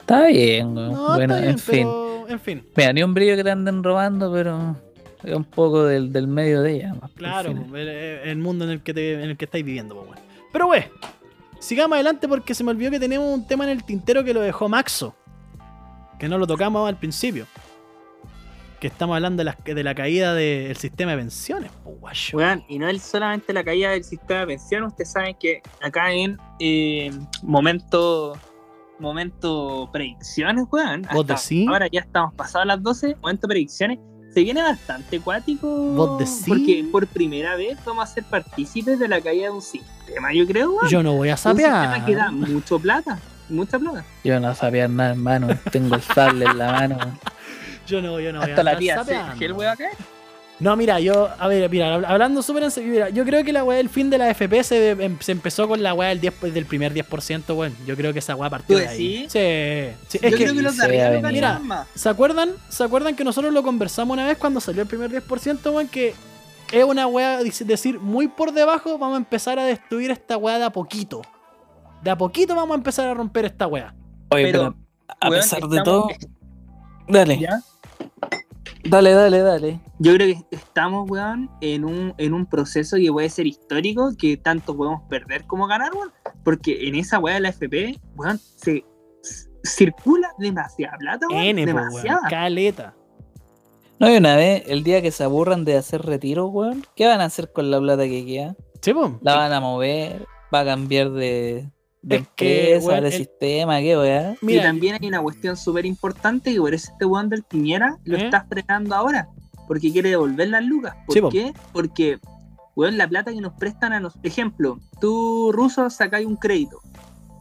Speaker 3: Está bien, weón.
Speaker 2: No,
Speaker 3: bueno,
Speaker 2: está bien,
Speaker 3: en fin.
Speaker 2: pero en fin.
Speaker 3: Mira, ni un brillo que te anden robando, pero es un poco del, del medio de ella. más por
Speaker 2: Claro,
Speaker 3: fin.
Speaker 2: el, el mundo en el que, te- en el que estáis viviendo, pues, weón. Pero, wey, sigamos adelante porque se me olvidó que tenemos un tema en el tintero que lo dejó Maxo. Que no lo tocamos al principio. Que estamos hablando de la, de la caída del sistema de pensiones, pues, guacho.
Speaker 4: Weón, y no es solamente la caída del sistema de pensión, ustedes saben que acá en eh, momento momento predicciones, weón.
Speaker 2: ¿Vos
Speaker 4: hasta
Speaker 2: decís?
Speaker 4: Ahora ya estamos pasados las 12, momento predicciones. Se viene bastante acuático.
Speaker 2: ¿Vos decís?
Speaker 4: Porque por primera vez vamos a ser partícipes de la caída de un sistema, yo creo, weón.
Speaker 2: Yo no voy a
Speaker 4: un sistema que da
Speaker 2: sapear.
Speaker 4: mucho plata, mucha plata.
Speaker 3: Yo no sabía nada, hermano. Tengo el sable en la mano.
Speaker 2: Yo no, yo no voy a
Speaker 4: Hasta la
Speaker 2: andar
Speaker 4: tía, se-
Speaker 2: sapeando.
Speaker 4: que el weón acá.
Speaker 2: No, mira, yo, a ver, mira, hab- hablando súper en serio, mira, yo creo que la weá del fin de la FP se, em- se empezó con la weá del, 10, del primer 10%, weón. Yo creo que esa weá partió
Speaker 4: ¿Tú
Speaker 2: de ahí.
Speaker 4: decís?
Speaker 2: Sí, sí.
Speaker 4: Yo
Speaker 2: Es que,
Speaker 4: creo que los de
Speaker 3: se
Speaker 4: arriba
Speaker 3: ha
Speaker 4: no
Speaker 3: venido.
Speaker 4: ganaron más.
Speaker 2: ¿Se acuerdan? ¿Se acuerdan que nosotros lo conversamos una vez cuando salió el primer 10%, weón? Que es una weá, dice- decir, muy por debajo vamos a empezar a destruir esta weá de a poquito. De a poquito vamos a empezar a romper esta weá.
Speaker 3: Oye,
Speaker 4: Pero,
Speaker 3: a
Speaker 4: weón,
Speaker 3: pesar de
Speaker 4: estamos-
Speaker 3: todo. Dale.
Speaker 4: ¿Ya?
Speaker 3: Dale, dale, dale.
Speaker 4: Yo creo que estamos, weón, en un, en un proceso que puede ser histórico, que tanto podemos perder como ganar, weón. Porque en esa weá de la FP, weón, se c- circula demasiada plata, weón.
Speaker 2: N, po, weón.
Speaker 4: demasiada.
Speaker 2: Caleta.
Speaker 3: No, y una vez, el día que se aburran de hacer retiros, weón, ¿qué van a hacer con la plata que queda?
Speaker 2: Sí, po.
Speaker 3: ¿La van a mover? ¿Va a cambiar de, de
Speaker 2: Es que,
Speaker 3: empresa,
Speaker 2: weón,
Speaker 3: de
Speaker 2: el-
Speaker 3: sistema? ¿Qué, weón?
Speaker 4: y
Speaker 2: Mira,
Speaker 4: también hay una cuestión súper importante que por eso este weón del Piñera lo
Speaker 2: ¿Eh?
Speaker 4: está frenando ahora. Porque quiere devolver las lucas. ¿Por
Speaker 2: Sí, po.
Speaker 4: qué? Porque, weón, la plata que nos prestan a nosotros. Ejemplo, tú, ruso, sacáis un crédito.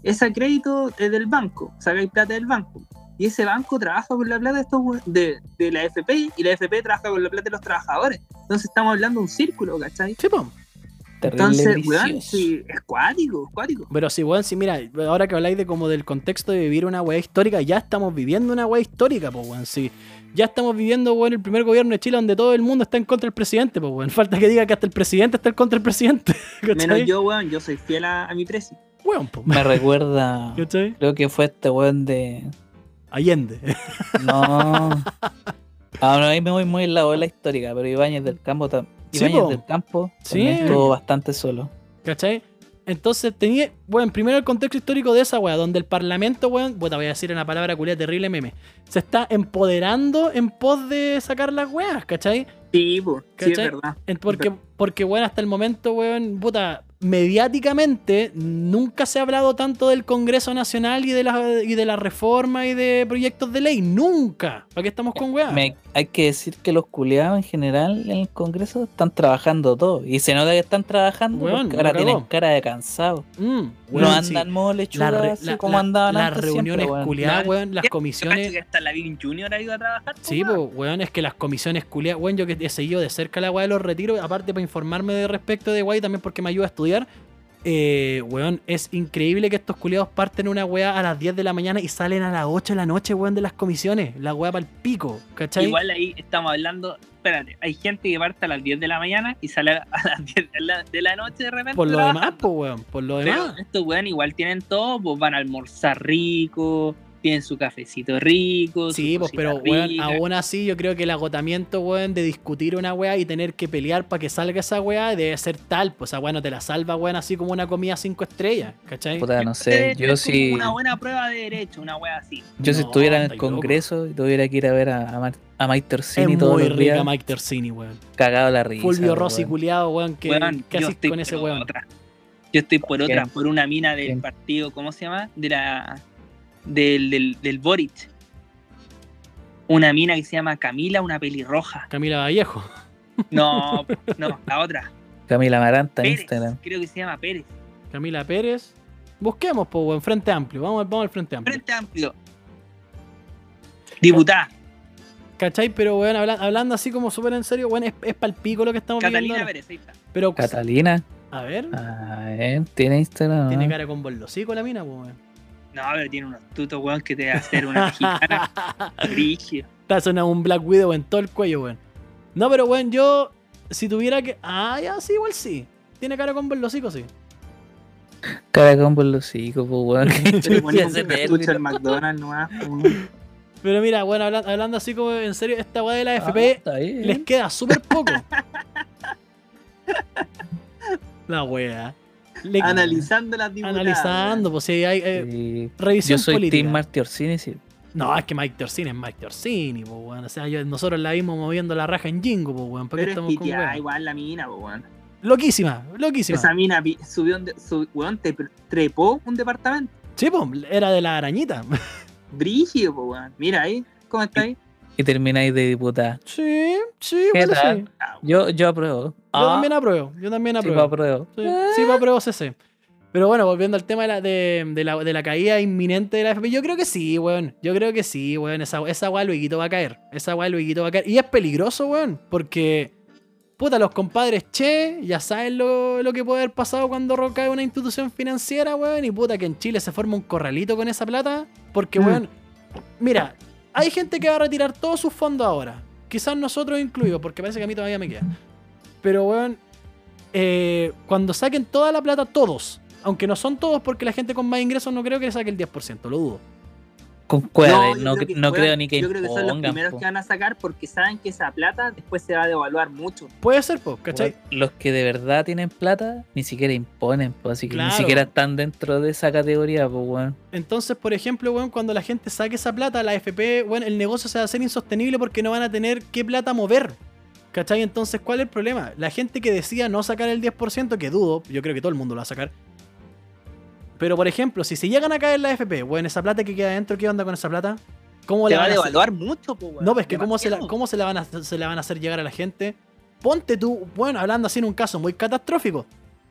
Speaker 4: Ese crédito es del banco. Sacáis plata del banco. Y ese banco trabaja con la plata de, estos we- de, de la FP y la FP trabaja con la plata de los trabajadores. Entonces estamos hablando de un círculo, ¿cachai?
Speaker 2: sí, po.
Speaker 3: Terrible
Speaker 4: Entonces, weón,
Speaker 3: vicioso.
Speaker 4: sí, es cuático, es cuático.
Speaker 2: Pero sí, weón, sí, mira, ahora que habláis de como del contexto de vivir una weá histórica, ya estamos viviendo una weá histórica, pues weón, sí. Ya estamos viviendo, weón, el primer gobierno de Chile donde todo el mundo está en contra del presidente, pues weón. Falta que diga que hasta el presidente está en contra del presidente.
Speaker 4: Menos
Speaker 2: ¿Cachai?
Speaker 4: yo, weón, yo soy fiel a, a mi precio.
Speaker 2: Weón, po.
Speaker 3: Me recuerda.
Speaker 2: ¿Cachai?
Speaker 3: Creo que fue este weón de.
Speaker 2: Allende.
Speaker 3: No. Ahora ahí me voy muy en la ola histórica, pero Ibáñez del Campo tam-
Speaker 2: Sí,
Speaker 3: Ibáñez
Speaker 2: po.
Speaker 3: del Campo
Speaker 2: Sí.
Speaker 3: también estuvo bastante solo.
Speaker 2: ¿Cachai? Entonces tenía, bueno, primero el contexto histórico de esa weá, donde el parlamento, weón, bueno, voy a decir una palabra culia terrible meme, se está empoderando en pos de sacar las weas, ¿cachai?
Speaker 4: Sí, po, sí, es
Speaker 2: ¿Cachai?
Speaker 4: verdad.
Speaker 2: En- Porque, porque bueno, hasta el momento, weón, puta, mediáticamente nunca se ha hablado tanto del Congreso Nacional y de la, y de la reforma y de proyectos de ley, nunca. ¿Para qué estamos con weá?
Speaker 3: Me- hay que decir que los culiados en general en el Congreso están trabajando todo. Y se nota que están trabajando
Speaker 2: Weón,
Speaker 3: porque
Speaker 2: la
Speaker 3: ahora
Speaker 2: cagó.
Speaker 3: tienen cara de cansado.
Speaker 2: Mm,
Speaker 3: no
Speaker 2: weón, sí.
Speaker 3: andan modo lechuga
Speaker 2: La re-
Speaker 3: así
Speaker 2: la-
Speaker 3: como
Speaker 2: la-
Speaker 3: andaban
Speaker 2: las
Speaker 3: antes
Speaker 2: reuniones
Speaker 3: siempre, weón.
Speaker 2: culiadas,
Speaker 4: Claro.
Speaker 2: weón, las
Speaker 4: Yo
Speaker 2: comisiones...
Speaker 4: cacho que hasta la Big Junior ha ido a trabajar. po,
Speaker 2: Sí,
Speaker 4: weón.
Speaker 2: pues, weón, es que las comisiones culiadas, weón, yo que he seguido de cerca la weá de los retiros, aparte para informarme de respecto de weá y también porque me ayuda a estudiar, eh, weón, es increíble que estos culiados parten una weá a las 10 de la mañana y salen a las 8 de la noche, weón, de las comisiones, la weá para el pico, ¿cachai?
Speaker 4: Igual ahí estamos hablando, espérate, hay gente que parte a las 10 de la mañana y sale a las 10 de la, de la noche de repente.
Speaker 2: por lo
Speaker 4: trabajando.
Speaker 2: demás, pues, weón, por lo
Speaker 4: Pero
Speaker 3: Ah.
Speaker 2: demás.
Speaker 4: estos weón igual tienen todo, pues van a almorzar rico, tienen su cafecito rico. su
Speaker 2: Sí, pues,
Speaker 4: cosita
Speaker 2: pero, weón,
Speaker 4: rica.
Speaker 2: aún así yo creo que el agotamiento, weón, de discutir una weá y tener que pelear para que salga esa weá debe ser tal, pues, esa weá no te la salva, weón, así como una comida 5 estrellas, ¿cachai?
Speaker 3: Puta, no
Speaker 4: Debe
Speaker 3: sé,
Speaker 4: ser
Speaker 3: yo
Speaker 4: como
Speaker 3: si,
Speaker 4: Una buena prueba de derecho, una wea así.
Speaker 3: yo si
Speaker 2: No,
Speaker 3: estuviera en el
Speaker 2: estáis loco.
Speaker 3: Congreso y tuviera que ir a ver a, a, Mar- a Mike
Speaker 2: Es
Speaker 3: Torsini todos
Speaker 2: muy
Speaker 3: los
Speaker 2: rica
Speaker 3: días, eh.
Speaker 2: Mike Tersini, weón.
Speaker 3: cagado la risa.
Speaker 2: Fulvio
Speaker 3: weón.
Speaker 2: Rossi culiado, weón, que
Speaker 4: Weón,
Speaker 2: ¿qué
Speaker 4: yo
Speaker 2: haces
Speaker 4: estoy
Speaker 2: con ese
Speaker 4: pero
Speaker 2: weón?
Speaker 4: otra. Yo estoy por
Speaker 3: Bien.
Speaker 4: otra, por una mina del
Speaker 3: Bien.
Speaker 4: partido, ¿cómo se llama? De la del, del, del Boric. Una mina que se llama Camila, una pelirroja.
Speaker 2: Camila Vallejo.
Speaker 4: No, no, la otra.
Speaker 3: Camila Maranta en
Speaker 4: Pérez.
Speaker 3: Instagram.
Speaker 4: Creo que se llama Pérez.
Speaker 2: Camila Pérez. Busquemos, po, weón. Frente amplio. Vamos, vamos al frente
Speaker 3: Mm.
Speaker 2: amplio.
Speaker 4: Frente Amplio. Diputada.
Speaker 2: ¿Cachai? Pero, weón, habla- hablando así como súper en serio, weón, es, es palpico lo que estamos viendo.
Speaker 4: Catalina
Speaker 2: ahora.
Speaker 4: Pérez, ahí está.
Speaker 2: Pero,
Speaker 3: Catalina.
Speaker 2: a ver,
Speaker 3: Ah, eh, ¿Tiene Instagram? o
Speaker 2: tiene
Speaker 3: no?
Speaker 2: cara con bolosico la mina, po, weón.
Speaker 4: No, pero tiene unos tutos, weón, que te va a hacer una mexicana rígida.
Speaker 2: Está sonando un Black Widow en todo el cuello, weón. No, pero, weón, yo, si tuviera que. Ah, ya, sí, igual sí. Tiene cara con bolosico, sí.
Speaker 3: Cara con bolosico, pues, weón.
Speaker 4: Pero bueno,
Speaker 3: Ese
Speaker 4: escucha el
Speaker 3: término.
Speaker 4: McDonald's nomás. po.
Speaker 2: Pero mira, bueno, habla- hablando así como en serio, esta weá de la E
Speaker 3: Ah,
Speaker 2: FP
Speaker 3: está bien.
Speaker 2: les queda súper poco. la weá. Le-
Speaker 4: Analizando las diputadas.
Speaker 2: Analizando, pues si hay eh,
Speaker 3: Sí. Yo
Speaker 2: revisión
Speaker 3: soy
Speaker 2: política.
Speaker 3: Tim Marty Orsini, sí.
Speaker 2: no, es que Mike Torsini es Mike Torsini, pues weón. O sea, yo- nosotros la vimos moviendo la raja en Jingo, pues weón. ¿Para qué
Speaker 4: Pero es
Speaker 2: estamos con
Speaker 4: piteada
Speaker 2: weón?
Speaker 4: igual la mina, po, weón.
Speaker 2: Loquísima, loquísima.
Speaker 4: Esa mina pi- subió, un de- su- weón, te pre- trepó un departamento.
Speaker 2: Sí, pues, era de la arañita.
Speaker 4: Brígido, po, weón. Mira ahí, ¿cómo está ahí?
Speaker 3: Y termináis de diputada.
Speaker 2: sí, sí,
Speaker 3: ¿Qué
Speaker 2: bueno,
Speaker 3: tal?
Speaker 2: sí.
Speaker 3: Yo, yo apruebo.
Speaker 2: Ah,
Speaker 3: Ah,
Speaker 2: Yo también apruebo, yo también
Speaker 3: sí,
Speaker 2: apruebo.
Speaker 3: pues, apruebo.
Speaker 2: Sí, sí va a prueba CC. Pero bueno, volviendo al tema de la, de, de la, de la caída inminente de la FP, yo creo que sí, weón. Yo creo que sí, weón. Esa, esa weá luego va a caer. Esa weá luego va a caer. Y es peligroso, weón. Porque, puta, los compadres che, ya saben lo, lo que puede haber pasado cuando ro- cae una institución financiera, weón. Y puta, que en Chile se forma un corralito con esa plata. Porque,
Speaker 4: Mm.
Speaker 2: weón, mira, hay gente que va a retirar todos sus fondos ahora. Quizás nosotros incluidos, porque parece que a mí todavía me queda. Pero, weón, eh, cuando saquen toda la plata, todos. Aunque no son todos, porque la gente con más ingresos no creo que le saque el 10%, lo dudo.
Speaker 3: Con cuerda,
Speaker 4: yo
Speaker 3: no,
Speaker 4: creo que,
Speaker 3: no
Speaker 4: weón,
Speaker 3: creo ni que
Speaker 4: Yo creo que son los
Speaker 3: impongan,
Speaker 4: primeros
Speaker 3: po.
Speaker 4: que van a sacar porque saben que esa plata después se va a devaluar mucho.
Speaker 2: Puede ser, po, ¿cachai?
Speaker 3: Weón, Los que de verdad tienen plata ni siquiera imponen, pues, así que
Speaker 2: Claro.
Speaker 3: ni siquiera están dentro de esa categoría, pues, weón.
Speaker 2: Entonces, por ejemplo, weón, cuando la gente saque esa plata, la FP, weón, el negocio se va a hacer insostenible porque no van a tener qué plata mover. ¿Cachai? Entonces, ¿cuál es el problema? La gente que decía no sacar el 10%, que dudo, yo creo que todo el mundo lo va a sacar. Pero, por ejemplo, si se llegan a caer la FP, weón, esa plata que queda adentro, ¿qué onda con esa plata? ¿Cómo
Speaker 4: Se
Speaker 2: la
Speaker 4: va a
Speaker 2: van a hacer?
Speaker 4: devaluar mucho, po, weón.
Speaker 2: No, pues que cómo, se la,
Speaker 4: Demasiado.
Speaker 2: cómo se, la van a, se la van a hacer llegar a la gente. Ponte tú, bueno, hablando así en un caso muy catastrófico.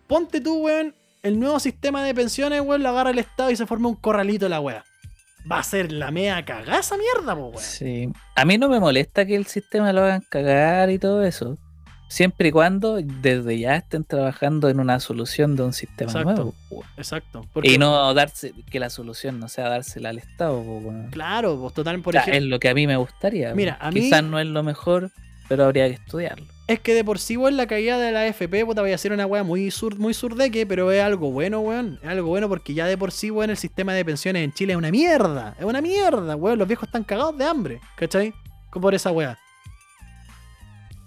Speaker 2: Ponte tú, weón, el nuevo sistema de pensiones, weón, lo agarra el Estado y se forma un corralito de la weá. Va a ser la mea cagada esa mierda, po, weón.
Speaker 3: Sí. A mí no me molesta que el sistema lo hagan cagar y todo eso. Siempre y cuando desde ya estén trabajando en una solución de un sistema
Speaker 2: Exacto.
Speaker 3: nuevo. po.
Speaker 2: Exacto.
Speaker 3: Y no darse, que la solución no sea dársela al Estado. po, weón.
Speaker 2: Claro, pues total, por
Speaker 3: O sea,
Speaker 2: ejemplo.
Speaker 3: es lo que a mí me gustaría.
Speaker 2: Mira, a mí-
Speaker 3: Quizás no es lo mejor, pero habría que estudiarlo.
Speaker 2: Es que de por sí, weón, la caída de la FP, puta, vaya a ser una weá muy, sur, muy surdeque, pero es algo bueno, weón. Es algo bueno porque ya de por sí, weón, el sistema de pensiones en Chile es una mierda. Es una mierda, weón. Los viejos están cagados de hambre, ¿cachai? Como Por esa weá.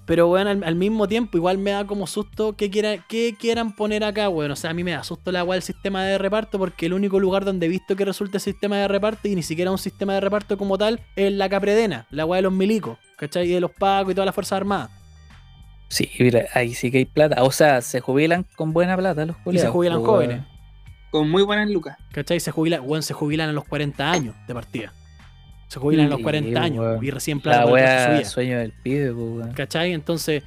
Speaker 2: Pero, weón, al, al mismo tiempo, igual me da como susto que, quiera, que quieran poner acá, weón. O sea, a mí me da susto la weá del sistema de reparto porque el único lugar donde he visto que resulta el sistema de reparto y ni siquiera un sistema de reparto como tal es la capredena, la weá de los milicos, ¿cachai? Y de los pacos y todas las fuerzas armadas.
Speaker 3: Sí, mira, ahí sí que hay plata. O sea, se jubilan con buena plata los
Speaker 2: Y
Speaker 3: jubilados.
Speaker 2: se jubilan
Speaker 3: po, weón.
Speaker 2: jóvenes.
Speaker 4: Con muy buenas lucas.
Speaker 2: ¿Cachai? Se jubilan, weón, se jubilan a los 40 años de partida. Se jubilan a los
Speaker 3: Sí,
Speaker 2: 40 años
Speaker 3: weón.
Speaker 2: y recién plata
Speaker 3: La
Speaker 2: por el resto de su
Speaker 3: wea
Speaker 2: vida.
Speaker 3: sueño del pibe, po, weón.
Speaker 2: ¿Cachai? Entonces,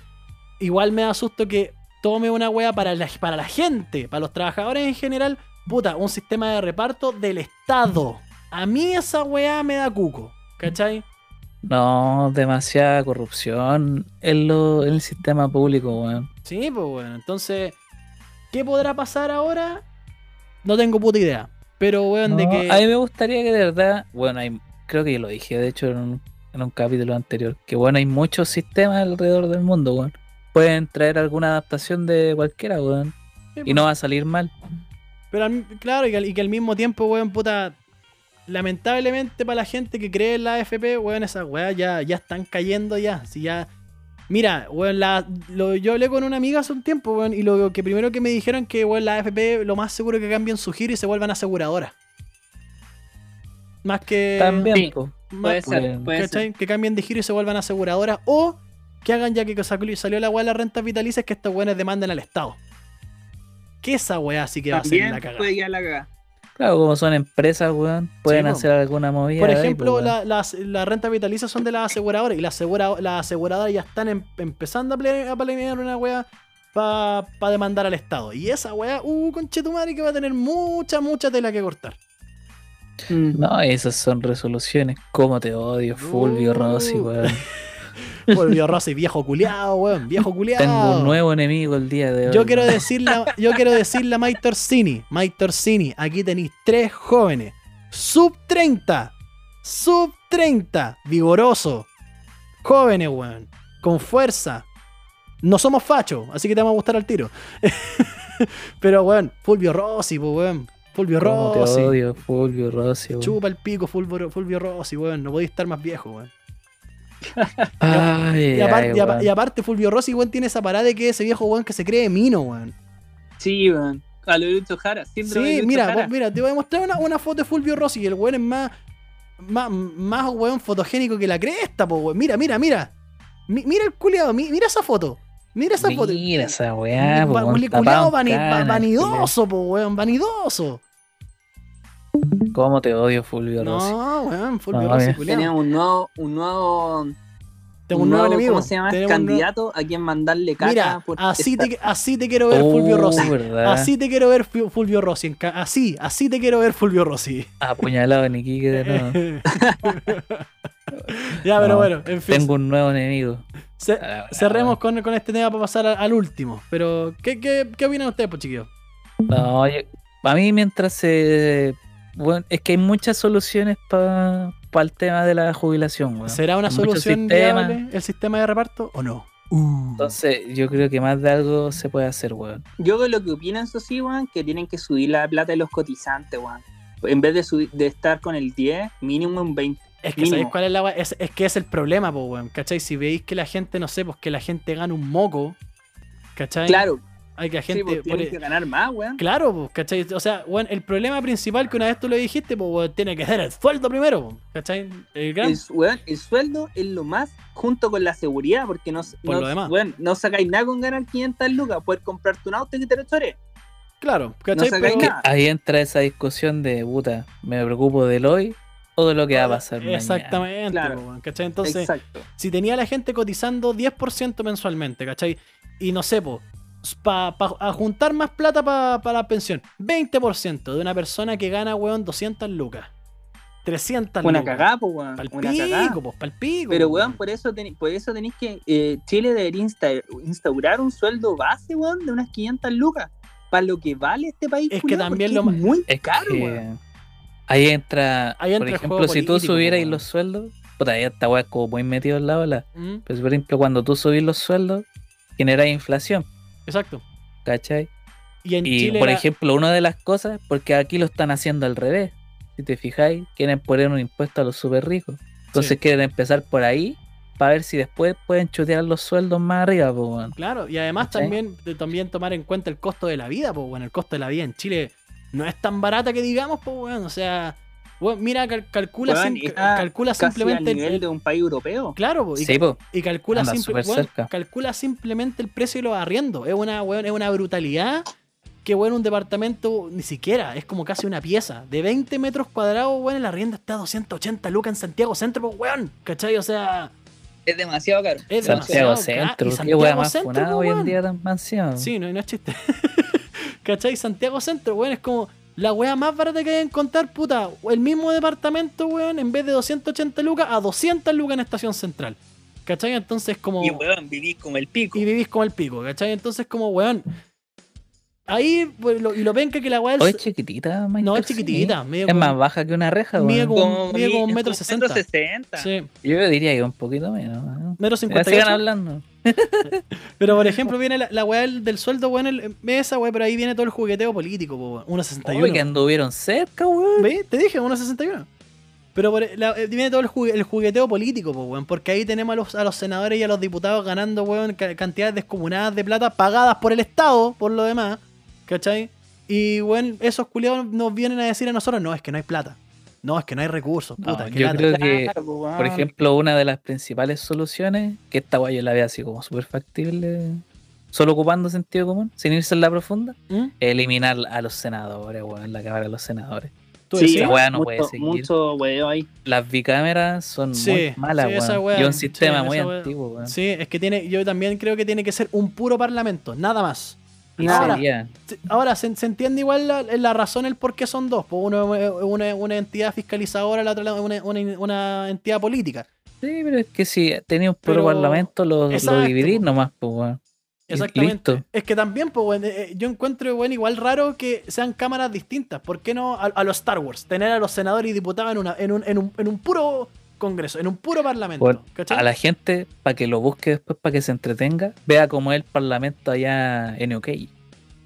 Speaker 2: igual me da susto que tome una wea para la, para la gente, para los trabajadores en general, puta, un sistema de reparto del Estado. A mí esa wea me da cuco, ¿cachai?
Speaker 3: No, demasiada corrupción en, lo, en el sistema público, weón.
Speaker 2: Sí, pues bueno, entonces, ¿qué podrá pasar ahora? No tengo puta idea. Pero, weón, de
Speaker 3: No,
Speaker 2: que...
Speaker 3: A mí me gustaría que de verdad, bueno, hay, creo que yo lo dije, de hecho, en un, en un capítulo anterior, que bueno, hay muchos sistemas alrededor del mundo, weón. Pueden traer alguna adaptación de cualquiera, weón.
Speaker 2: Sí,
Speaker 3: Y
Speaker 2: pues.
Speaker 3: no va a salir mal.
Speaker 2: Pero al- claro, y que, al- y que al mismo tiempo, weón, puta. Lamentablemente para la gente que cree en la AFP, weón, esas weas ya, ya están cayendo ya. Si ya. Mira, weón, la, lo- yo hablé con una amiga hace un tiempo, weón, y lo que primero que me dijeron que, weón, la AFP lo más seguro es que cambien su giro y se vuelvan aseguradoras. Más que.
Speaker 3: También, pues.
Speaker 4: sí.
Speaker 3: po.
Speaker 2: Más,
Speaker 4: Puede ser,
Speaker 3: bien,
Speaker 4: puede ser.
Speaker 2: ¿cachai? Que cambien de giro y se vuelvan aseguradoras. O que hagan ya que sacó- salió la weá de las rentas vitalicias que estos weones demanden al Estado. que esa weá sí que va a ser la
Speaker 4: También
Speaker 2: cagada.
Speaker 4: puede quedar la cagada.
Speaker 3: Claro, como son empresas, weón, pueden
Speaker 2: po.
Speaker 3: hacer alguna movida.
Speaker 2: pues. Por
Speaker 3: ahí,
Speaker 2: ejemplo,
Speaker 3: pues, weón.
Speaker 2: la, las- la renta vitalicia son de las aseguradoras y las asegura- las aseguradoras ya están em- empezando a, ple- a planear una wea para demandar al Estado. Y esa wea, uh, conchetumare, que va a tener mucha, mucha tela que cortar.
Speaker 3: No, esas son resoluciones. ¿Cómo te odio, Fulvio
Speaker 2: Uh.
Speaker 3: Rossi, weón?
Speaker 2: Volvió Rossi, viejo culiao, weón, viejo culiao.
Speaker 3: Tengo un nuevo enemigo el día de hoy.
Speaker 2: Yo quiero
Speaker 3: weón.
Speaker 2: decirle, a- yo quiero decirle a Mike Torsini, Mike Torsini, aquí tenéis tres jóvenes, sub 30, sub 30, vigoroso, jóvenes, weón, con fuerza. No somos fachos, así que te vamos a gustar al tiro. Pero, weón, Fulvio Rossi, po, weón, Fulvio
Speaker 3: ¿Cómo te
Speaker 2: Rossi.
Speaker 3: odio, Fulvio Rossi, weón?
Speaker 2: Chupa el pico, Fulvio, Fulvio Rossi, weón, no podéis estar más viejo, weón.
Speaker 3: Ay,
Speaker 2: Y, apar-
Speaker 3: ay,
Speaker 2: y apa-
Speaker 3: weón.
Speaker 2: y aparte, Fulvio Rossi, weón, tiene esa parada de que ese viejo, weón, que se cree mino, weón.
Speaker 4: Sí, weón. A lo de Lucho Jara. síndrome de
Speaker 2: Sí,
Speaker 4: Lucho
Speaker 2: mira,
Speaker 4: Jara.
Speaker 2: vos- mira, te voy a mostrar una, una foto de Fulvio Rossi. Y el weón es más, más, más weón fotogénico que la cresta, po, weón. Mira, mira, mira. Mi- mira el culiado, mira esa foto. Mira esa foto.
Speaker 3: Mira esa weá,
Speaker 2: Va-
Speaker 3: weón,
Speaker 2: el
Speaker 3: tapado
Speaker 2: culiado
Speaker 3: en
Speaker 2: vani- va-
Speaker 3: canas,
Speaker 2: vanidoso, po, weón, vanidoso.
Speaker 3: culiao. ¿Cómo te odio, Fulvio Rossi?
Speaker 2: No, weón, Fulvio
Speaker 3: No,
Speaker 2: Rossi,
Speaker 3: bien.
Speaker 2: culiao.
Speaker 4: Tenemos un nuevo, un nuevo,
Speaker 2: Tengo un nuevo enemigo.
Speaker 4: ¿Cómo se llama?
Speaker 2: Tenemos un nuevo-
Speaker 4: Candidato a quien mandarle caca.
Speaker 2: Mira,
Speaker 4: por
Speaker 2: así
Speaker 4: estar-
Speaker 2: te, así te quiero ver,
Speaker 3: Oh,
Speaker 2: Fulvio Rossi.
Speaker 3: ¿verdad?
Speaker 2: Así te quiero ver, Fu- Fulvio Rossi. en ca- Así, así te quiero ver, Fulvio Rossi.
Speaker 3: Apuñalado en Iquique de nuevo.
Speaker 2: ya, pero
Speaker 3: No,
Speaker 2: bueno, en fin.
Speaker 3: Tengo un nuevo enemigo.
Speaker 2: Se-
Speaker 3: Ah, la- la-
Speaker 2: Cerremos con, con este tema para pasar al, al último. Pero, ¿qué, qué, qué opinan ustedes, pues, chiquillos?
Speaker 3: No, para mí mientras se... Bueno, es que hay muchas soluciones para el tema de la jubilación, weón.
Speaker 2: ¿Será una
Speaker 3: Hay muchos
Speaker 2: solución
Speaker 3: sistemas.
Speaker 2: viable el sistema de reparto o no? Uh,
Speaker 3: Entonces yo creo que más de algo se puede hacer, weón.
Speaker 4: Yo de lo que opino eso sí, weón, que tienen que subir la plata de los cotizantes, weón. En vez de, subir- de estar con el 10, mínimo un 20.
Speaker 2: Es que,
Speaker 4: Mínimo.
Speaker 2: ¿sabéis cuál es la wea? es, es que es el problema, pues, weón. ¿Cachai? Si veis que la gente, no sé, pues que la gente gana un moco, ¿cachai?
Speaker 4: Claro,
Speaker 2: Hay que la
Speaker 4: sí,
Speaker 2: gente.
Speaker 4: pues,
Speaker 2: por-
Speaker 4: tienen que ganar más, weón.
Speaker 2: Claro, pues, ¿cachai? O sea, weón, el problema principal que una vez tú lo dijiste, pues, weón, tiene que ser el sueldo primero, pues, ¿cachai? El gran.
Speaker 4: El, su- weón, el sueldo es lo más junto con la seguridad, porque no,
Speaker 2: Por
Speaker 4: no-
Speaker 2: lo demás.
Speaker 4: weón, no sacáis nada con ganar 500 lucas, poder comprarte un auto que te lo chore.
Speaker 2: Claro, ¿cachai?
Speaker 4: sacáis
Speaker 2: Pero-
Speaker 4: nada.
Speaker 3: Ahí entra esa discusión de, puta, ¿me preocupo del hoy o de lo que va a pasar mañana?
Speaker 2: Exactamente,
Speaker 4: Claro.
Speaker 2: pues, weón, ¿cachai? Entonces.
Speaker 4: Exacto.
Speaker 2: si tenía la gente cotizando 10% mensualmente, ¿cachai? Y no sé, po, pa- pa- a juntar más plata pa- para la pensión, 20% de una persona que gana, weón, 200 lucas. 300
Speaker 4: Una
Speaker 2: lucas.
Speaker 4: cagada, pues, weón.
Speaker 2: Pal
Speaker 4: Una cagada.
Speaker 2: pico, pues, pal pico.
Speaker 4: Pero,
Speaker 2: po,
Speaker 4: weón, pues, por eso, teni- por eso tenéis que. eh, Chile debería insta- instaurar un sueldo base, weón, de unas 500 lucas. Para lo que vale este país.
Speaker 2: Es que
Speaker 4: culiao,
Speaker 2: también
Speaker 4: porque
Speaker 2: lo ma-
Speaker 4: Es muy
Speaker 3: Es
Speaker 4: caro,
Speaker 3: que
Speaker 4: weón.
Speaker 3: ahí entra,
Speaker 2: Ahí entra el
Speaker 3: por ejemplo,
Speaker 2: juego
Speaker 3: si tú
Speaker 2: político,
Speaker 3: subieras
Speaker 2: weón.
Speaker 3: los sueldos, puta, ahí esta weá es como muy metido en la ola.
Speaker 2: ¿Mm?
Speaker 3: Pero si, por ejemplo, cuando tú subís los sueldos, generas inflación,
Speaker 2: Exacto.
Speaker 3: ¿cachai?
Speaker 2: Y en
Speaker 3: Y,
Speaker 2: Chile
Speaker 3: por
Speaker 2: era-
Speaker 3: ejemplo, una de las cosas, porque aquí lo están haciendo al revés, si te fijáis, quieren poner un impuesto a los super ricos. Entonces
Speaker 2: Sí.
Speaker 3: quieren empezar por ahí para ver si después pueden chutear los sueldos más arriba, po, weón.
Speaker 2: Claro, y además
Speaker 3: ¿Cachai?
Speaker 2: también, de- también tomar en cuenta el costo de la vida, pues bueno, el costo de la vida en Chile no es tan barata que digamos, pues bueno, o sea, weón, mira, cal- calcula,
Speaker 4: Weón,
Speaker 2: sim-
Speaker 4: está
Speaker 2: calcula
Speaker 4: Casi al
Speaker 2: simplemente el-
Speaker 4: nivel de un país europeo.
Speaker 2: Claro, po, y
Speaker 3: Sí, po.
Speaker 2: Y calcula,
Speaker 3: Anda
Speaker 2: simple-
Speaker 3: súper
Speaker 2: weón,
Speaker 3: cerca.
Speaker 2: calcula simplemente el precio de los arriendos. Es una, weón, es una brutalidad que, bueno, un departamento ni siquiera, es como casi una pieza. De 20 metros cuadrados, weón, el arriendo está a 280 lucas en Santiago Centro, pues, weón. ¿Cachai? O sea,
Speaker 4: Es demasiado caro.
Speaker 2: es
Speaker 3: Santiago
Speaker 2: demasiado ca-
Speaker 3: Centro,
Speaker 2: y
Speaker 3: qué weá
Speaker 2: Santiago
Speaker 3: más
Speaker 2: Centro,
Speaker 3: funada
Speaker 2: po,
Speaker 3: hoy en
Speaker 2: weón.
Speaker 3: día tan mansión.
Speaker 2: Sí, no, no es chiste. ¿Cachai? Santiago Centro, weón, es como la wea más barata que hay que encontrar, puta. El mismo departamento, weón, en vez de 280 lucas, a 200 lucas en Estación Central. ¿Cachai? Entonces, como.
Speaker 4: Y, weón, vivís como el pico.
Speaker 2: y vivís como el pico, ¿cachai? Entonces, como, weón. Ahí, pues, lo- y lo ven que la weá
Speaker 3: ¿O es
Speaker 2: es.
Speaker 3: chiquitita, Michael?
Speaker 2: No, es
Speaker 3: Sí.
Speaker 2: chiquitita. medio
Speaker 3: Es
Speaker 2: como-
Speaker 3: más baja que una reja,
Speaker 2: mide
Speaker 3: weón.
Speaker 2: como, mide como un
Speaker 4: mi-
Speaker 2: metro
Speaker 4: es un metro
Speaker 2: sesenta.
Speaker 4: sesenta.
Speaker 2: Sí,
Speaker 3: Yo diría que un poquito menos. ¿eh?
Speaker 2: metro
Speaker 3: Ya
Speaker 2: cincuenta y
Speaker 3: sigan
Speaker 2: ocho.
Speaker 3: hablando.
Speaker 2: Pero, por ejemplo, viene la, la weá del, del sueldo, weón, el- esa weá, pero ahí viene todo el jugueteo político, po, weón.
Speaker 3: Oye, que
Speaker 2: 1.61.
Speaker 3: anduvieron cerca, weón.
Speaker 2: ¿Ve? Te dije, 1.61. Pero por, la- eh, viene todo el, jugue- el jugueteo político, po, weón, porque ahí tenemos a los, a los senadores y a los diputados ganando, weón, ca- cantidades descomunadas de plata pagadas por el Estado, por lo demás, ¿cachai? Y, weón, esos culiados nos vienen a decir a nosotros, no, es que no hay plata, no, es que no hay recursos,
Speaker 3: No,
Speaker 2: puta, qué
Speaker 3: yo
Speaker 2: lata".
Speaker 3: creo que,
Speaker 4: Claro, po, weón.
Speaker 3: por ejemplo, una de las principales soluciones, que esta guay yo la veo así como súper factible, solo ocupando sentido común, sin irse en la profunda,
Speaker 2: ¿Mm?
Speaker 3: eliminar a los senadores, weón, la cámara de los senadores.
Speaker 2: ¿Tú
Speaker 3: Sí,
Speaker 2: decís?
Speaker 3: la weá no
Speaker 4: mucho-
Speaker 3: puede seguir.
Speaker 4: Mucho hueveo ahí.
Speaker 3: Las bicámaras son
Speaker 2: Sí,
Speaker 3: muy malas,
Speaker 2: sí, esa
Speaker 3: weón.
Speaker 2: weá,
Speaker 3: y un
Speaker 2: sí,
Speaker 3: sistema muy
Speaker 2: esa weá.
Speaker 3: antiguo, weón.
Speaker 2: Sí, es que tiene, yo también creo que tiene que ser un puro parlamento, nada más.
Speaker 3: Y
Speaker 2: Ahora-
Speaker 3: sería-
Speaker 2: Se- Ahora, se, se entiende igual la, la razón, el por qué son dos. Pues uno es una, una entidad fiscalizadora, la otra es una, una- una entidad política.
Speaker 3: Sí, pero es que si tenía un
Speaker 2: Pero-
Speaker 3: puro parlamento, lo,
Speaker 2: Exacto.
Speaker 3: lo dividís nomás, pues, weón. Y
Speaker 2: Exactamente.
Speaker 3: listo.
Speaker 2: Es que también, pues, bueno, eh, eh, yo encuentro bueno, igual raro que sean cámaras distintas. ¿Por qué no a, a los Star Wars? Tener a los senadores y diputados en, una, en, un, en, un, en un puro congreso, en un puro parlamento.
Speaker 3: Bueno,
Speaker 2: ¿cachai?
Speaker 3: a la gente, para que lo busque después, para que se entretenga, vea cómo es el parlamento allá en UK,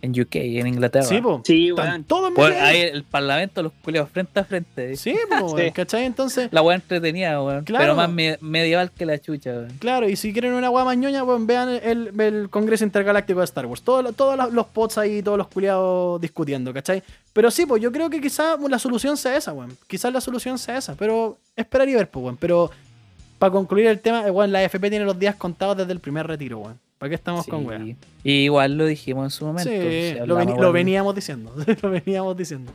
Speaker 3: en UK, en Inglaterra.
Speaker 2: Sí, pues.
Speaker 4: Sí,
Speaker 2: Están
Speaker 4: weón.
Speaker 2: todos
Speaker 3: Weón,
Speaker 2: metidos ahí.
Speaker 3: ahí el parlamento los culeos frente a frente.
Speaker 2: Sí, pues,
Speaker 4: Sí.
Speaker 2: ¿cachai? Entonces,
Speaker 3: La weá entretenida, weón.
Speaker 2: Claro.
Speaker 3: Pero más me- medieval que la chucha, weón.
Speaker 2: Claro, y si quieren una guapa mañoña, pues vean el, el Congreso Intergaláctico de Star Wars. Todos los- todos los- los pots ahí, todos los culiados discutiendo, ¿cachai? Pero sí, pues yo creo que quizás la solución sea esa, weón. Quizás la solución sea esa, pero esperar y ver, pues, weón. Pero para concluir el tema, eh, weón, la FP tiene los días contados desde el primer retiro, weón. ¿Para qué estamos con
Speaker 3: Sí.
Speaker 2: weón?
Speaker 3: Y igual lo dijimos en su momento.
Speaker 2: Sí,
Speaker 3: si
Speaker 2: lo,
Speaker 3: hablamos,
Speaker 2: veni- lo
Speaker 3: weón.
Speaker 2: veníamos diciendo, lo veníamos diciendo.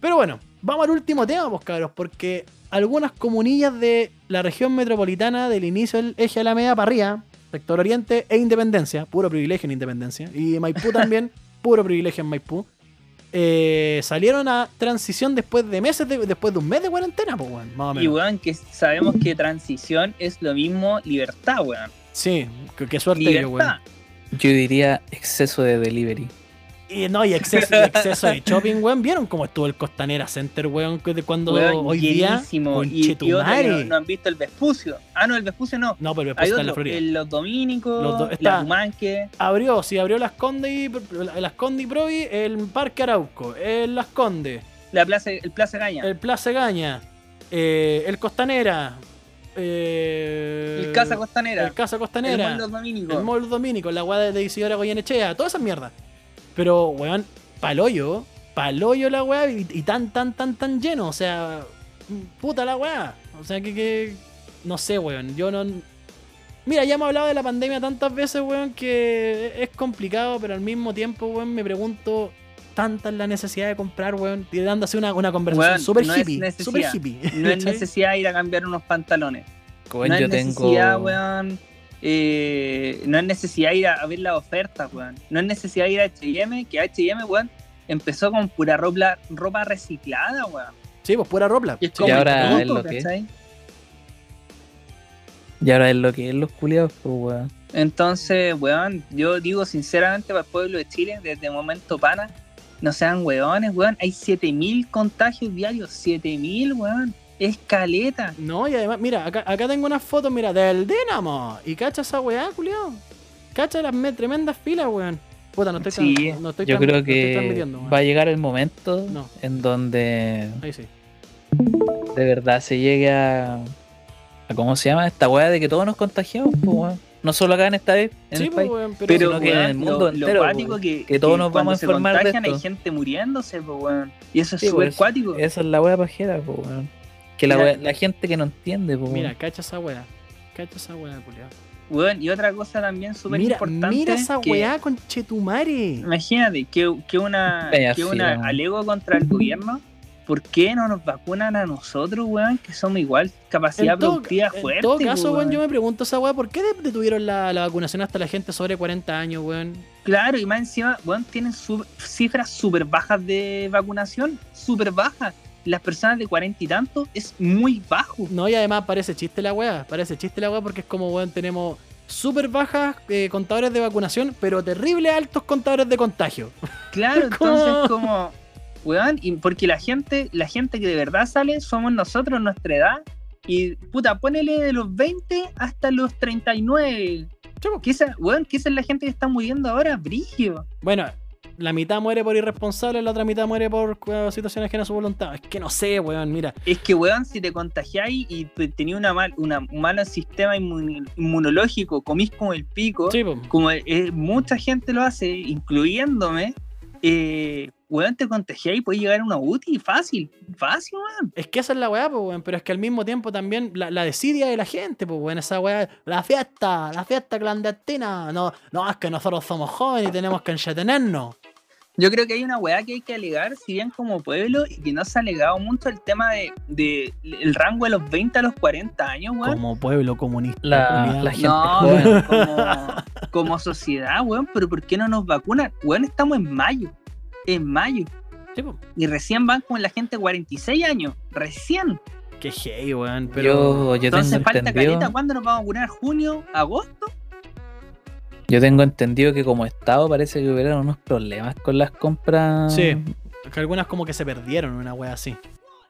Speaker 2: Pero bueno, vamos al último tema, pues, cabros, porque algunas comunillas de la región metropolitana del inicio del eje Alameda para arriba, sector oriente e independencia, puro privilegio en independencia, y Maipú también, puro privilegio en Maipú, eh, salieron a transición después de meses, de- después de un mes de cuarentena, pues, weón, más o menos.
Speaker 4: Y weón, que sabemos que transición es lo mismo libertad, weón.
Speaker 2: Sí, qué, qué suerte yo, weón.
Speaker 4: Libertad.
Speaker 3: Yo diría exceso de delivery.
Speaker 2: Y no, y exceso, y exceso de shopping, weón. ¿Vieron cómo estuvo el Costanera Center, weón? Que de cuando
Speaker 4: Weón,
Speaker 2: hoy día.
Speaker 4: llenísimo. Y, y otro que
Speaker 2: Conchetumare.
Speaker 4: no, no han visto el Vespucio. Ah, no, el Vespucio no.
Speaker 2: No, pero después
Speaker 4: Hay
Speaker 2: está en la
Speaker 4: otro,
Speaker 2: Florida.
Speaker 4: el- los dominicos,
Speaker 2: Los do- está-
Speaker 4: la Humanque.
Speaker 2: Abrió, sí, abrió Las Condes y Las Condes y Provi, el Parque Arauco, el Las Condes,
Speaker 4: la plaza, el Plaza Gaña, el,
Speaker 2: el Plaza Gaña, eh, el Costanera, eh,
Speaker 4: Casa Costanera,
Speaker 2: el Casa
Speaker 4: el,
Speaker 2: Costanera,
Speaker 4: Mall Los Dominicos.
Speaker 2: el Mall Dominico, la guada de Isidora Goyenechea, toda esa mierda. Pero, weón, paloyo, paloyo la weá y, y tan, tan, tan, tan lleno. O sea, puta la weá. O sea, que, que. No sé, weón. Yo no. Mira, ya hemos hablado de la pandemia tantas veces, weón, que es complicado, pero al mismo tiempo, weón, me pregunto. Tanta es la necesidad de comprar, weón. Y dándose una, una conversación
Speaker 4: Weón,
Speaker 2: súper
Speaker 4: no es
Speaker 2: hippie.
Speaker 4: necesidad.
Speaker 2: Súper hippie.
Speaker 4: No es
Speaker 2: ¿cachai?
Speaker 4: necesidad de ir a cambiar unos pantalones.
Speaker 3: Weón,
Speaker 4: no es
Speaker 3: yo tengo.
Speaker 4: necesidad, weón. eh, no es necesidad de ir a, a ver las ofertas, weón. No es necesidad de ir a HM, que HM, weón, empezó con pura ropa, ropa reciclada, weón.
Speaker 2: Sí, pues pura ropla.
Speaker 4: Y es
Speaker 2: Sí,
Speaker 4: como
Speaker 3: Y ahora
Speaker 4: el
Speaker 3: es lo
Speaker 4: truco,
Speaker 3: que es.
Speaker 4: ¿cachai?
Speaker 3: Y ahora es lo que es los culiados, pues, weón.
Speaker 4: Entonces, weón, yo digo sinceramente para el pueblo de Chile, desde el momento pana, no sean weones, weón. Hay 7000 contagios diarios, 7000, weón. Es caleta.
Speaker 2: No, y además, mira, acá, acá tengo unas fotos, mira, del Dynamo. Y cacha esa weá, culiao. Cacha las me- tremendas filas, weón. Puta, no estoy,
Speaker 4: Sí,
Speaker 2: tran- no estoy
Speaker 3: Yo
Speaker 2: tran- no
Speaker 3: creo
Speaker 2: estoy
Speaker 3: que
Speaker 2: transmitiendo, weón.
Speaker 3: va a llegar el momento
Speaker 2: No.
Speaker 3: en donde
Speaker 2: Ahí sí.
Speaker 3: de verdad se llegue a, a ¿Cómo se llama? Esta weá de que todos nos contagiamos, pues, weón. No solo acá en esta vez, en
Speaker 2: Sí,
Speaker 3: el
Speaker 2: pues,
Speaker 3: país.
Speaker 2: weón, pero.
Speaker 4: Pero,
Speaker 3: sino que en
Speaker 4: weón,
Speaker 3: el mundo
Speaker 4: lo,
Speaker 3: entero,
Speaker 4: lo cuático
Speaker 3: weón.
Speaker 4: que,
Speaker 3: Que todos nos
Speaker 4: cuando
Speaker 3: vamos a
Speaker 4: se
Speaker 3: informar de
Speaker 4: contagian
Speaker 3: esto.
Speaker 4: hay gente muriéndose, pues, weón. Y eso es
Speaker 3: Sí,
Speaker 4: súper
Speaker 3: pues,
Speaker 4: cuático.
Speaker 3: Esa es la weá pajera, pues, weón. Que la,
Speaker 4: Mira.
Speaker 3: weá- la gente que no entiende, pues,
Speaker 2: Mira,
Speaker 3: weón.
Speaker 2: cacha esa weá. Cacha esa weá, culiao.
Speaker 4: Weón, y otra cosa también súper
Speaker 2: Mira,
Speaker 4: importante.
Speaker 2: mira esa
Speaker 4: que-
Speaker 2: weá con Chetumare.
Speaker 4: Imagínate que, que una,
Speaker 3: Vaya
Speaker 4: que
Speaker 3: fila,
Speaker 4: una
Speaker 3: weón.
Speaker 4: alego contra el gobierno. ¿Por qué no nos vacunan a nosotros, weón? Que somos igual capacidad
Speaker 2: En todo,
Speaker 4: productiva
Speaker 2: en
Speaker 4: fuerte.
Speaker 2: todo caso,
Speaker 4: weón.
Speaker 2: weón, yo me pregunto esa weá, ¿por qué de- detuvieron la, la vacunación hasta la gente sobre 40 años, weón?
Speaker 4: Claro, y más encima, weón, tienen su- cifras súper bajas de vacunación, súper bajas. Las personas de cuarenta y tanto es muy bajo.
Speaker 2: No, y además parece chiste la weá, parece chiste la weá porque es como, weón, tenemos súper bajas eh, contadores de vacunación, pero terrible altos contadores de contagio.
Speaker 4: Claro,
Speaker 2: ¿Cómo?
Speaker 4: entonces como, weón, y porque la gente, la gente que de verdad sale somos nosotros, nuestra edad, y puta, ponele de los 20 hasta los 39. Que esa, weón, que esa es la gente que está muriendo ahora, Brigio.
Speaker 2: Bueno, la mitad muere por irresponsable, la otra mitad muere por eh, situaciones que no su voluntad. Es que no sé, weón, mira.
Speaker 4: Es que, weón, si te contagiáis y te- tenías una mal, una, un mal sistema inmun- inmunológico, comís como e, el pico,
Speaker 2: Sí, po.
Speaker 4: como eh, mucha gente lo hace, incluyéndome, eh, weón, te contagié y puedes llegar a una UTI. Fácil, fácil, weón.
Speaker 2: Es que esa es la weá, pues, weón. Pero es que al mismo tiempo también la, la desidia de la gente, pues, weón. Esa weá, la fiesta, la fiesta clandestina. No, no, es que nosotros somos jóvenes y tenemos que enchatenernos.
Speaker 4: Yo creo que hay una weá que hay que alegar, si bien como pueblo, y que no se ha alegado mucho el tema de, de el rango de los 20 a los 40 años, weón.
Speaker 2: Como pueblo comunista.
Speaker 3: La,
Speaker 2: culiao.
Speaker 3: la gente
Speaker 4: No,
Speaker 3: joven.
Speaker 4: weón, como, como sociedad, weón, pero ¿por qué no nos vacunan? Weón, estamos en mayo, en mayo,
Speaker 2: Sí, po.
Speaker 4: y recién van con la gente de 46 años, recién.
Speaker 2: Qué hey, weón. Pero.
Speaker 3: Yo, yo tengo
Speaker 4: Entonces falta
Speaker 3: entendido,
Speaker 4: caleta, ¿cuándo nos vamos a vacunar? ¿Junio? ¿Agosto?
Speaker 3: yo tengo entendido que como estado parece que hubieron unos problemas con las compras.
Speaker 2: Sí. Que algunas como que se perdieron, una weá así.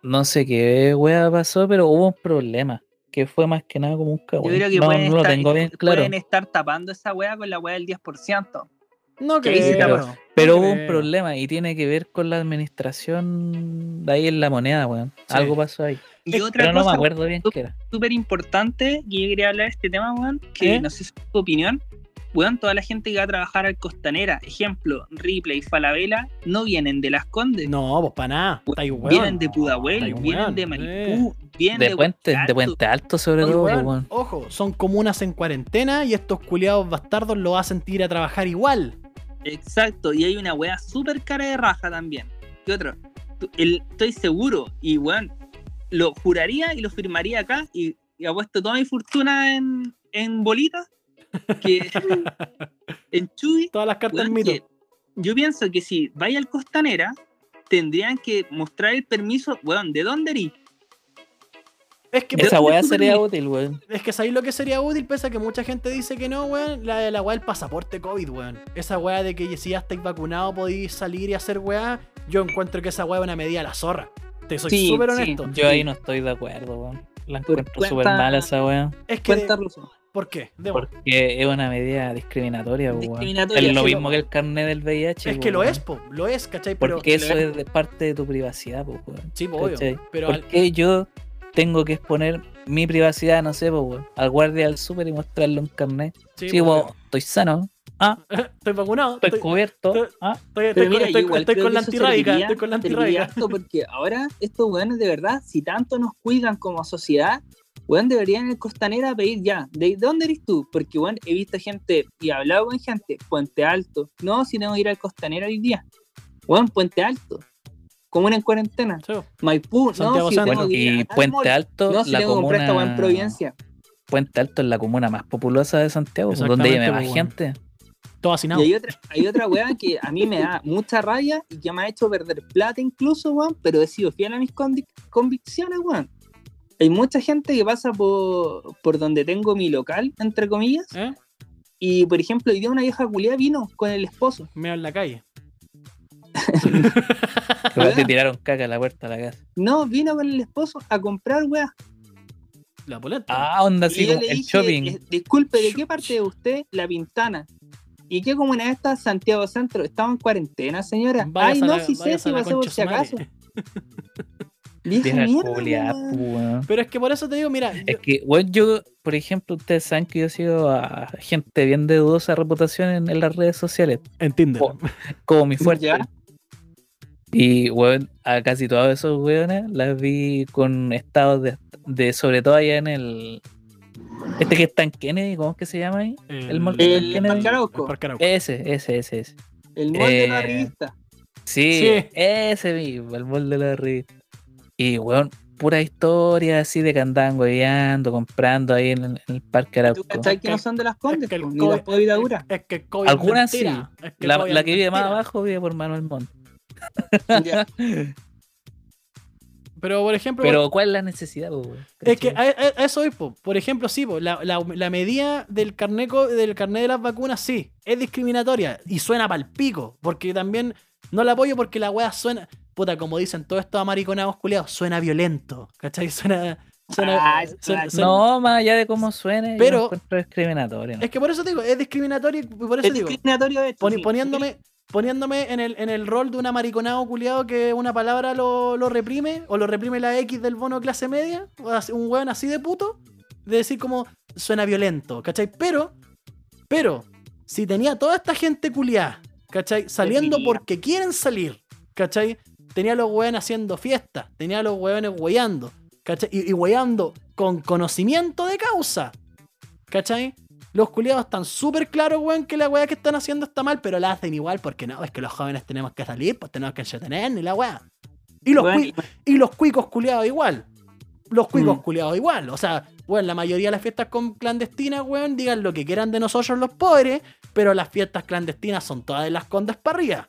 Speaker 3: No sé qué wea pasó, pero hubo un problema. Que fue más que nada como un
Speaker 4: Yo
Speaker 3: cagón.
Speaker 4: creo que
Speaker 3: no,
Speaker 4: pueden,
Speaker 3: no lo
Speaker 4: estar,
Speaker 3: tengo bien claro.
Speaker 4: pueden estar tapando esa weá con la weá del 10%.
Speaker 2: No
Speaker 4: Que ahí se
Speaker 2: creo.
Speaker 4: tapó.
Speaker 3: Pero
Speaker 2: No
Speaker 3: hubo un
Speaker 2: creo.
Speaker 3: problema y tiene que ver con la administración de ahí en la moneda, weón.
Speaker 2: Sí.
Speaker 3: Algo pasó ahí.
Speaker 4: Y otra
Speaker 3: Pero no me
Speaker 4: cosa,
Speaker 3: acuerdo bien qué era.
Speaker 4: súper importante que yo quería hablar de este tema, weón, que
Speaker 2: ¿Eh?
Speaker 4: no sé si es tu opinión. Weón, toda la gente que va a trabajar al Costanera, ejemplo, Ripley y Falabella, no vienen de Las Condes.
Speaker 2: No, pues para nada. Está ahí, weón.
Speaker 4: vienen de
Speaker 2: Estáis
Speaker 4: Pudahuel,
Speaker 2: weón, eh.
Speaker 4: vienen de Maipú, vienen
Speaker 3: De puente, de
Speaker 4: Alto.
Speaker 3: puente alto sobre
Speaker 2: Oye,
Speaker 3: todo,
Speaker 2: weón,
Speaker 3: pues, weón.
Speaker 2: Ojo, son comunas en cuarentena y estos culiados bastardos lo hacen ir a trabajar igual.
Speaker 4: Exacto, y hay una weá súper cara de raja también. ¿Qué otro? Tú- el- estoy seguro, y weón, lo juraría y lo firmaría acá, y, y apuesto toda mi fortuna en, en bolitas, que en Chuy,
Speaker 2: Todas las cartas
Speaker 4: Weón,
Speaker 2: mito.
Speaker 4: que yo pienso que si vais al Costanera, tendrían que mostrar el permiso, weón, ¿de dónde eres?
Speaker 2: Es que,
Speaker 3: Esa
Speaker 4: ¿dónde
Speaker 3: weá
Speaker 4: tú
Speaker 3: sería
Speaker 4: venís?
Speaker 3: útil, weón.
Speaker 2: es que sabéis lo que sería útil, pese a que mucha gente dice que no, weón. La, la weá del pasaporte COVID, weón. Esa weá de que si ya estáis vacunado podéis salir y hacer weá. Yo encuentro que esa weá es una medida a la zorra. Te soy
Speaker 4: Sí,
Speaker 2: súper
Speaker 4: sí.
Speaker 2: honesto.
Speaker 3: Yo ahí no estoy de acuerdo, weón. La
Speaker 4: Por
Speaker 3: encuentro súper
Speaker 4: cuenta-
Speaker 3: mala esa weá.
Speaker 2: Es que.
Speaker 4: Cuenta ruso.
Speaker 2: ¿Por qué? Demo.
Speaker 3: Porque es una medida discriminatoria, pues, weón.
Speaker 4: Discriminatoria,
Speaker 3: Es lo
Speaker 4: sí,
Speaker 3: mismo
Speaker 4: lo-
Speaker 3: que el carnet del VIH.
Speaker 2: es que lo
Speaker 3: pues, weón.
Speaker 2: es, po. Lo es, ¿cachai? Pero.
Speaker 3: Porque eso es de parte de tu privacidad, po, weón.
Speaker 2: Sí, po, obvio.
Speaker 3: ¿cachai?
Speaker 2: Pero al-
Speaker 3: ¿Por qué yo tengo que exponer mi privacidad, no sé, po, weón, al guardia del súper y mostrarle un carnet?
Speaker 2: sí,
Speaker 3: Sí,
Speaker 2: po,
Speaker 3: po,
Speaker 2: weón.
Speaker 3: estoy sano,
Speaker 2: Estoy vacunado.
Speaker 3: estoy
Speaker 2: Estoy,
Speaker 3: cubierto.
Speaker 2: estoy-
Speaker 3: ah,
Speaker 2: estoy- estoy
Speaker 4: Pero
Speaker 2: con-
Speaker 4: mira, yo
Speaker 2: estoy-
Speaker 4: igual
Speaker 2: estoy
Speaker 4: creo
Speaker 2: con
Speaker 4: que
Speaker 2: la
Speaker 4: eso
Speaker 2: antirrábica.
Speaker 4: serviría-
Speaker 2: Estoy con la
Speaker 4: serviría
Speaker 2: antirrábica.
Speaker 4: harto porque ahora estos weones de verdad, si tanto nos cuidan como sociedad, weón, deberían en el Costanera pedir ya, ¿de dónde eres tú? Porque weón, he visto gente y he hablado con gente, Puente Alto, no, si tengo que ir al Costanera hoy día, weón, Puente Alto, comuna en cuarentena,
Speaker 2: Sí, po.
Speaker 4: Maipú,
Speaker 2: Santiago
Speaker 4: no, si
Speaker 2: Centro.
Speaker 4: tengo
Speaker 3: bueno,
Speaker 4: que ir
Speaker 3: y
Speaker 4: a tal
Speaker 3: Puente
Speaker 4: mall.
Speaker 3: Alto,
Speaker 4: no, si
Speaker 3: la
Speaker 4: tengo que comprar esta weá
Speaker 3: comuna,
Speaker 4: en Providencia.
Speaker 3: Puente Alto es la comuna más populosa de Santiago, pues, donde
Speaker 2: Exactamente,
Speaker 3: vive
Speaker 2: po,
Speaker 3: más
Speaker 4: pues,
Speaker 2: weón.
Speaker 3: gente.
Speaker 2: Todo hacinado.
Speaker 4: Y hay otra, hay otra weá que a mí me da mucha rabia y que me ha hecho perder plata incluso, weón, pero he sido fiel a mis convic- convicciones, weón. Hay mucha gente que pasa por, por donde tengo mi local, entre comillas,
Speaker 2: ¿Eh?
Speaker 4: y por ejemplo, hoy día una vieja culiada vino con el esposo.
Speaker 2: Meo en la calle.
Speaker 3: Igual te
Speaker 4: ¿Verdad?
Speaker 3: tiraron caca a la puerta de la casa.
Speaker 4: No, vino con el esposo a comprar weá.
Speaker 2: La polenta.
Speaker 3: Ah, onda
Speaker 4: Y
Speaker 3: así
Speaker 4: yo
Speaker 3: como
Speaker 4: le
Speaker 3: el
Speaker 4: dije,
Speaker 3: shopping.
Speaker 4: eh, disculpe, ¿de qué parte de usted? La Pintana. ¿Y qué comuna es esta? Santiago Centro. Estamos en cuarentena, señora.
Speaker 2: Váyase
Speaker 4: Ay,
Speaker 2: a
Speaker 4: no,
Speaker 2: la-
Speaker 4: si sé,
Speaker 2: váyase
Speaker 4: si
Speaker 2: a la
Speaker 4: pasé por
Speaker 2: concha
Speaker 4: si
Speaker 2: su madre.
Speaker 4: acaso. Vieja
Speaker 3: Vieja
Speaker 4: mierda,
Speaker 3: culiá,
Speaker 4: weón.
Speaker 3: po, weón.
Speaker 2: Pero es que por eso te digo, mira, yo-
Speaker 3: Es que, bueno, yo, por ejemplo, ustedes saben que yo sigo a gente bien de dudosa reputación en, en las redes sociales,
Speaker 2: en Tinder.
Speaker 3: Oh. como mi fuerte.
Speaker 4: Ya.
Speaker 3: Y, bueno, a casi todos esos weones las vi con estados de, de- sobre todo allá en el. Este que está en Kennedy, ¿cómo es que se llama ahí? El mol-
Speaker 4: El
Speaker 3: Tiene-
Speaker 4: Parque
Speaker 2: el
Speaker 4: Arauco,
Speaker 2: Parque Arauco.
Speaker 3: Ese, ese, ese, ese.
Speaker 4: el molde de la
Speaker 3: Eh,
Speaker 4: revista.
Speaker 3: Sí,
Speaker 2: Sí.
Speaker 3: ese mismo, el molde de la revista. Y, weón, pura historia así de que andaban hueveando, comprando ahí en el, en el Parque
Speaker 4: ¿Tú
Speaker 3: Arauco.
Speaker 4: cachai que no son de las condes?
Speaker 2: Es que el
Speaker 4: po, Ni
Speaker 2: COVID-
Speaker 4: las podidadura.
Speaker 2: Es que el COVID
Speaker 3: Algunas
Speaker 2: es mentira. Es
Speaker 3: La,
Speaker 2: el COVID
Speaker 3: la
Speaker 2: es
Speaker 3: que vive más
Speaker 2: mentira.
Speaker 3: abajo vive por Manuel Montt.
Speaker 4: Ya.
Speaker 2: Pero por ejemplo,
Speaker 3: Pero ¿cuál es la necesidad? po, weón?
Speaker 2: es que
Speaker 3: ¿Cachai?
Speaker 2: a, a- a eso voy, po. por ejemplo, sí, po, la, la- la medida del carnet, del carnet de las vacunas, sí, es discriminatoria y suena pal pico, porque también no la apoyo porque la wea suena, puta, como dicen todos estos amariconados culiados, suena violento, ¿cachai? Suena... suena,
Speaker 4: Ah, es
Speaker 2: suena-
Speaker 4: verdad.
Speaker 2: suena-
Speaker 3: No, más allá de cómo suene,
Speaker 2: Pero-
Speaker 3: yo lo encuentro discriminatorio. ¿no?
Speaker 2: Es que por eso te digo, es discriminatorio y por eso te
Speaker 4: Es
Speaker 2: digo...
Speaker 4: discriminatorio de hecho,
Speaker 2: Poni-
Speaker 4: sí.
Speaker 2: poniéndome poniéndome en el, en el rol de un amariconado culiado que una palabra lo, lo reprime o lo reprime la X del bono clase media, o así- un weón así de puto, de decir como suena violento, ¿cachai? Pero, pero, si tenía toda esta gente culiada ¿Cachai? Saliendo
Speaker 4: Definida.
Speaker 2: porque quieren salir. ¿Cachai? Tenía a los weones haciendo fiestas. Tenía a los weones weyando. ¿Cachai? Y, y weyando con conocimiento de causa. ¿Cachai? Los culiados están súper claros, weón, que la weá que están haciendo está mal, pero la hacen igual porque no, es que los jóvenes tenemos que salir, pues tenemos que entretenernos y la weá. Y los,
Speaker 4: Weón,
Speaker 2: cui- y los cuicos culiados igual. Los cuicos
Speaker 4: Mm.
Speaker 2: culiados igual. O sea, weón, la mayoría de las fiestas con clandestinas, weón, digan lo que quieran de nosotros los pobres, pero las fiestas clandestinas son todas de las condes para arriba.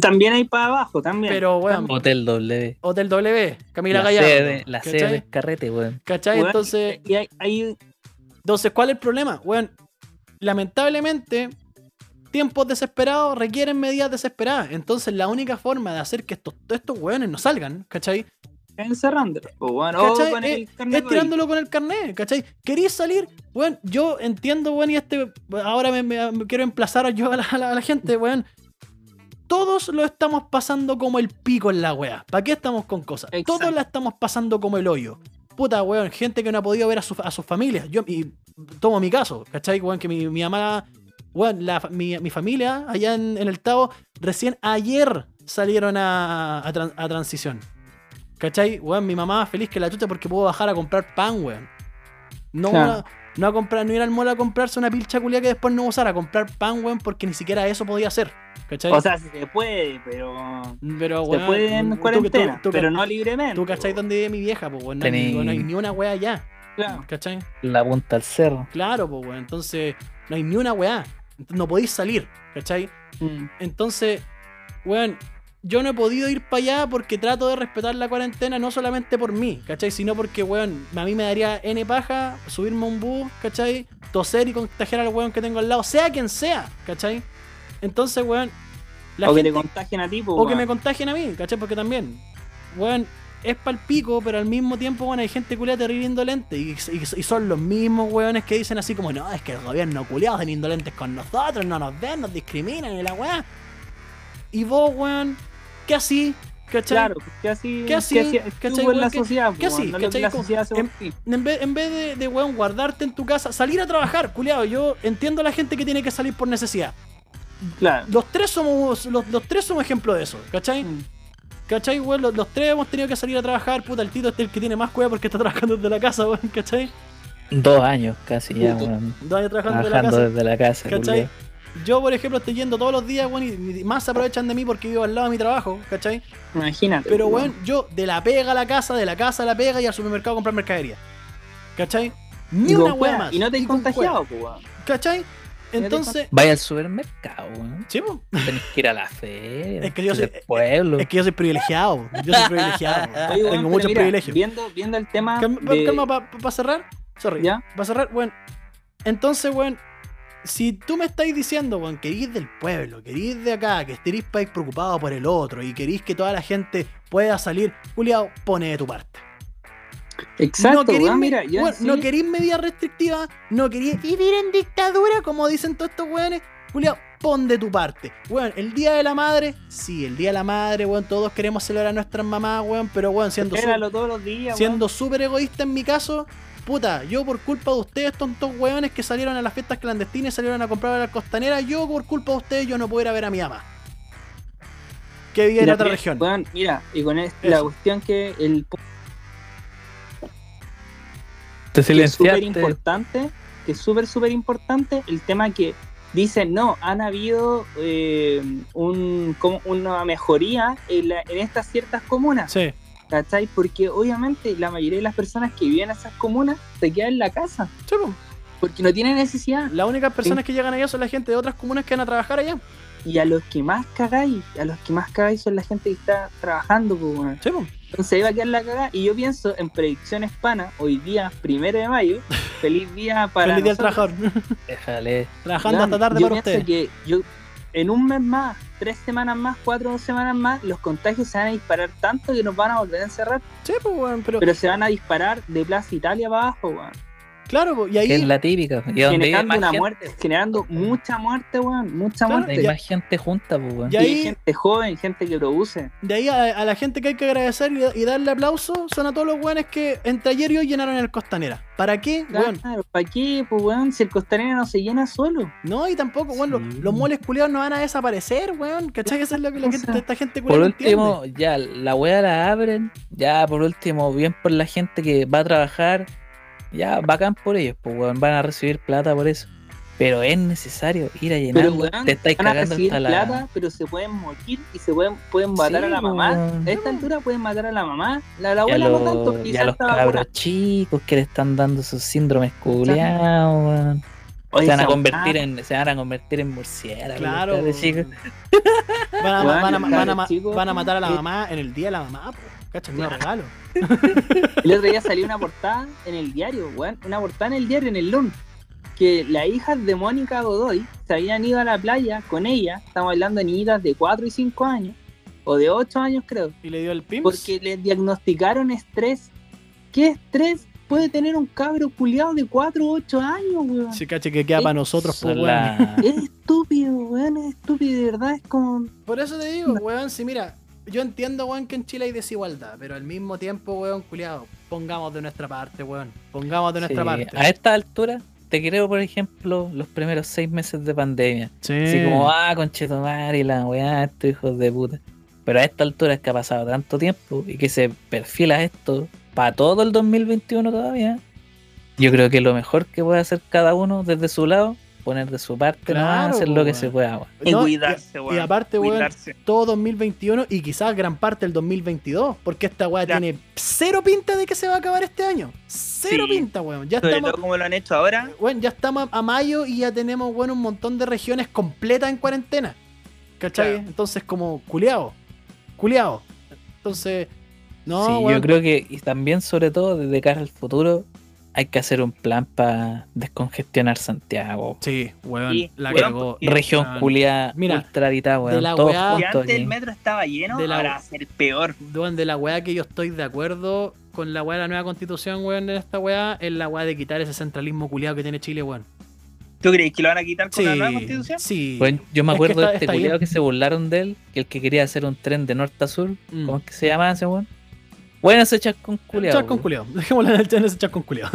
Speaker 4: También hay para abajo, también.
Speaker 2: Pero, weón,
Speaker 3: Hotel W.
Speaker 2: Hotel W, Camila
Speaker 3: La
Speaker 2: Gallardo.
Speaker 3: sede, la sede
Speaker 2: ¿Cachai?
Speaker 3: del carrete, weón.
Speaker 2: ¿Cachai?
Speaker 4: Weón,
Speaker 2: Entonces,
Speaker 4: y hay, hay-
Speaker 2: entonces, ¿cuál es el problema? Weón, lamentablemente, tiempos desesperados requieren medidas desesperadas. Entonces, la única forma de hacer que estos, estos weones no salgan, ¿cachai?
Speaker 4: encerrándolo. O, bueno, o
Speaker 2: ¿Cachai?
Speaker 4: Oh, con
Speaker 2: Eh,
Speaker 4: el carnet
Speaker 2: es tirándolo con el carnet, ¿cachai? ¿Querís salir? Bueno, yo entiendo, bueno, y este. Ahora me, me- me quiero emplazar yo a la, a la- a la gente, weón. Todos lo estamos pasando como el pico en la wea. ¿Para qué estamos con cosas?
Speaker 4: Exacto.
Speaker 2: Todos la estamos pasando como el hoyo. Puta, weón, gente que no ha podido ver a, su- a sus familias. Yo, y tomo mi caso, ¿cachai? Weón, que mi, mi mamá. Weón, la fa- mi, mi familia allá en, en el Tao recién ayer salieron a, a tran- a transición. ¿Cachai? Weón, mi mamá feliz que la chucha porque pudo bajar a comprar pan, weón. No,
Speaker 4: Claro.
Speaker 2: a- no a comprar, no ir al mall a comprarse una pilcha culia que después no usar, a comprar pan, weón, porque ni siquiera eso podía hacer. ¿Cachai?
Speaker 4: O sea, se puede, pero.
Speaker 2: pero,
Speaker 4: Se
Speaker 2: weón,
Speaker 4: puede en
Speaker 2: tú que- tú-
Speaker 4: cuarentena,
Speaker 2: tú que-
Speaker 4: pero no libremente.
Speaker 2: ¿Tú cachai dónde vive mi vieja, pues, weón? No hay,
Speaker 3: Tení-
Speaker 2: ni- no hay ni una weá allá,
Speaker 4: Claro.
Speaker 2: ¿cachai?
Speaker 3: La punta al cerro.
Speaker 2: Claro, pues, weón. Entonces, no hay ni una weá. Ent- No podéis salir, ¿cachai?
Speaker 4: Mm.
Speaker 2: Entonces, weón, yo no he podido ir para allá porque trato de respetar la cuarentena, no solamente por mí, ¿cachai? Sino porque, weón, a mí me daría N paja subirme a un bus, ¿cachai? Toser y contagiar al weón que tengo al lado, sea quien sea, ¿cachai? Entonces, weón, la
Speaker 4: o que
Speaker 2: gente-
Speaker 4: te contagien a ti, po,
Speaker 2: o que
Speaker 4: weón.
Speaker 2: me contagien a mí, ¿cachai? Porque también, weón, es pal pico, pero al mismo tiempo, weón, hay gente culiada terrible indolente. Y, y- y son los mismos weones que dicen así como, no, es que el gobierno culiado son indolentes con nosotros, no nos ven, nos discriminan y la weá. Y vos, weón, ¿qué así? ¿Cachai?
Speaker 4: Claro, que así.
Speaker 2: ¿Qué así?
Speaker 4: que así
Speaker 2: ¿Cachai,
Speaker 4: estuvo
Speaker 2: weón?
Speaker 4: en la
Speaker 2: ¿Qué-
Speaker 4: sociedad,
Speaker 2: qué
Speaker 4: po,
Speaker 2: así?
Speaker 4: weón, no lo que
Speaker 2: ¿Cachai?
Speaker 4: la
Speaker 2: Como-
Speaker 4: sociedad hace por ti.
Speaker 2: En vez, en vez de, de, weón, guardarte en tu casa, salir a trabajar, culiado. Yo entiendo a la gente que tiene que salir por necesidad.
Speaker 4: Claro.
Speaker 2: Los tres somos, los, los tres somos ejemplo de eso, ¿cachai?
Speaker 4: Mm.
Speaker 2: ¿Cachai, weón? Los, los tres hemos tenido que salir a trabajar. Puta, el Tito este es el que tiene más cueva porque está trabajando desde la casa, weón, ¿cachai?
Speaker 3: Dos años casi ya,
Speaker 4: Puto.
Speaker 3: weón.
Speaker 2: Dos años trabajando desde la
Speaker 3: Trabajando
Speaker 2: casa.
Speaker 3: desde la casa,
Speaker 2: ¿Cachai?
Speaker 3: culiao.
Speaker 2: Yo, por ejemplo, estoy yendo todos los días, weón, y y más se aprovechan de mí porque vivo al lado de mi trabajo, ¿cachai?
Speaker 4: Imagínate.
Speaker 2: Pero,
Speaker 4: po,
Speaker 2: weón, yo de la pega a la casa, de la casa a la pega y al supermercado a comprar mercadería. ¿Cachai? Ni
Speaker 4: Y con
Speaker 2: una
Speaker 4: cueva,
Speaker 2: weá más.
Speaker 4: Y no te has
Speaker 2: con
Speaker 4: contagiado, po, weón.
Speaker 2: cueva, ¿Cachai? Entonces,
Speaker 3: Vaya al supermercado, weón.
Speaker 2: sí, po.
Speaker 3: Tenés que ir a la feria.
Speaker 2: Es que yo
Speaker 3: ir
Speaker 2: soy-
Speaker 3: al pueblo.
Speaker 2: es que yo soy privilegiado. Yo soy privilegiado. weón.
Speaker 4: Oye, weón,
Speaker 2: Ah, Tengo
Speaker 4: pero
Speaker 2: muchos
Speaker 4: mira,
Speaker 2: privilegios.
Speaker 4: Viendo, viendo el tema.
Speaker 2: Calma,
Speaker 4: Ah, de-
Speaker 2: para cerrar. Sorry.
Speaker 4: ¿Ya?
Speaker 2: Para cerrar, weón. Entonces, weón, si tú me estáis diciendo, weón, que erís del pueblo, que erís de acá, que estéis país preocupado por el otro y querís que toda la gente pueda salir, Juliado, pone de tu parte.
Speaker 4: Exacto,
Speaker 2: no, querís,
Speaker 4: weón,
Speaker 2: me-
Speaker 4: mira, yo
Speaker 2: weón,
Speaker 4: sí-
Speaker 2: no querís medidas restrictivas, no querís vivir en dictadura, como dicen todos estos weones. Juliado, pon de tu parte. Weón, el Día de la Madre, sí, el Día de la Madre, weón, todos queremos celebrar a nuestras mamás, weón, pero weón, siendo súper-
Speaker 4: Espéralo todos los días, weón.
Speaker 2: siendo súper egoísta en mi caso, puta, yo por culpa de ustedes, tontos hueones que salieron a las fiestas clandestinas, salieron a comprar a la costanera, yo por culpa de ustedes yo no puedo ir a ver a mi mamá. Que vive en
Speaker 4: Mira,
Speaker 2: otra
Speaker 4: mira,
Speaker 2: región.
Speaker 4: weón, mira, y con es- la
Speaker 2: Eso.
Speaker 4: cuestión que el po-
Speaker 3: Te
Speaker 4: que es súper
Speaker 3: silenciaste.
Speaker 4: importante, que es súper, súper importante, el tema que dicen, no, han habido eh, un, como una mejoría en, la- en estas ciertas comunas,
Speaker 2: Sí,
Speaker 4: ¿cachai? Porque obviamente la mayoría de las personas que viven en esas comunas se quedan en la casa,
Speaker 2: sí, po.
Speaker 4: porque no tienen necesidad.
Speaker 2: las únicas personas que llegan allá son la gente de otras comunas que van a trabajar allá.
Speaker 4: Y a los que más cagáis, a los que más cagáis son la gente que está trabajando, pues, weón.
Speaker 2: Sí, po.
Speaker 4: Entonces iba a quedar la cagada. Y yo pienso en predicciones pana, hoy día, primero de mayo. Feliz día para.
Speaker 2: Feliz día al
Speaker 4: nosotros.
Speaker 2: trabajador.
Speaker 3: Déjale.
Speaker 2: Trabajando
Speaker 4: Weón,
Speaker 2: hasta tarde
Speaker 4: yo
Speaker 2: para
Speaker 4: pienso
Speaker 2: ustedes.
Speaker 4: que yo, en un mes más, tres semanas más, cuatro semanas más, los contagios se van a disparar tanto que nos van a volver a encerrar.
Speaker 2: Sí, po, weón, pero,
Speaker 4: Pero se van a disparar de Plaza Italia para abajo, weón.
Speaker 2: Claro, po, y ahí
Speaker 3: que es la típica. Y donde vive
Speaker 4: generando
Speaker 3: más
Speaker 4: una
Speaker 3: gente,
Speaker 4: muerte, generando mucha muerte, weón, mucha
Speaker 2: Claro,
Speaker 3: donde
Speaker 4: muerte.
Speaker 3: hay más gente junta, pues, weón.
Speaker 2: Y
Speaker 4: Y
Speaker 2: ahí-
Speaker 4: gente joven, gente que produce.
Speaker 2: De ahí a, a la gente que hay que agradecer y, y darle aplauso son a todos los weones que entre ayer y hoy llenaron el Costanera. ¿Para qué, weón?
Speaker 4: Claro, ¿para qué? Pues, weón, si el costanero no se llena solo.
Speaker 2: No, y tampoco, weón, los-
Speaker 3: Sí.
Speaker 2: los, moles culiados no van a desaparecer, weón. ¿Cachai? Eso es lo que la
Speaker 4: O
Speaker 2: gente,
Speaker 4: sea,
Speaker 2: esta gente culiada
Speaker 3: Por
Speaker 2: no entiende.
Speaker 3: último, ya la weá la abren. Ya por último, bien por la gente que va a trabajar. Ya bacán por ellos, pues weón, van a recibir plata por eso. Pero es necesario ir a llenar.
Speaker 4: Pero,
Speaker 3: weón.
Speaker 4: weón,
Speaker 3: te estáis
Speaker 4: van a
Speaker 3: cagando
Speaker 4: recibir
Speaker 3: hasta la.
Speaker 4: plata, pero se pueden morir y se pueden, pueden matar
Speaker 3: Sí,
Speaker 4: a la mamá.
Speaker 3: weón.
Speaker 4: A esta altura pueden matar a la mamá. La, la
Speaker 3: Y a,
Speaker 4: abuela
Speaker 3: los,
Speaker 4: no tanto,
Speaker 3: y a
Speaker 4: quizás
Speaker 3: los
Speaker 4: estaba
Speaker 3: cabros
Speaker 4: buena.
Speaker 3: chicos que le están dando sus síndromes culeados, weón.
Speaker 4: Oye,
Speaker 3: Se van a
Speaker 4: esa
Speaker 3: convertir
Speaker 4: weá,
Speaker 3: en, se van a convertir en murciélagos.
Speaker 2: Claro.
Speaker 3: los cabros chicos.
Speaker 2: Van a,
Speaker 4: Weón,
Speaker 2: van a-
Speaker 4: los
Speaker 2: van a
Speaker 4: cabros
Speaker 2: ma-
Speaker 4: chicos,
Speaker 2: van a matar a la
Speaker 4: eh.
Speaker 2: mamá en el día de la mamá, po. ¿Cachai? Un
Speaker 4: Claro.
Speaker 2: regalo.
Speaker 4: El otro día salió una portada en el diario, weón. Una portada en el diario, en el LUN. Que las hijas de Mónica Godoy se habían ido a la playa con ella. Estamos hablando de niñitas de 4 y 5 años. O de 8 años, creo.
Speaker 2: Y le dio el pimps.
Speaker 4: Porque le diagnosticaron estrés. ¿Qué estrés puede tener un cabro culiado de 4 o 8 años, weón?
Speaker 2: Sí, caché, que queda para nosotros, pues,
Speaker 3: Son
Speaker 2: weón.
Speaker 3: la-
Speaker 4: Es estúpido, weón, es estúpido, de verdad, es como...
Speaker 2: Por eso te digo, weón, si mira, yo entiendo, weón, que en Chile hay desigualdad, pero al mismo tiempo, weón, culiado, pongamos de nuestra parte, weón. Pongamos de nuestra
Speaker 3: Sí,
Speaker 2: parte.
Speaker 3: A esta altura, te creo, por ejemplo, los primeros seis meses de pandemia.
Speaker 2: Sí.
Speaker 3: Así como, ah, conchetomar y la weá, estos hijos de puta. Pero a esta altura es que ha pasado tanto tiempo y que se perfila esto para todo el 2021 todavía. Yo creo que lo mejor que puede hacer cada uno desde su lado, poner de su parte, nomás,
Speaker 2: Claro,
Speaker 3: hacer lo que
Speaker 2: weón.
Speaker 3: se pueda. weón.
Speaker 2: No,
Speaker 9: cuidarse,
Speaker 2: y
Speaker 9: weón.
Speaker 2: aparte, weón,
Speaker 9: Cuidarse.
Speaker 2: todo 2021 y quizás gran parte del 2022, porque esta weá
Speaker 9: Ya.
Speaker 2: tiene cero pinta de que se va a acabar este año. Cero
Speaker 9: Sí.
Speaker 2: pinta, weón. Ya
Speaker 9: Sobre
Speaker 2: estamos,
Speaker 9: todo como lo han hecho ahora.
Speaker 2: weón, ya estamos a mayo y ya tenemos, weón, un montón de regiones completas en cuarentena. ¿Cachai?
Speaker 9: Claro.
Speaker 2: Entonces, como, culiao. Culiao. Entonces, no,
Speaker 3: Sí,
Speaker 2: weón,
Speaker 3: yo creo que, y también sobre todo desde cara al futuro, hay que hacer un plan para descongestionar Santiago.
Speaker 2: Sí, weón,
Speaker 9: Sí,
Speaker 2: la
Speaker 9: weón,
Speaker 2: cargó.
Speaker 9: porque-
Speaker 3: Región
Speaker 2: weón.
Speaker 3: Julia
Speaker 2: Mira,
Speaker 3: ultra habitada, weón.
Speaker 2: la
Speaker 3: todos
Speaker 2: weá-
Speaker 9: Si
Speaker 3: juntos
Speaker 9: antes
Speaker 3: aquí.
Speaker 9: el metro estaba lleno,
Speaker 2: Ah, De la-
Speaker 9: ahora va a ser peor.
Speaker 2: Weón, de la weá que yo estoy de acuerdo con la weá de la nueva constitución, weón, en esta weá, es la weá de quitar ese centralismo culiado que tiene Chile, weón.
Speaker 9: ¿Tú crees que lo van a quitar con
Speaker 2: Sí,
Speaker 9: la nueva constitución?
Speaker 2: sí.
Speaker 3: Bueno, yo me
Speaker 2: Es que
Speaker 3: acuerdo
Speaker 2: está-
Speaker 3: de este
Speaker 2: está
Speaker 3: culiado
Speaker 2: bien.
Speaker 3: que se burlaron de él, que el que quería hacer un tren de norte a sur,
Speaker 2: Mm.
Speaker 3: ¿cómo es que se llamaba ese weón? Bueno, ese chascón culiado.
Speaker 2: Chascón culiao. Dejémoslo en el chat, ese chascón culiao.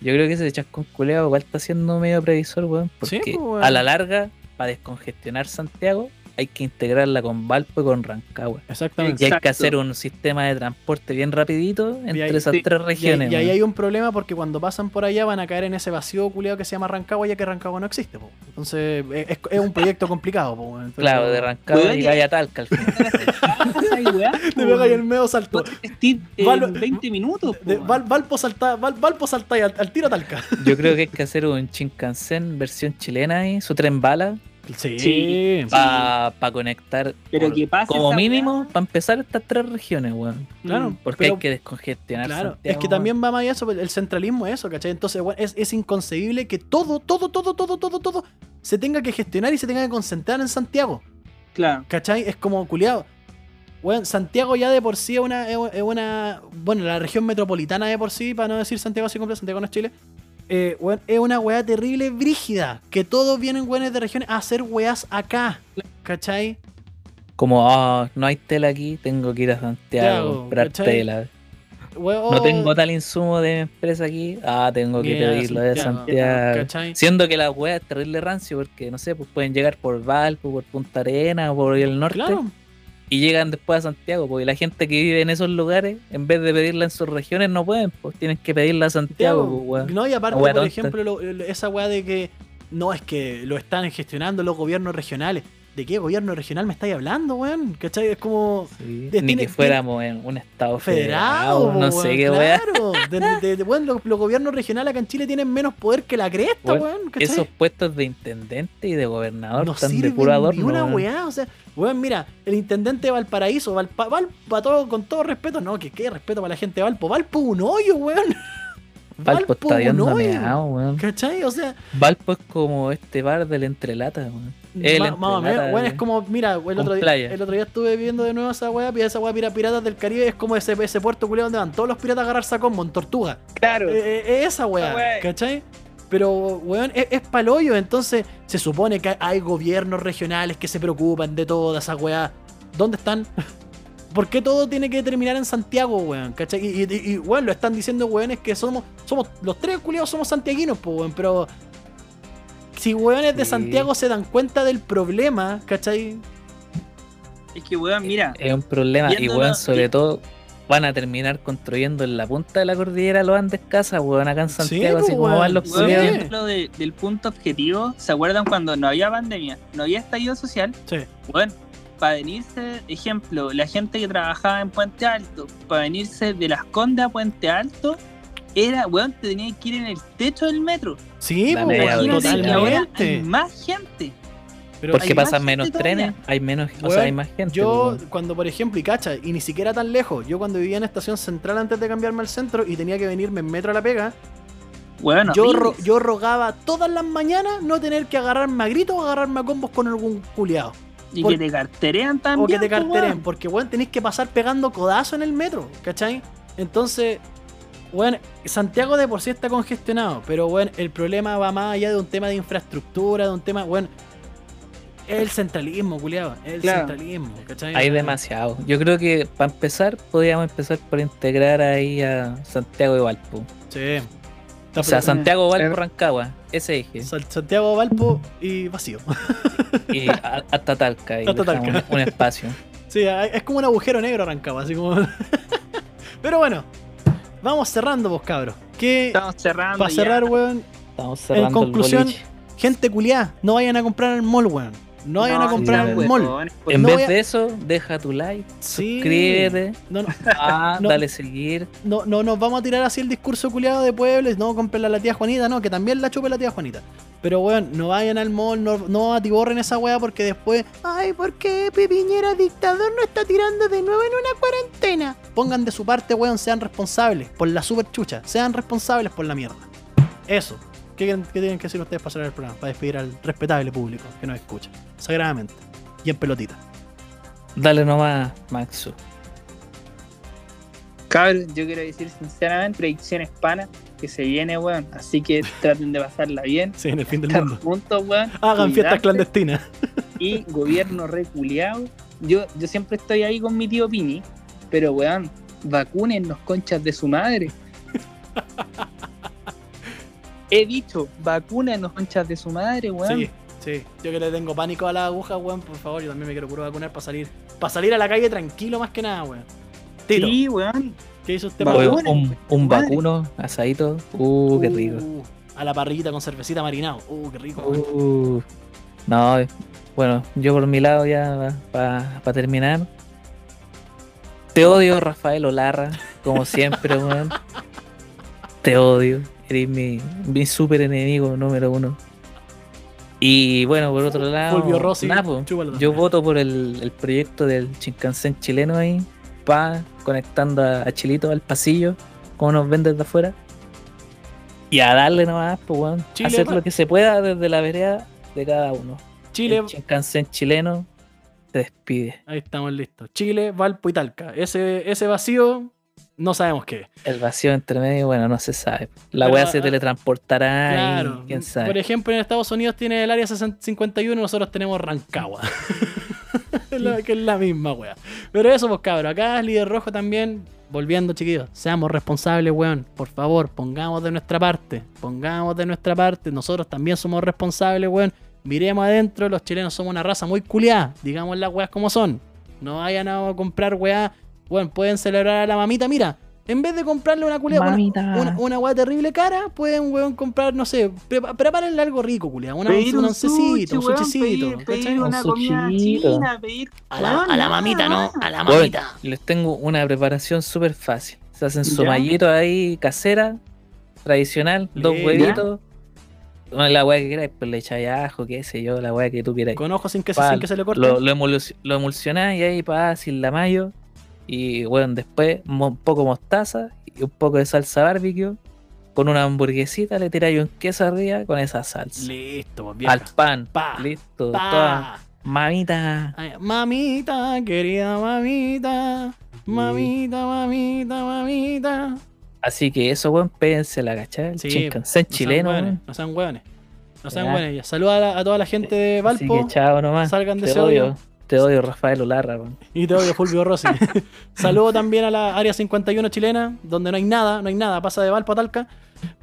Speaker 3: Yo creo que ese chascón culiado igual está siendo medio previsor, weón.
Speaker 2: Sí,
Speaker 3: Porque
Speaker 2: pues, weón.
Speaker 3: a la larga, para descongestionar Santiago, hay que integrarla con Valpo y con Rancagua.
Speaker 2: Exactamente.
Speaker 3: Y hay que
Speaker 4: Exacto.
Speaker 3: hacer un sistema de transporte bien rapidito entre
Speaker 2: ahí-
Speaker 3: esas
Speaker 4: sí,
Speaker 3: tres
Speaker 2: Y, ahí-
Speaker 3: regiones.
Speaker 2: y ahí
Speaker 3: weón.
Speaker 2: hay un problema porque cuando pasan por allá van a caer en ese vacío culiado que se llama Rancagua, ya que Rancagua no existe, po. Entonces, eh, es, es un proyecto complicado, po, weón. Entonces,
Speaker 3: Claro, de Rancagua
Speaker 4: Weón,
Speaker 3: y
Speaker 4: y-
Speaker 3: vaya Talca al final.
Speaker 4: Ay, weá,
Speaker 2: Te veo ahí en el
Speaker 4: weón.
Speaker 2: medio salto.
Speaker 4: Puedes vestir en
Speaker 2: Valo-
Speaker 4: 20 minutos,
Speaker 2: De-
Speaker 4: weón.
Speaker 2: Val- Valpo salta, Val- Valpo salta y al, al tiro a talca.
Speaker 3: Yo creo que hay que hacer un Shinkansen versión chilena ahí, su tren bala,
Speaker 2: Sí.
Speaker 4: Sí.
Speaker 3: para conectar
Speaker 4: Pero
Speaker 3: por-
Speaker 4: que pase
Speaker 3: como
Speaker 4: esa
Speaker 3: mínimo
Speaker 4: weá.
Speaker 3: para empezar estas tres regiones, weón.
Speaker 2: Claro.
Speaker 3: Mm, Porque
Speaker 2: pero-
Speaker 3: hay que descongestionar.
Speaker 2: Claro, es
Speaker 3: Santiago,
Speaker 2: que
Speaker 3: weón.
Speaker 2: también va más allá sobre el centralismo, eso, ¿cachai? Entonces, weón, es, es inconcebible que todo, todo, todo, todo, todo, todo se tenga que gestionar y se tenga que concentrar en Santiago,
Speaker 4: Claro,
Speaker 2: ¿cachai? Es como culiado. Bueno, Santiago ya de por sí es una, es es una. Bueno, la región metropolitana de por sí, para no decir Santiago así completo, Santiago no es Chile. eh, weón, es una weá terrible, brígida. Que todos vienen weones de regiones a hacer weás acá, ¿cachai?
Speaker 3: Como, ah, no hay tela aquí, tengo que ir a Santiago
Speaker 2: Claro,
Speaker 3: a comprar
Speaker 2: ¿cachai?
Speaker 3: tela.
Speaker 2: Weón, oh,
Speaker 3: No tengo tal insumo de mi empresa aquí, ah, tengo que
Speaker 2: mira,
Speaker 3: pedirlo de Santiago.
Speaker 2: ¿cachai?
Speaker 3: Siendo que la weá es terrible rancio, porque no sé, pues pueden llegar por Valpo, por Punta Arena, por el norte,
Speaker 2: Claro.
Speaker 3: y llegan después a Santiago, porque la gente que vive en esos lugares, en vez de pedirla en sus regiones, no pueden, pues tienen que pedirla a Santiago, pues, weón.
Speaker 2: No, y aparte,
Speaker 3: Una
Speaker 2: por
Speaker 3: wea tonta.
Speaker 2: ejemplo, lo- lo- esa weá de que no es que lo están gestionando los gobiernos regionales. ¿De qué gobierno regional me estáis hablando, weón? ¿Cachai? Es como
Speaker 3: Sí,
Speaker 2: De-
Speaker 3: Ni
Speaker 2: tiene-
Speaker 3: que fuéramos en un estado federado,
Speaker 2: federado,
Speaker 3: no
Speaker 2: po,
Speaker 3: sé
Speaker 2: weón,
Speaker 3: qué weá.
Speaker 2: Claro, de, de- de- weón, los, los gobiernos regionales acá en Chile tienen menos poder que la cresta,
Speaker 3: Weón,
Speaker 2: weón. ¿cachai?
Speaker 3: Esos puestos de intendente y de gobernador
Speaker 2: no
Speaker 3: están
Speaker 2: sirve
Speaker 3: de puro adorno.
Speaker 2: ni una
Speaker 3: weón.
Speaker 2: weá, o sea, weón, mira, el intendente de Valparaíso, Valpa, Valpa, todo, con todo respeto, no, que qué respeto para la gente de Valpo, Valpo es un hoyo, weón.
Speaker 3: Valpo está
Speaker 2: un
Speaker 3: yendo
Speaker 2: hoyo,
Speaker 3: meao, weón.
Speaker 2: ¿Cachai? O sea,
Speaker 3: Valpo es como este bar del entrelata, weón. El
Speaker 2: ma- más o menos,
Speaker 3: entrelata,
Speaker 2: weón, es
Speaker 3: weón.
Speaker 2: como, mira, el
Speaker 3: eh. con
Speaker 2: otro, día,
Speaker 3: playa.
Speaker 2: el otro día estuve viendo de nuevo esa weá, esa weá pira- Piratas del Caribe, es como ese, ese puerto culiado donde van todos los piratas a agarrarse a combo en tortuga.
Speaker 9: Claro.
Speaker 2: Eh, eh, esa weá,
Speaker 9: Esa weá.
Speaker 2: ¿cachai? Pero, weón, es, es palollo, entonces se supone que hay gobiernos regionales que se preocupan de todas esas weá. ¿Dónde están? ¿Por qué todo tiene que terminar en Santiago, weón? ¿Cachai? Y, y, y, weón, lo están diciendo, weón, es que somos, somos, los tres culiados somos santiaguinos, pues, weón, pero si weones de
Speaker 3: Sí.
Speaker 2: Santiago se dan cuenta del problema, ¿cachai?
Speaker 9: Es que, weón, mira.
Speaker 3: Es un problema. Y
Speaker 9: Viéndolo-
Speaker 3: weón, sobre
Speaker 9: vi-
Speaker 3: todo, van a terminar construyendo en la punta de la cordillera los Andes Casas, weón, acá en
Speaker 2: Sí,
Speaker 3: Santiago, así
Speaker 2: pues,
Speaker 3: como van
Speaker 2: weón.
Speaker 3: los
Speaker 2: Sí.
Speaker 9: Weón,
Speaker 3: culiados.
Speaker 9: viéndolo de- del punto objetivo, ¿se acuerdan cuando no había pandemia? No había estallido social.
Speaker 2: Sí.
Speaker 9: Bueno, para venirse, ejemplo, la gente que trabajaba en Puente Alto, para venirse de Las Condes a Puente Alto, era, weón, te tenían que ir en el techo del metro.
Speaker 2: Sí,
Speaker 3: La
Speaker 2: po,
Speaker 3: media
Speaker 2: weón,
Speaker 3: docena.
Speaker 9: Imagínate, y ahora hay
Speaker 2: Oh, totalmente.
Speaker 9: más gente.
Speaker 2: Pero
Speaker 3: Porque
Speaker 2: hay-
Speaker 9: más
Speaker 3: pasan menos
Speaker 9: gente
Speaker 3: trenes,
Speaker 9: todavía.
Speaker 3: hay menos, o
Speaker 2: Weón,
Speaker 3: sea, hay más gente. pues,
Speaker 2: Yo,
Speaker 3: weón.
Speaker 2: cuando por ejemplo, y cacha, y ni siquiera tan lejos, yo cuando vivía en estación central antes de cambiarme al centro y tenía que venirme en metro a la pega,
Speaker 9: Weón,
Speaker 2: yo,
Speaker 9: horrible.
Speaker 2: ro- yo rogaba todas las mañanas no tener que agarrarme a gritos o agarrarme a combos con algún culiado.
Speaker 9: y
Speaker 2: por-
Speaker 9: que te carterean también.
Speaker 2: O que te
Speaker 9: pues,
Speaker 2: carteren,
Speaker 9: weón.
Speaker 2: porque weón, tenéis que pasar pegando codazo en el metro, ¿cachai? Entonces, weón, Santiago de por sí está congestionado, pero weón, el problema va más allá de un tema de infraestructura, de un tema, weón. Es el centralismo, culiado. Es el
Speaker 4: Claro.
Speaker 2: centralismo, ¿cachai?
Speaker 3: Hay demasiado. Yo creo que para empezar, podríamos empezar por integrar ahí a Santiago y Valpo.
Speaker 2: Sí.
Speaker 3: O sea, Santiago, Valpo,
Speaker 6: Eh.
Speaker 3: Rancagua, ese eje.
Speaker 2: Sal- Santiago, Valpo y vacío.
Speaker 3: Y a- hasta Talca, y
Speaker 2: Hasta
Speaker 3: dejamos
Speaker 2: Talca.
Speaker 3: Un, un espacio.
Speaker 2: Sí, a- es como un agujero negro arrancaba, así como. Pero bueno, vamos cerrando, vos cabros. Que
Speaker 9: Estamos cerrando.
Speaker 2: para
Speaker 9: ya.
Speaker 2: cerrar, weón,
Speaker 3: Estamos cerrando. el
Speaker 2: conclusión,
Speaker 3: boliche.
Speaker 2: gente culiá, no vayan a comprar al mall, weón. No vayan a
Speaker 9: No,
Speaker 2: comprar
Speaker 3: sí,
Speaker 2: al
Speaker 9: weón,
Speaker 2: mall.
Speaker 9: pues,
Speaker 3: en
Speaker 2: no
Speaker 3: vez
Speaker 2: voy a-
Speaker 3: de eso, deja tu like,
Speaker 2: Sí.
Speaker 3: suscríbete,
Speaker 2: No, no,
Speaker 3: ah,
Speaker 2: No.
Speaker 3: dale seguir.
Speaker 2: no, no nos vamos a tirar así el discurso culiado de pueblos, no compren a la tía Juanita, no, que también la chupe la tía Juanita. Pero weón, no vayan al mall, no, no atiborren esa weá porque después, ay, ¿por qué Pipiñera dictador no está tirando de nuevo en una cuarentena? Pongan de su parte, weón, sean responsables por la super chucha, sean responsables por la mierda. Eso. ¿Qué, quieren- qué tienen que decir ustedes para cerrar el programa? Para despedir al respetable público que nos escucha, sagradamente y en pelotita.
Speaker 3: Dale nomás, Maxu.
Speaker 9: Cabros, yo quiero decir sinceramente, predicción hispana que se viene, weón. Así que traten de pasarla bien.
Speaker 2: Sí, en el fin del
Speaker 9: Estar
Speaker 2: mundo.
Speaker 9: juntos, weón.
Speaker 2: Hagan fiestas
Speaker 9: cuidarse.
Speaker 2: clandestinas.
Speaker 9: y gobierno reculeado. Yo, yo siempre estoy ahí con mi tío Pini, pero weón, los conchas de su madre. He dicho, los conchas de su madre, weón.
Speaker 2: Sí, sí. Yo que le tengo pánico a las agujas, weón, por favor, yo también me quiero puro vacunar para salir. Para salir a la calle tranquilo más que nada, weón. Tito,
Speaker 9: Sí, weón.
Speaker 2: ¿qué hizo usted
Speaker 9: Vacunen,
Speaker 2: para-
Speaker 3: Oye, un, un
Speaker 9: madre.
Speaker 3: vacuno, asadito. Uh, qué rico.
Speaker 2: Uh, a la parrillita con cervecita marinado. Uh, qué rico, weón.
Speaker 3: Uh, no, eh, bueno, yo por mi lado ya para terminar. Te odio, Rafael Olarra, como siempre, weón. Te odio. Eres mi, mi super enemigo número uno. Y bueno, por otro lado,
Speaker 2: Volvió Rossi.
Speaker 3: Uh, nada, po,
Speaker 2: chúpalo.
Speaker 3: yo voto por el, el proyecto del Shinkansen chileno ahí, pa, conectando a, a Chilito al pasillo, como nos ven desde afuera. Y a darle nomás, pues, weón,
Speaker 2: Chile,
Speaker 3: hacer
Speaker 2: pa.
Speaker 3: lo que se pueda desde la vereda de cada uno.
Speaker 2: Chile,
Speaker 3: El Shinkansen chileno se despide.
Speaker 2: ahí estamos listos. Chile, Valpo y Talca. Ese, ese vacío, no sabemos qué. es.
Speaker 3: El vacío entre medio, bueno, no se sabe. La
Speaker 2: Pero,
Speaker 3: weá se
Speaker 2: ah,
Speaker 3: teletransportará
Speaker 2: Claro.
Speaker 3: y quién
Speaker 2: Por
Speaker 3: sabe.
Speaker 2: ejemplo, en Estados Unidos tiene el área 60 51, nosotros tenemos Rancagua. La- que es la misma, wea. Pero eso, pues, cabrón. Acá líder rojo también. Volviendo, chiquillos. Seamos responsables, weón. Por favor, pongamos de nuestra parte. Pongamos de nuestra parte. Nosotros también somos responsables, weón. Miremos adentro. Los chilenos somos una raza muy culiada. Digamos las weas como son. No vayan a comprar weá. Bueno, pueden celebrar a la mamita. Mira, en vez de comprarle una culiada, una-
Speaker 3: Mamita.
Speaker 2: una, una weá terrible cara, pueden, weón, comprar, no sé, prepa- prepárenle algo rico, culia. Una,
Speaker 9: Pedir
Speaker 2: un
Speaker 9: un
Speaker 2: oncecito,
Speaker 9: sushi,
Speaker 2: un
Speaker 9: weón,
Speaker 2: sushicito.
Speaker 9: pedir-
Speaker 2: ¿cachai?
Speaker 9: pedir una
Speaker 3: Un
Speaker 9: comida
Speaker 3: sushito.
Speaker 9: china, pedir
Speaker 1: A la, a la mamita, ¿no? A la mamita.
Speaker 3: Les tengo una preparación súper fácil. Se hacen su
Speaker 9: Ya.
Speaker 3: mallito ahí casera, tradicional, dos
Speaker 2: Bien.
Speaker 3: huevitos. Bueno, la hueá que quieras, pues le echáis ajo, qué sé yo, la hueá que tú quieras.
Speaker 2: Con ojos sin que, se-
Speaker 3: Pal.
Speaker 2: sin que se le corte.
Speaker 3: Lo, lo, emulsio- lo emulsionáis ahí para sin la mayo. Y bueno, después mo- un poco mostaza y un poco de salsa barbecue. con una hamburguesita le tiráis un queso arriba con esa salsa.
Speaker 2: Listo, pues
Speaker 3: Al
Speaker 2: vieja.
Speaker 3: pan,
Speaker 2: Pa,
Speaker 3: listo,
Speaker 2: pa.
Speaker 3: toda mamita.
Speaker 2: Ay, Mamita, querida mamita. Mamita, mamita, mamita.
Speaker 3: Así que eso, weón, pénsela, ¿cachai? El
Speaker 2: Sí,
Speaker 3: Shinkansen
Speaker 2: No
Speaker 3: chileno,
Speaker 2: sean hueones,
Speaker 3: weón.
Speaker 2: no sean hueones. No sean
Speaker 3: Ya.
Speaker 2: hueones ya. Saluda a, la- a toda la gente de
Speaker 3: Así que
Speaker 2: Valpo.
Speaker 3: chao nomás.
Speaker 2: salgan de
Speaker 3: te
Speaker 2: ese
Speaker 3: odio.
Speaker 2: hoyo.
Speaker 3: Te odio, Rafael Olarra, weón.
Speaker 2: Y te odio, Fulvio Rossi. Saludo también a la área 51 chilena, donde no hay nada, no hay nada. Pasa de Valpo a Talca.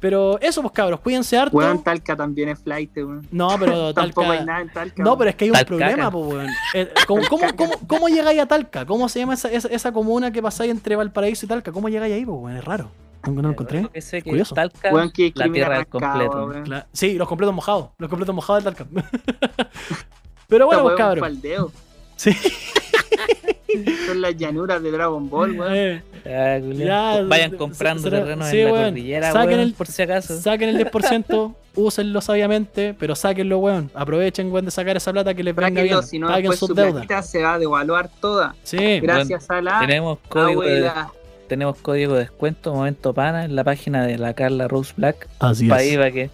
Speaker 2: Pero eso, pues cabros, cuídense harto.
Speaker 9: Weón, Talca también es flight, weón.
Speaker 2: No, pero
Speaker 9: Tampoco hay
Speaker 2: Talca.
Speaker 9: nada en Talca.
Speaker 2: No,
Speaker 9: weón.
Speaker 2: pero es que hay un
Speaker 3: Talcaca.
Speaker 2: problema, pues, weón. Eh, ¿Cómo, cómo, cómo, cómo llegáis a Talca? ¿Cómo se llama esa, esa, esa comuna que pasáis entre Valparaíso y Talca? ¿Cómo llegáis ahí, pues, weón? Es raro. No, no lo encontré.
Speaker 3: Lo que sé que
Speaker 2: Curioso.
Speaker 3: Talca,
Speaker 9: Weón, que
Speaker 3: la
Speaker 9: discrimina
Speaker 3: tierra al
Speaker 9: rascado,
Speaker 3: completo.
Speaker 9: weón.
Speaker 2: Cla- Sí, los completos mojados. Los completos mojados de Talca. Pero
Speaker 9: Esta
Speaker 2: bueno, pues,
Speaker 9: weón,
Speaker 2: cabros.
Speaker 9: faldeo.
Speaker 2: Sí.
Speaker 9: Son las llanuras de Dragon Ball, weón.
Speaker 2: Eh,
Speaker 3: Ya, ah, culiao.
Speaker 2: Ya,
Speaker 3: Vayan
Speaker 2: se-
Speaker 3: comprando
Speaker 2: se-
Speaker 3: terrenos
Speaker 2: sí,
Speaker 3: en la
Speaker 2: weón.
Speaker 3: cordillera,
Speaker 2: Saquen
Speaker 3: weón,
Speaker 2: el-
Speaker 3: por si acaso.
Speaker 2: Saquen el 10%, úsenlo sabiamente, pero sáquenlo, weón. Aprovechen, weón, de sacar esa plata que les venga bien.
Speaker 9: Sáquenlo, si no
Speaker 2: Paguen
Speaker 9: después
Speaker 2: sus
Speaker 9: su
Speaker 2: deudas.
Speaker 9: platita se va a devaluar toda.
Speaker 2: Sí,
Speaker 9: Gracias a la
Speaker 3: Tenemos
Speaker 2: Ah,
Speaker 3: código, de,
Speaker 9: abuela.
Speaker 3: tenemos código de descuento, momento pana, en la página de la Carla Rose Black.
Speaker 2: así
Speaker 3: Pa' ahí, pa' que.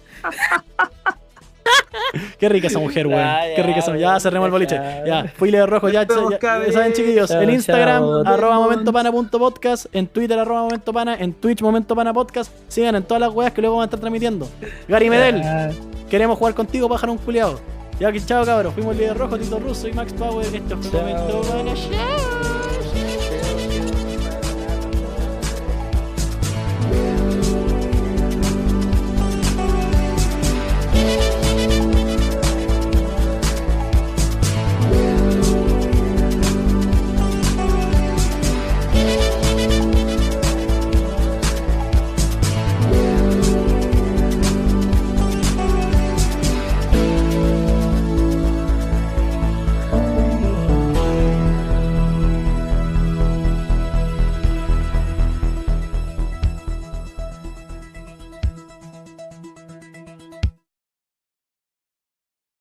Speaker 2: Qué rica esa mujer, weón.
Speaker 3: Ya,
Speaker 2: Qué
Speaker 3: ya,
Speaker 2: rica esa Ya
Speaker 3: weón,
Speaker 2: cerremos el boliche.
Speaker 3: ya.
Speaker 2: Ya, fuile de rojo. Ya,
Speaker 9: Nos vemos,
Speaker 2: ya- ya
Speaker 9: cabros.
Speaker 2: saben, chiquillos.
Speaker 3: Chao,
Speaker 2: el Instagram,
Speaker 3: chao.
Speaker 2: arroba momentopana.podcast. En Twitter, arroba momentopana. En Twitch, momentopana podcast. Sigan en todas las weas que luego van a estar transmitiendo. Gary Medel,
Speaker 3: Ah,
Speaker 2: queremos jugar contigo, pájaro un culiado. Ya que chao, cabros. Fuimos líder rojo, Tito Russo y Max Power. Esto fue
Speaker 3: Chao.
Speaker 2: Momento Pana. Chao.